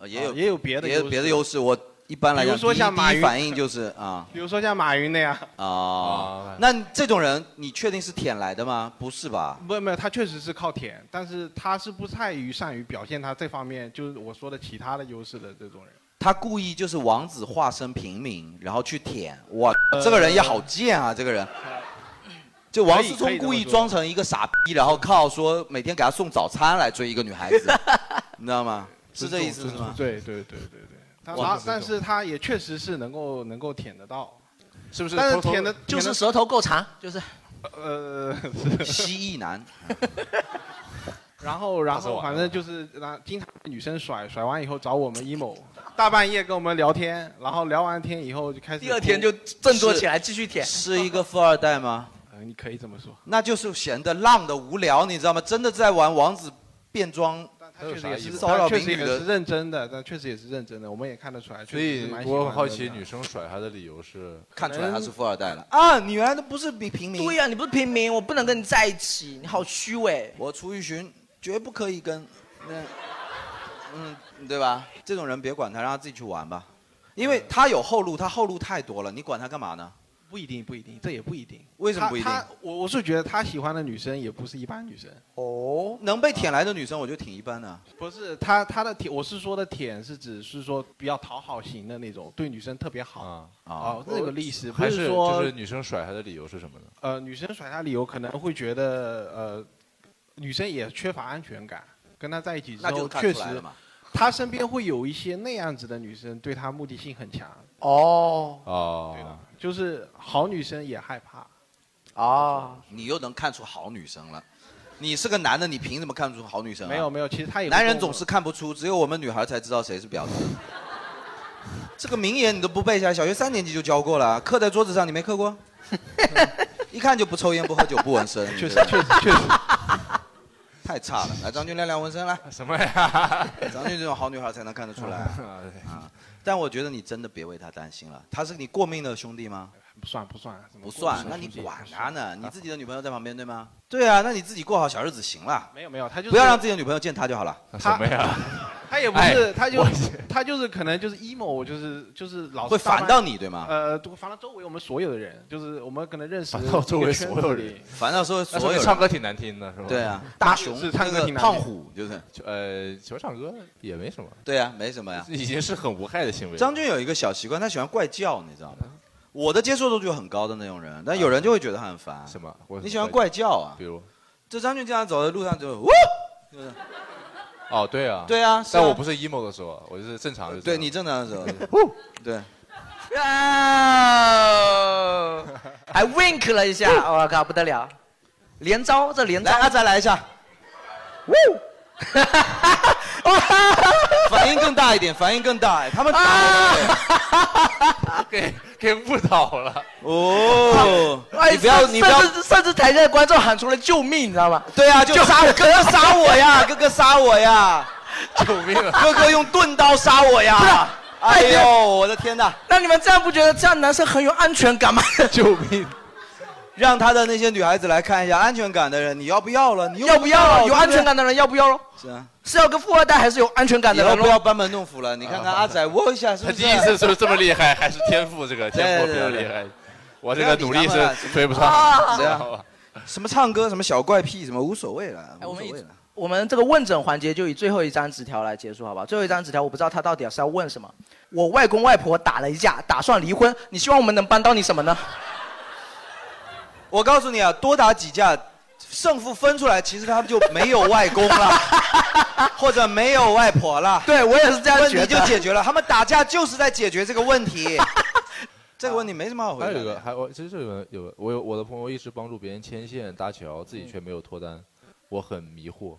C: 呃也有
H: 啊也有别的
C: 也有别的优势。我一般来
H: 比
C: 讲，
H: 如说
C: 第一
H: 像马
C: 第一
H: 云
C: 反应就是 啊
H: 比如说像马云那样，
C: 哦，那这种人你确定是舔来的吗？不是吧？
H: 不没有，他确实是靠舔，但是他是不太于善于表现他这方面，就是我说的其他的优势的这种人。
C: 他故意就是王子化身平民，然后去舔。哇
H: 呃，
C: 这个人也好贱啊！这 个人，就王思
H: 可以可
C: 聪
H: 以这么
C: 故意
H: 说
C: 装成一个傻逼，然后靠说每天给他送早餐来追一个女孩子，你知道吗？是这意思是吗？
H: 对对对对对，他
C: 哇
H: 他但是他也确实是能够能够舔得到，
D: 是不
H: 但是舔的
G: 就是舌头够长，就是
H: 呃，
C: 蜥蜴男。
H: 然后然后反正就是那经常被女生甩甩完以后找我们 emo，大半夜跟我们聊天，然后聊完天以后就开始哭。
G: 第二天就振作起来继续舔。
C: 是一个富二代吗？
H: 呃你可以这么说。
C: 那就是闲的浪的无聊，你知道吗？真的在玩王子变装
D: 他有
H: 确实
D: 啥
H: 也
D: 意
H: 是他
D: 思骚扰
H: 确
D: 比
H: 实也
D: 女的
H: 是认真的，但确实也是认真的，我们也看得出来。
D: 所以我很好奇，女
H: 生
D: 生甩他的理由是
C: 看出来他是富二代了。
G: 啊，你原来都不是平平民。对呀、你不是平民，我不能跟你在一起，你好虚伪。
C: 我楚玉寻绝不可以跟，那，嗯，对吧？这种人别管他，让他自己去玩吧，因
H: 嗯
C: 为他有后路，他后路太多了，你管他干嘛呢？
H: 不一定，不一定，这也不一定。
C: 为什么不一
H: 嗯
C: 定？
H: 他我我是觉得他喜欢的女生也不是一般女生。
C: 哦，能被舔来的女生，我就挺一般的。
H: 不是他他的舔，我是说的舔是指是说比较讨好型的那种，对女生特别好啊、哦，那个历史不
D: 还是
H: 说
D: 就是女生甩他的理由是什么呢？
H: 呃女生甩他理由可能会觉得呃女生也缺乏安全感，跟他在一起之
C: 那就
H: 后
C: 看
H: 确
C: 出
H: 实
C: 来了嘛。
H: 他身边会有一些那样子的女生，对他目的性很强，
G: 哦
D: 哦，
H: 就是好女生也害怕。哦
G: 啊，
C: 你又能看出好女生了。你是个男的，你凭什么看出好女生、啊？
H: 没有没有其实他也不
C: 男人
H: 跟我
C: 总是看不出，只有我们女孩才知道谁是婊子。这个名言你都不背下来，小学三年级就教过了啊，刻在桌子上，你没 刻过？一看就不抽烟、不喝酒、不纹身，
H: 确实
C: 对吧
H: 确实确实，
C: 太差了。来，张军亮亮纹身来。
D: 什么呀？
C: 张军这种好女孩才能看得出 来啊。但我觉得你真的别为她担心了，她是你过命的兄弟吗？
H: 不算不算
C: 不算，
H: 过
C: 那
H: 命
C: 你
H: 的兄弟
C: 管
H: 不
C: 她
H: 算
C: 呢？你自己的女朋友在旁边对吗？对啊，那你自己过好小日子行了。
H: 没有没有，他就是
C: 不要让自己的女朋友见他就好了。
H: 什么 呀？他也不是，他就
C: 哎我
H: 他就是可能就是 emo，就是就是老是
C: 会
H: 大半
C: 烦到你对吗
H: 呃，都烦到周围我们所有的人，就是我们可能认识
D: 烦到周围所有人，
C: 反正说
D: 那说明唱歌挺难听的，是吧？
C: 对
H: 嗯
C: 啊，大熊
D: 是
C: 那个胖虎就是，
D: 呃，喜欢唱歌也没什么，
C: 对啊，没什么呀，
D: 已经是很无害的行为了。
C: 张俊有一个小习惯，他喜欢怪叫，你知道
G: 嗯
C: 吗？我的接受度就很高的那种人，
G: 啊
C: 但有人就会觉得他很烦。
D: 什么？
C: 你喜欢怪叫啊？
D: 比如，
C: 这张俊经常走在路上就，呜，就是
D: 哦，对啊，
C: 对啊是啊
D: 但我不是 emo 的时候，我就是正常的时候。
C: 对你正常的时候， 对。
G: 啊，还 wink 了 一下，我靠，不得了！连招，这连招，来，
C: 再来一下。反应更 大一点，反应更大。他们
D: 给 给误导了。哎
C: 哦，
G: 你不要，你不要，哎甚至台下的观众喊出了救命，你知道吗？
C: 对啊，就杀我，哥哥杀我呀，哥哥杀我 呀！
D: 救命
G: 啊
C: 哥哥用钝刀杀我呀！哎
G: 哎呀
C: 呦，我的天哪！
G: 那你们这样不觉得这样男生很有安全 感吗？
D: 救命！
C: 让他的那些女孩子来看一下安全感的人，你要不要了？你又
G: 要不要了？有安全感
C: 的
G: 的人要不要了？
C: 是啊，
G: 是要跟富二代还是有安全感
C: 以
G: 的
C: 后
G: 人？
C: 不要班门弄斧了。你看看阿仔握一下，是不
D: 他
C: 是？
D: 第一次是不是这么厉 害？哎还是天赋这个
C: 对
D: 天赋
C: 对
D: 比较
C: 对
D: 厉害？我
C: 不
D: 这
C: 要
D: 个
C: 理
D: 努
C: 他
D: 力
C: 们了
D: 是追不上
G: 啊，
D: 知 道
C: 对
D: 吧？
C: 什么唱歌，什么小怪癖，什么无所谓了，无所谓了。
G: 我们这个问诊环节就以最后一张纸条来结束，好不好？最后一张纸条，我不知道他到底是要问什么。我外公外婆打了一架，打算离婚，你希望我们能帮到你什么呢？
C: 我告诉你啊，多打几架，胜负分出来，其实他们就没有外公 了，或者没有外婆了。
G: 对我也是这样
C: 问题
G: 觉得
C: 就解决了。他们打架就是在解决这个问 题。这个问题没什么好
D: 还
C: 回答
D: 有一
C: 的。
D: 个，还有其实这个有我有我的朋友一直帮助别人牵线搭桥，自
G: 嗯
D: 己却没有脱单，我很迷 惑。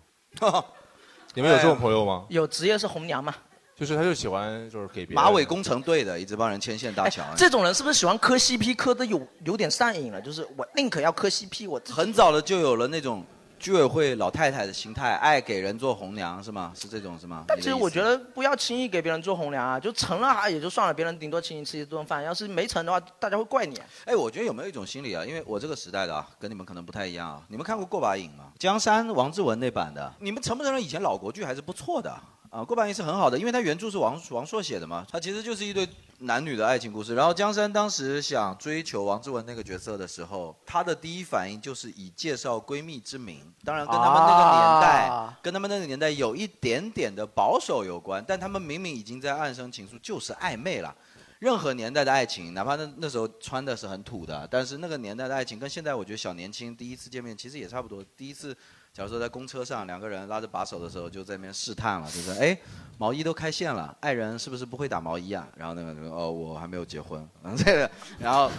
D: 你们有这
G: 哎
D: 种朋友吗？
G: 有职业是红娘嘛？
D: 就是他就喜欢就是给别人
C: 马尾工程队的，一直帮人牵线搭桥。啊
G: 哎这种人是不是喜欢磕 CP 磕的有有点上瘾了？就是我宁可要磕 CP，我自己
C: 很早的就有了那种居委会老太太的心态，爱给人做红娘是吗？是这种是吗？
G: 但其
C: 你
G: 实
C: 的意思
G: 我觉得不要轻易给别人做红娘啊，就成了还也就算了，别人顶多请你吃一顿饭，要是没成的话，大家会怪你。啊
C: 哎，我觉得有没有一种心理啊？因为我这个时代的啊，跟你们可能不太一样啊。你们看过《过把瘾》吗？江山王志文那版的，你们承不承认以前老国剧还是不错的啊？《过把瘾》是很好的，因为它原著是王王朔写的嘛，它其实就是一对男女的爱情故事。然后江山当时想追求王志文那个角色的时候，他的第一反应就是以介绍闺蜜之名，当然跟他们那个年代。
G: 啊
C: 跟他们那个年代有一点点的保守有关，但他们明明已经在暗生情愫，就是暧昧了。任何年代的爱情，哪怕那那时候穿的是很土的，但是那个年代的爱情跟现在我觉得小年轻第一次见面其实也差不多。第一次，假如说在公车上两个人拉着把手的时候，就在那边试探了，就是哎，毛衣都开线了，爱人是不是不会打毛衣啊？然后那个人说哦，我还没有结婚， 然后这个，然 后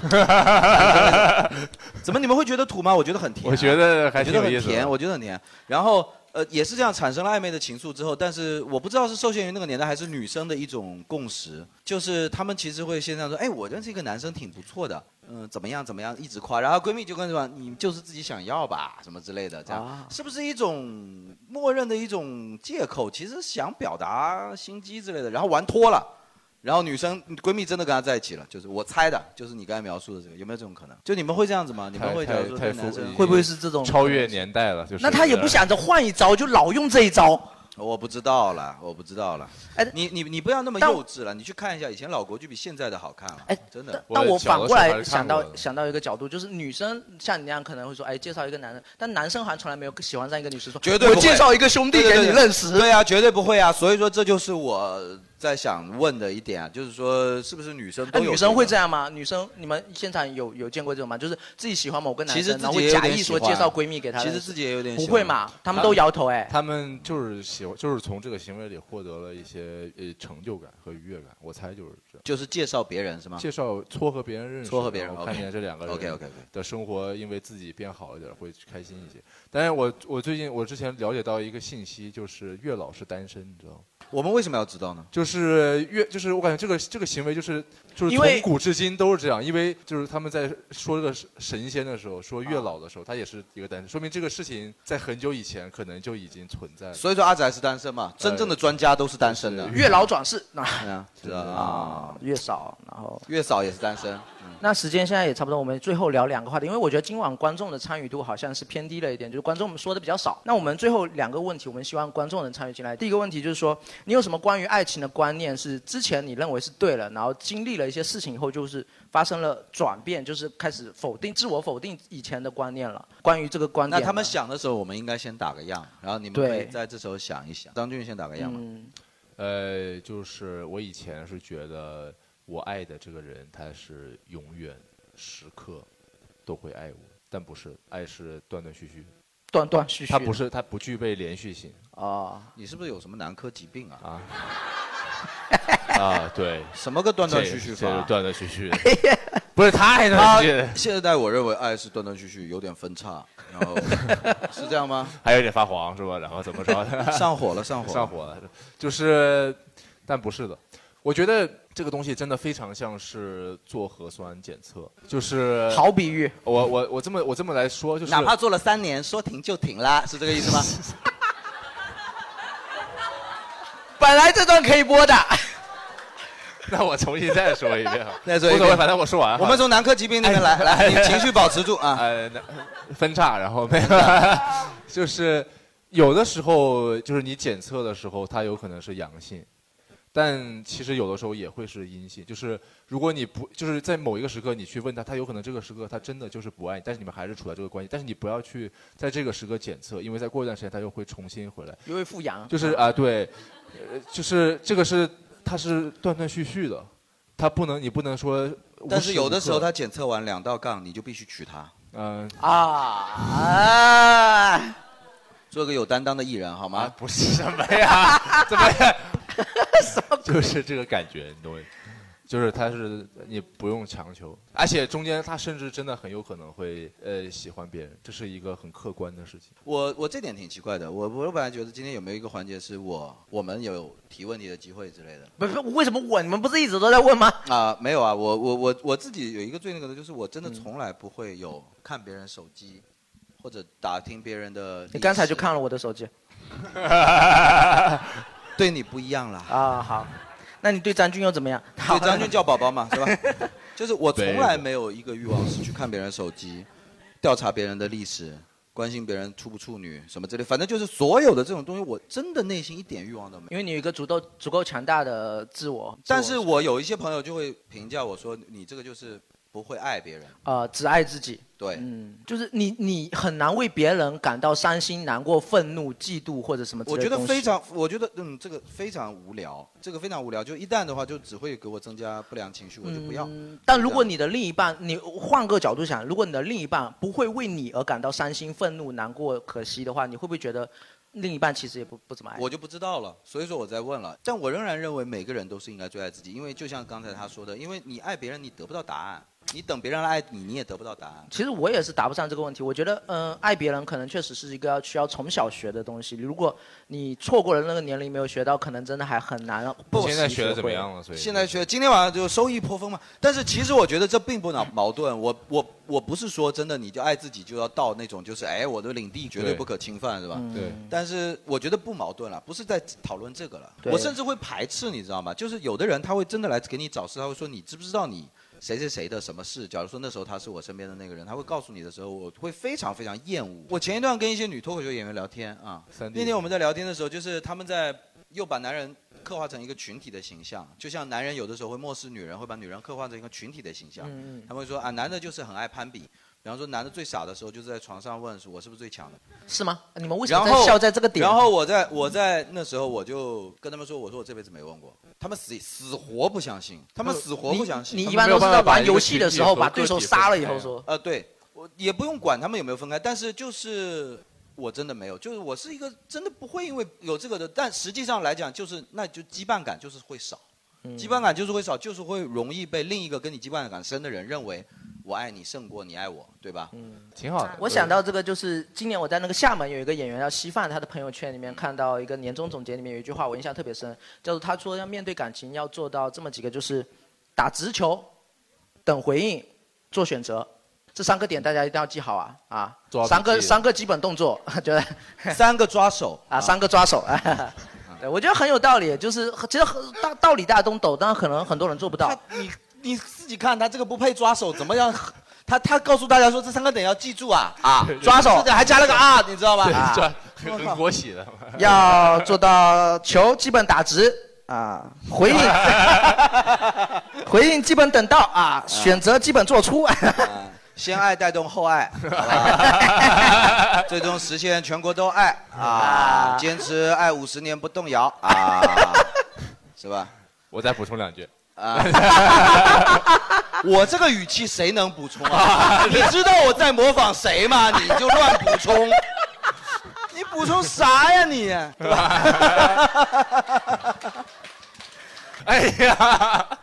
C: 怎么你们会觉得土吗？我觉得很甜啊、
D: 我觉得还
C: 我觉
D: 挺
C: 得
D: 有
C: 很
D: 意思的
C: 甜，我觉得很甜。然后呃，也是这样产生了暧昧的情愫之后，但是我不知道是受限于那个年代还是女生的一种共识，就是她们其实会先这样说，哎，我认识一个男生挺不错的，嗯，怎么样怎么样，一直夸，然后闺蜜就跟着说，你就是自己想要吧，什么之类的，这样、
F: 啊
C: 是不是一种默认的一种借口？其实想表达心机之类的，然后玩脱了。然后女生闺蜜真的跟他在一起了，就是我猜的，就是你刚才描述的这个，有没有这种可能？就你们会这样子吗？你们会
D: 太
C: 假如说
D: 太
C: 对
D: 太
C: 男
D: 肤
C: 生
G: 会不会是这种
D: 超越年代了？就是
G: 那他也不想着换一招，就老用这一招。
C: 我不知道了，我不知道了。哎，你你你不要那么幼稚了，你去看一下以前老国剧比现在的好看了。哎，真的。
G: 但我反过来想到想到一个角度，就是女生像你那样可能会说，哎，介绍一个男人，但男生好像从来没有喜欢上一个女生说，
C: 绝对
G: 我
C: 不会
G: 介绍一个兄
C: 对
G: 弟
C: 对
G: 给你
C: 对
G: 认识。
C: 对啊，绝对不会啊。所以说这就是我在想问的一点啊，就是说是不是女生都
G: 那
C: 有
G: 哎女生会这
C: 样？
G: 样吗？女生，你们现场有有见过这种吗？就是自己喜欢某个男
C: 其实
G: 生，
C: 自
G: 然后
C: 己
G: 会
C: 也有
G: 假
C: 点
G: 意
C: 喜
G: 说
C: 欢，
G: 介绍闺蜜给他
C: 其
G: 认识。
C: 实自己也有点
G: 不
C: 喜
G: 会
C: 欢啊
G: 嘛？他们都摇头哎。
D: 他们就是喜欢，就是从这个行为里获得了一些呃成就感和愉悦感，我猜就是这样。
C: 就是介绍别人是吗？
D: 介绍撮合别人认识，
C: 撮合别人
D: 然后
C: OK
D: 看见这两个人
C: OK，OK，OK
D: 的生活，因为自己变好一点，会开心一些。但是我我最近我之前了解到一个信息，就是月老是单身，你知道吗？
C: 我们为什么要知道呢？
D: 就是月，就是我感觉这个这个行为就是就是
G: 因为
D: 从古至今都是这样，因为就是他们在说这个神仙的时候，说月老的时候，他也是一个单身，说明这个事情在很久以前可能就已经存在了。
C: 所以说阿仔是单身嘛，真正的专家都是单身的。
G: 月老转世，那
C: 对 啊，是啊，
G: 月嫂，然后
C: 月嫂也是单身。嗯
G: 那时间现在也差不多，我们最后聊两个话题，因为我觉得今晚观众的参与度好像是偏低了一点，就是观众们说的比较少。那我们最后两个问题，我们希望观众能参与进来。第一个问题就是说，你有什么关于爱情的观念是之前你认为是对了，然后经历了一些事情以后，就是发生了转变，就是开始否定、自我否定以前的观念了。关于这个观点
C: 那
G: 呢，
C: 他们想的时候，我们应该先打个样，然后你们
G: 对
C: 可以在这时候想一想。张俊先打个样吧。
G: 嗯
D: 呃，就是我以前是觉得我爱的这个人，他是永远时刻都会爱我，但不是，爱是断断续续。
G: 断断续续
D: 他不是，他不具备连续性
G: 啊。
C: 你是不是有什么男科疾病啊？
D: 啊啊，对，
C: 什么个断断续续
D: 这
C: 法？哎
D: 这是断断续续的 不是他爱断断续续的
C: 现在我认为爱是断断续续，有点分叉，然后是这样吗？
D: 还有点发黄是吧？然后怎么着？
C: 上火了上火了
D: 上火了，就是，但不是的。我觉得这个东西真的非常像是做核酸检测，就是
G: 好比喻。
D: 我我我这么我这么来说，就是
C: 哪怕做了三年，说停就停啦，是这个意思吗？，
G: 本来这段可以播的。
D: 那我重新再说一遍啊
C: 再说一遍
D: 无所谓，反正我说完哈。
C: 我们从男科疾病那边来，
D: 哎
C: 来，你情绪保持住啊。
D: 呃，分叉，然后没有， 就是有的时候就是你检测的时候，它有可能是阳性，但其实有的时候也会是阴性。就是如果你不就是在某一个时刻你去问他，他有可能这个时刻他真的就是不爱你，但是你们还是处在这个关系，但是你不要去在这个时刻检测，因为再过一段时间他又会重新回来。
G: 因为复阳
D: 就是啊，对，呃就是这个是它是断断续续的，它不能你不能说。
C: 但是有的时候他检测完两道杠，你就必须娶她。
D: 嗯、
G: 啊啊！
C: 做个有担当的艺人好吗？
D: 啊不是什么 呀？ 怎么呀？就是这个感觉，你懂吗？就是他是你不用强求，而且中间他甚至真的很有可能会呃喜欢别人，这是一个很客观的事情。
C: 我我这点挺奇怪的，我我本来觉得今天有没有一个环节是我我们有提问题的机会之类的
G: 不是为什么我你们不是一直都在 问吗？
C: 啊、没有啊，我我我我自己有一个最那个的，就是我真的从来不会有看别人手机或者打听别人的。
G: 你刚才就看了我的手机。
C: 对你不一样了
G: 啊，好，那你对张军又怎么样？
C: 对张军叫宝宝嘛， 是吧？就是我从来
G: 对
C: 没有一个欲望是去看别人手机，调查别人的历史，关心别人处不处女什么之类，反正就是所有的这种东西，我真的内心一点欲望都没有。
G: 因为你有一个足够足够强大的自我，
C: 但是我有一些朋友就会评价我说，你这个就是不会爱别人。
G: 呃，只爱自己。
C: 对，
G: 嗯，就是你你很难为别人感到伤心、难过、愤怒、嫉妒或者什么之
C: 我
G: 类
C: 觉得
G: 的东西。
C: 非常，我觉得嗯，这个非常无聊，这个非常无聊。就一旦的话，就只会给我增加不良情绪，我就不要。
G: 但如果你的另一半，你换个角度想，如果你的另一半不会为你而感到伤心、愤怒、难过、可惜的话，你会不会觉得另一半其实也不不怎么爱你？
C: 我就不知道了，所以说我在问了。但我仍然认为每个人都是应该最爱自己，因为就像刚才他说的，因为你爱别人，你得不到答案。你等别人来爱你，你也得不到答案。
G: 其实我也是答不上这个问题。我觉得，嗯、爱别人可能确实是一个要需要从小学的东西。如果你错过了那个年龄没有学到，可能真的还很难让。不
D: 现在学的怎么样了？所以
C: 现在学，今天晚上就收益颇丰嘛。但是其实我觉得这并不矛矛盾。我我我不是说真的，你就爱自己就要到那种就是哎，我的领地绝对
D: 对
C: 不可侵犯，是吧？
D: 对
C: 但是我觉得不矛盾了，不是在讨论这个了。
D: 对
C: 我甚至会排斥，你知道吗？就是有的人他会真的来给你找事，他会说你知不知道你谁谁谁的什么事？假如说那时候他是我身边的那个人，他会告诉你的时候，我会非常非常厌恶。我前一段跟一些女脱口秀演员聊天啊，那天我们在聊天的时候，就是他们在又把男人刻画成一个群体的形象，就像男人有的时候会漠视女人，会把女人刻画成一个群体的形象。
G: 嗯嗯
C: 他们会说啊，男的就是很爱攀比。比方说，男的最傻的时候，就是在床上问我是不是最强的。
G: 是吗？你们为什
C: 然
G: 么
C: 后
G: 在笑在这个点？
C: 然后我在我在那时候我就跟他们说，我说我这辈子没问过，他们死死活不相信，他们死活不相信。
G: 你你一般都是在玩游戏的时候把对手杀了以后说
C: 呃，对我也不用管他们有没有分开，但是就是。我真的没有，就是我是一个真的不会因为有这个的，但实际上来讲，就是那就羁绊感就是会少，
G: 嗯
C: 羁绊感就是会少，就是会容易被另一个跟你羁绊感深的人认为我爱你胜过你爱我，对吧？
G: 嗯，
D: 挺好的
G: 我想到这个，就是今年我在那个厦门有一个演员叫稀饭，他的朋友圈里面看到一个年终总结里面有一句话，我印象特别深，叫做他说要面对感情要做到这么几个，就是打直球、等回应、做选择，这三个点大家一定要记好啊啊
C: 抓，笔记
G: 三个三个基本动作， 就是
C: 三个抓手
G: 啊，三个抓手啊。 对，我觉得很有道理，就是其实很大道理大家都懂，但可能很多人做不到。
C: 你你自己看，他这个不配抓手，怎么样？他他告诉大家说这三个点要记住啊啊
D: 对，对
C: 抓手，还加了个啊，你知道吧？
D: 对
C: 啊
D: 抓很国喜的。
G: 要做到球基本打直啊， 回应回应基本等到啊，选择基本做出。
D: 啊
C: 先爱带动后爱，好 吧最终实现全国都爱啊！坚持爱五十年不动摇 啊，是吧？
D: 我再补充两句。
C: 啊，我这个语气谁能补充啊？ 你知道我在模仿谁 吗？你就乱补充， 你补充啥呀你？对 吧？哎呀，
G: 啊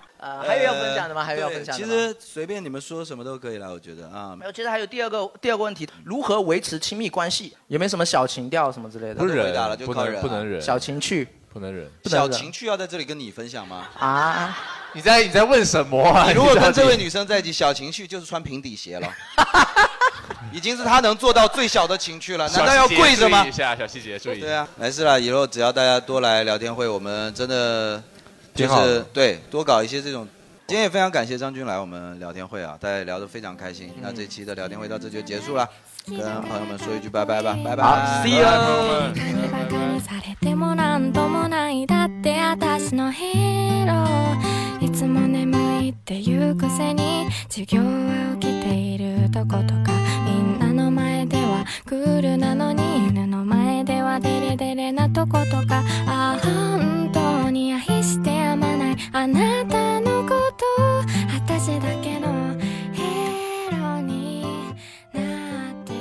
G: 还有要分享的吗
D: 呃
G: 还有要
C: 呃对
G: 分享
C: 其
G: 的吗
C: 实随便你们说什么都可以了，我觉得啊
G: 没。有，其实还有第二个第二个问题，如何维持亲密关系？有没有什么小情调什么之类的？
D: 不忍
C: 回答了就
D: 不
C: 靠
D: 能
C: 忍啊
D: 不能忍
G: 小情趣，
D: 不能忍，
G: 不能
C: 小
G: 忍
C: 情趣要在这里跟你分享吗？
G: 啊！
D: 你在你在 问什么啊？
C: 你如果
D: 到
C: 跟
D: 底
C: 这位女生在一起，小情趣就是穿平底鞋了， 已经是她能做到最小的情趣了，
D: 小
C: 难道要
D: 细节
C: 跪着吗
D: 注意一？下小细节，注意一下。
C: 对啊，没事了，以后只要大家多来聊天会，我们真的就
D: 挺好
C: 是
D: 的
C: 对多搞一些这种。今天也非常感谢张军来我们聊天会啊，大家也聊得非常开心。那这期的聊天会到这就结束了，跟朋友们说一句拜拜吧，拜拜
G: 好，see you
B: バカにされてもなんともないだって私のヒーローいつも眠いっていうくせに授業は起きているとことかみんなの前ではクールなのに犬の前ではデレデレなとことかああ本当に愛してやまないあなたのこと私だけのヒーローになって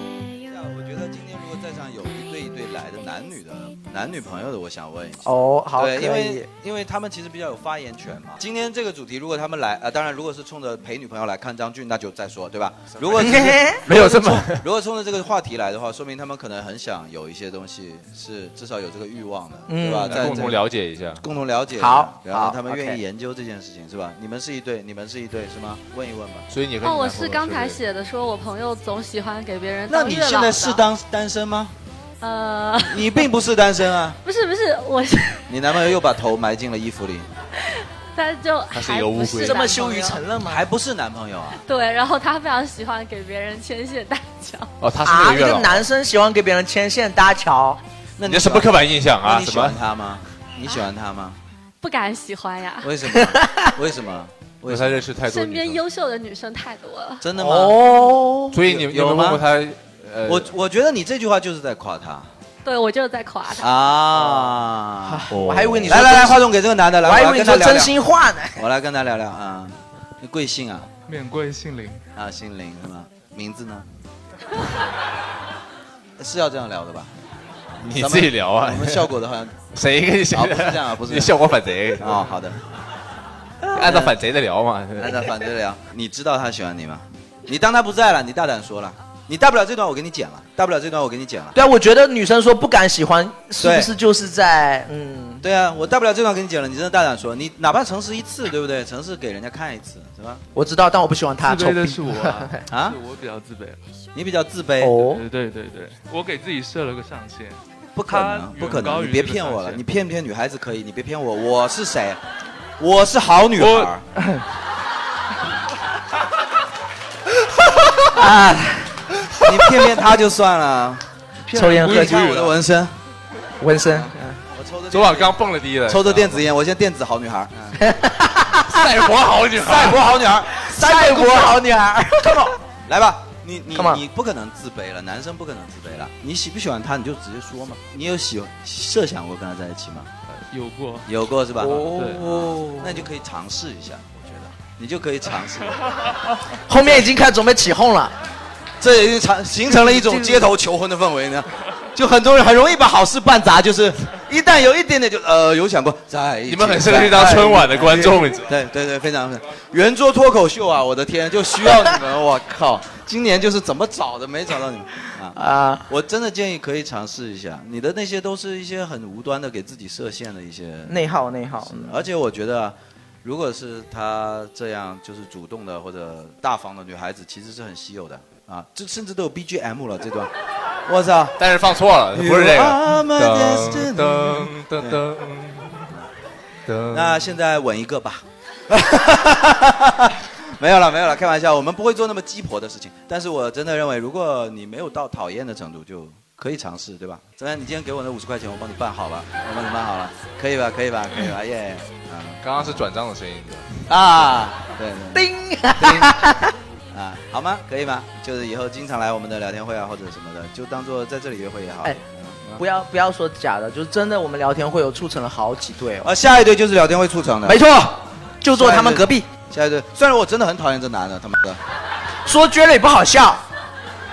B: ゆく
C: 我觉得今天如果在场有一对一对来的男女的男女朋友的，我想问一下。
G: 哦，好，可
C: 对，因
G: 以
C: 为。因为他们其实比较有发言权嘛。今天这个主题，如果他们来，呃，当然如果是冲着陪女朋友来看张俊，那就再说，对吧？如果是
D: 没有这么，
C: 如果冲着这个话题来的话，说明他们可能很想有一些东西是至少有这个欲望的，
D: 嗯
C: 对吧？在
D: 共同了解一下
C: 共同了解一下，
D: 好
C: 然后
D: 好
C: 他们愿
D: OK
C: 意研究这件事情，是吧？你们是一对，你们是一对，是吗？问一问吧。
D: 所以你
N: 哦，我是刚才写的，说我朋友总喜欢给别人
C: 那
N: 当
C: 你
N: 月老的。
C: 现在是当单身吗？
N: 呃，
C: 你并不是单身啊，
N: 不是不是，我是
C: 你男朋友又把头埋进了衣服里，
N: 他就还不是男朋友
G: 认吗？
C: 还不是男朋友啊？
N: 对，然后他非常喜欢给别人牵线搭桥。
D: 哦，他是
G: 啊，
D: 那
G: 一
D: 月
G: 个
D: 老。
G: 男生喜欢给别人牵线搭桥，
C: 那
D: 你这什么刻板印象啊？
C: 你
D: 什
C: 喜欢
D: 么？
C: 他吗？你喜欢他 吗？
N: 不敢喜欢呀，
C: 为什么？为什么？为
D: 他认识太多
N: 身
D: 女
N: 边
D: 生，
N: 优秀的女生太多了。
C: 真的吗？
G: 哦
D: 所以你你有
C: 有
D: 没有问过
C: 吗？
D: 他？呃，
C: 我我觉得你这句话就是在夸他
N: 对，我就是在夸他。
C: 啊！
D: 哦
G: 我还以为你说
C: 来来来，
G: 真
C: 话筒给这个男的来，
G: 我还以
C: 来
G: 为
C: 跟
G: 你
C: 他
G: 说
C: 聊聊
G: 真心话呢。
C: 我来跟他聊聊啊，你贵姓啊？
O: 免贵姓林，
C: 啊，姓林是吗？名字呢？ 是要这样聊的吧？
D: 你自己聊啊
C: 咱们我们效果的好像
D: 谁跟你想
C: 啊不是这样啊，不是这样
D: 你效果反贼
C: 哦，好的。
D: 按照反贼的聊嘛，
C: 按照反贼的聊。你知道他喜欢你吗？你当他不在了，你大胆说了，你大不了这段我给你剪了，大不了这段我给你剪了。
G: 对啊，我觉得女生说不敢喜欢，是
C: 对
G: 不是就是在嗯？
C: 对啊，我大不了这段给你剪了，你真的大胆说，你哪怕诚实一次，对不对？诚实给人家看一次，是吧？
G: 我知道，但我不喜欢他。
O: 自卑 的
G: 臭
O: 是
G: 逼
O: 我
C: 啊
O: 是我比较自卑。
C: 你比较自卑
G: 哦
O: 对对对对，我给自己设了个上限，
C: 不可
D: 啊
C: 能，
O: 他
C: 不可
O: 远高
C: 能！
O: 于
C: 你别
O: 这个
C: 骗我
O: 上
C: 了，
O: 限
C: 你骗不骗女孩子可以，你别骗我，我是谁？我是好女孩儿。 啊，你骗骗她就算了，
G: 抽烟喝酒
C: 你看我的纹身，啊
G: 纹身，
D: 昨晚刚蹦了第一了，
C: 抽着电子烟，我现在电子好女孩儿，
D: 赛博好女孩，
C: 赛博好女孩，
G: 赛博好女孩
C: ，come on，来吧。你你
G: Come on
C: 你不可能自卑了，男生不可能自卑了。你喜不喜欢她，你就直接说嘛。你有喜设想过跟她在一起吗？
O: 有过
C: 有过是吧？啊
G: 哦，
C: 那你就可以尝试一下，我觉得你就可以尝 试。
G: 后面已经开始准备起哄了，
C: 这已经产形成了一种街头求婚的氛围呢，就很多人很容易把好事办砸，就是一旦有一点点就呃有想过在一起
D: 你们很适合去当春晚的观众你知
C: 对对对，非常非常圆桌脱口秀啊，我的天，就需要你 们，我靠，今年就是怎么找的没找到你们 啊
G: 啊！
C: 我真的建议可以尝试一下，你的那些都是一些很无端的给自己设限的一些
G: 内耗内耗。嗯
C: 而且我觉得啊，如果是她这样就是主动的或者大方的女孩子，其实是很稀有的啊，这甚至都有 BGM 了这段。我操！
D: 但是放错了，不是这
C: You are my
D: 个。
C: destiny
D: 噔噔噔噔。
C: 那现在吻一 个吧。没有了，没有了，开玩笑，我们不会做那么鸡婆的事情。但是我真的认为，如果你没有到讨厌的程度，就可以尝试，对 吧？怎么样？你今天给我那五十块钱，我帮你办好了，我帮你办好了，可以吧？可以吧？可以 吧？耶、啊
D: 刚刚是转账的声音。
C: 啊，对 对
G: 叮
C: 叮啊，好吗？可以吗？就是以后经常来我们的聊天会啊，或者什么的，就当做在这里约会也好。
G: 哎不要不要说假的，就是真的，我们聊天会有促成了好几对哦。
C: 啊，下一对就是聊天会促成的，
G: 没错，就坐他们隔壁。
C: 下一对，虽然我真的很讨厌这男的，他妈的，
G: 说 Jerry 不好笑，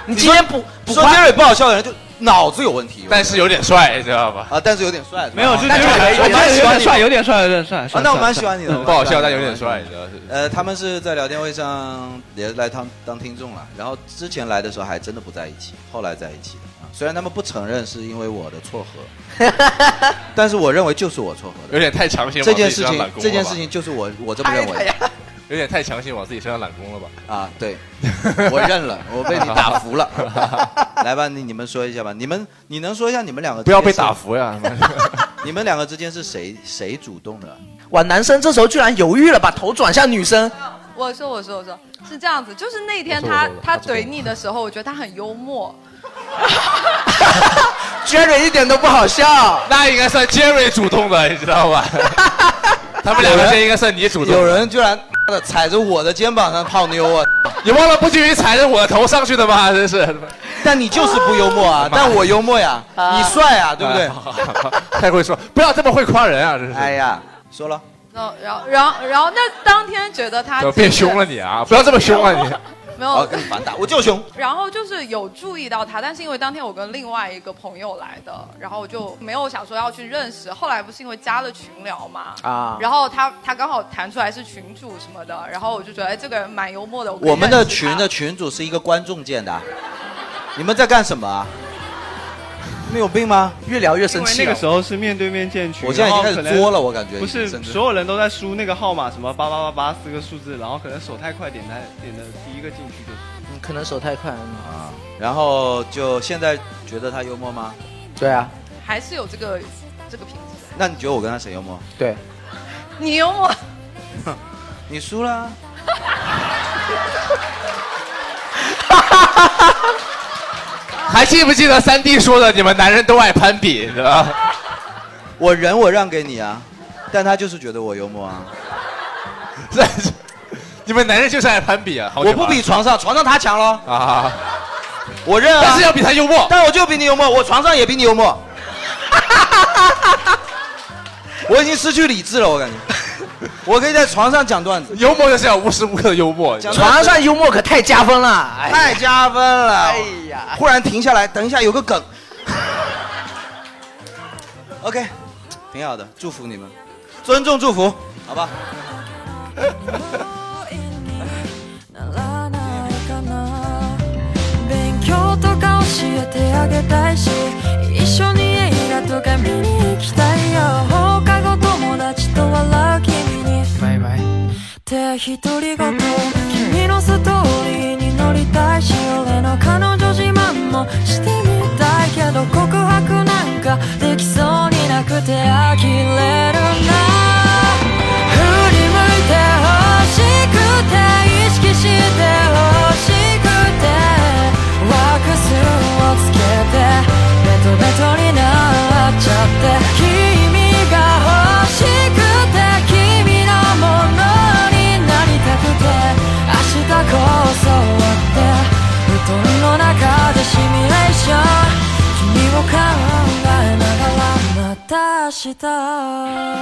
G: 你今天不不
C: 说
G: 夸
C: Jerry 不好笑的人就脑子有问题。
D: 但是有点帅，知道吧？
C: 啊，但是有点帅，
D: 没有就
C: 那
D: 是
C: 可以
D: 我
C: 我蛮
D: 觉得
C: 喜
D: 有
C: 欢
D: 点
C: 你
D: 帅
C: 的
D: 有点帅有点帅
C: 啊
D: 帅
C: 那我
D: 帅
C: 蛮
D: 帅
C: 喜欢你的，我
D: 不好笑
C: 蛮喜欢
D: 但有点
C: 的
D: 帅你知道是
C: 呃，他们是在聊天会上也来当当听众了，然后之前来的时候还真的不在一起，后来在一起的啊。虽然他们不承认是因为我的 撮合，但是我认为就是我撮合的。
D: 有点太强行往
C: 这件
D: 自己
C: 事
D: 身上
C: 情
D: 揽，功了吧哎
C: 这件事情就是我我这么认为的。
D: 有点太强行往自己身上揽功了吧？
C: 啊，对，我认了，我被你打 服了。来吧，你你们说一下吧，你们你能说一下你们两个
D: 不要被
C: 之间是
D: 打服呀！
C: 你们两个之间是谁谁主动的？
G: 哇，男生这时候居然犹豫了，把头转向女生。
P: 我说我说我说是这样子，就是那天
G: 我说
P: 他
G: 我说
P: 他
G: 他不
P: 怼你的时候，我觉得他很幽默，
G: Jerry 一点都不好笑，
D: 那应该算 Jerry 主动的，你知道 吧？他们两个之间应该算你主动。
C: 有人居然妈的踩着我的肩膀上泡妞啊！
D: 你忘了不均匀踩着我的头上去的吗？真是，
C: 但你就是不幽默啊，但我幽默呀，你帅啊，对不对？
D: 哎太会说，不要这么会夸人啊！真是。哎
C: 呀，说了，
P: 然后然后然后然后那当天觉得他
D: 怎
P: 就
D: 么
P: 是
D: 变凶了你啊！不要这么凶啊你！
P: 没有，
C: 哦反打，我就凶。
P: 然后就是有注意到他，但是因为当天我跟另外一个朋友来的，然后我就没有想说要去认识。后来不是因为加了群聊嘛，
C: 啊
P: 然后他他刚好弹出来是群主什么的，然后我就觉得哎这个人蛮幽默的。可以
C: 我们的
P: 认识他
C: 群的群主是一个观众建的啊，你们在干什么啊？你们有病吗？
G: 越聊越
O: 因为那个时候是面对面建群，
C: 哦我现在已经开始
O: 然后可能
C: 作了我感觉
O: 不是
C: 甚至
O: 所有人都在输那个号码，什么八八八八四个数字，然后可能手太快点的点的第一个进去就是。
G: 嗯可能手太快了啊。
C: 然后就现在觉得他幽默吗？
G: 对啊，
P: 还是有这个这个品质。
C: 那你觉得我跟他谁幽默？
G: 对，
P: 你幽默，
C: 你输了啊。
D: 还记不记得三弟说的？你们男人都爱攀比，对吧？
C: 我人我让给你啊，但他就是觉得我幽 默啊。
D: 你们男人就是爱攀比啊！好
C: 我
D: 可怕
C: 不比床上，床上他强喽，
D: 啊！
C: 我认啊。
D: 但是要比他幽默
C: 但我就比你幽默，我床上也比你 幽默。我已经失去理智了，我感觉。我可以在床上讲段子，
D: 幽默就是要无时无刻的幽默。
G: 床上幽默可太加分了，哎呀
C: 太加分了。
G: 哎呀，
C: 忽然停下来，等一下有个 梗。OK，挺好的，祝福你们，尊重祝福，好吧？
Q: ならないかな勉強とか教えてあげたいし一緒に映画とか見に行きたいよ放課後友達と笑う君に
G: 拜拜。
Q: って独り言君のストーリーに乗りたいし俺の彼女自慢もしてみたいけど告白なんかできそうになくて呆れるな振り向いて欲しくて意識して欲しくてワックスをつけてベトベトになっちゃって君が欲しくて君のものになりたくて明日こそって布団の中でシミュレーション君を考えながらまた明日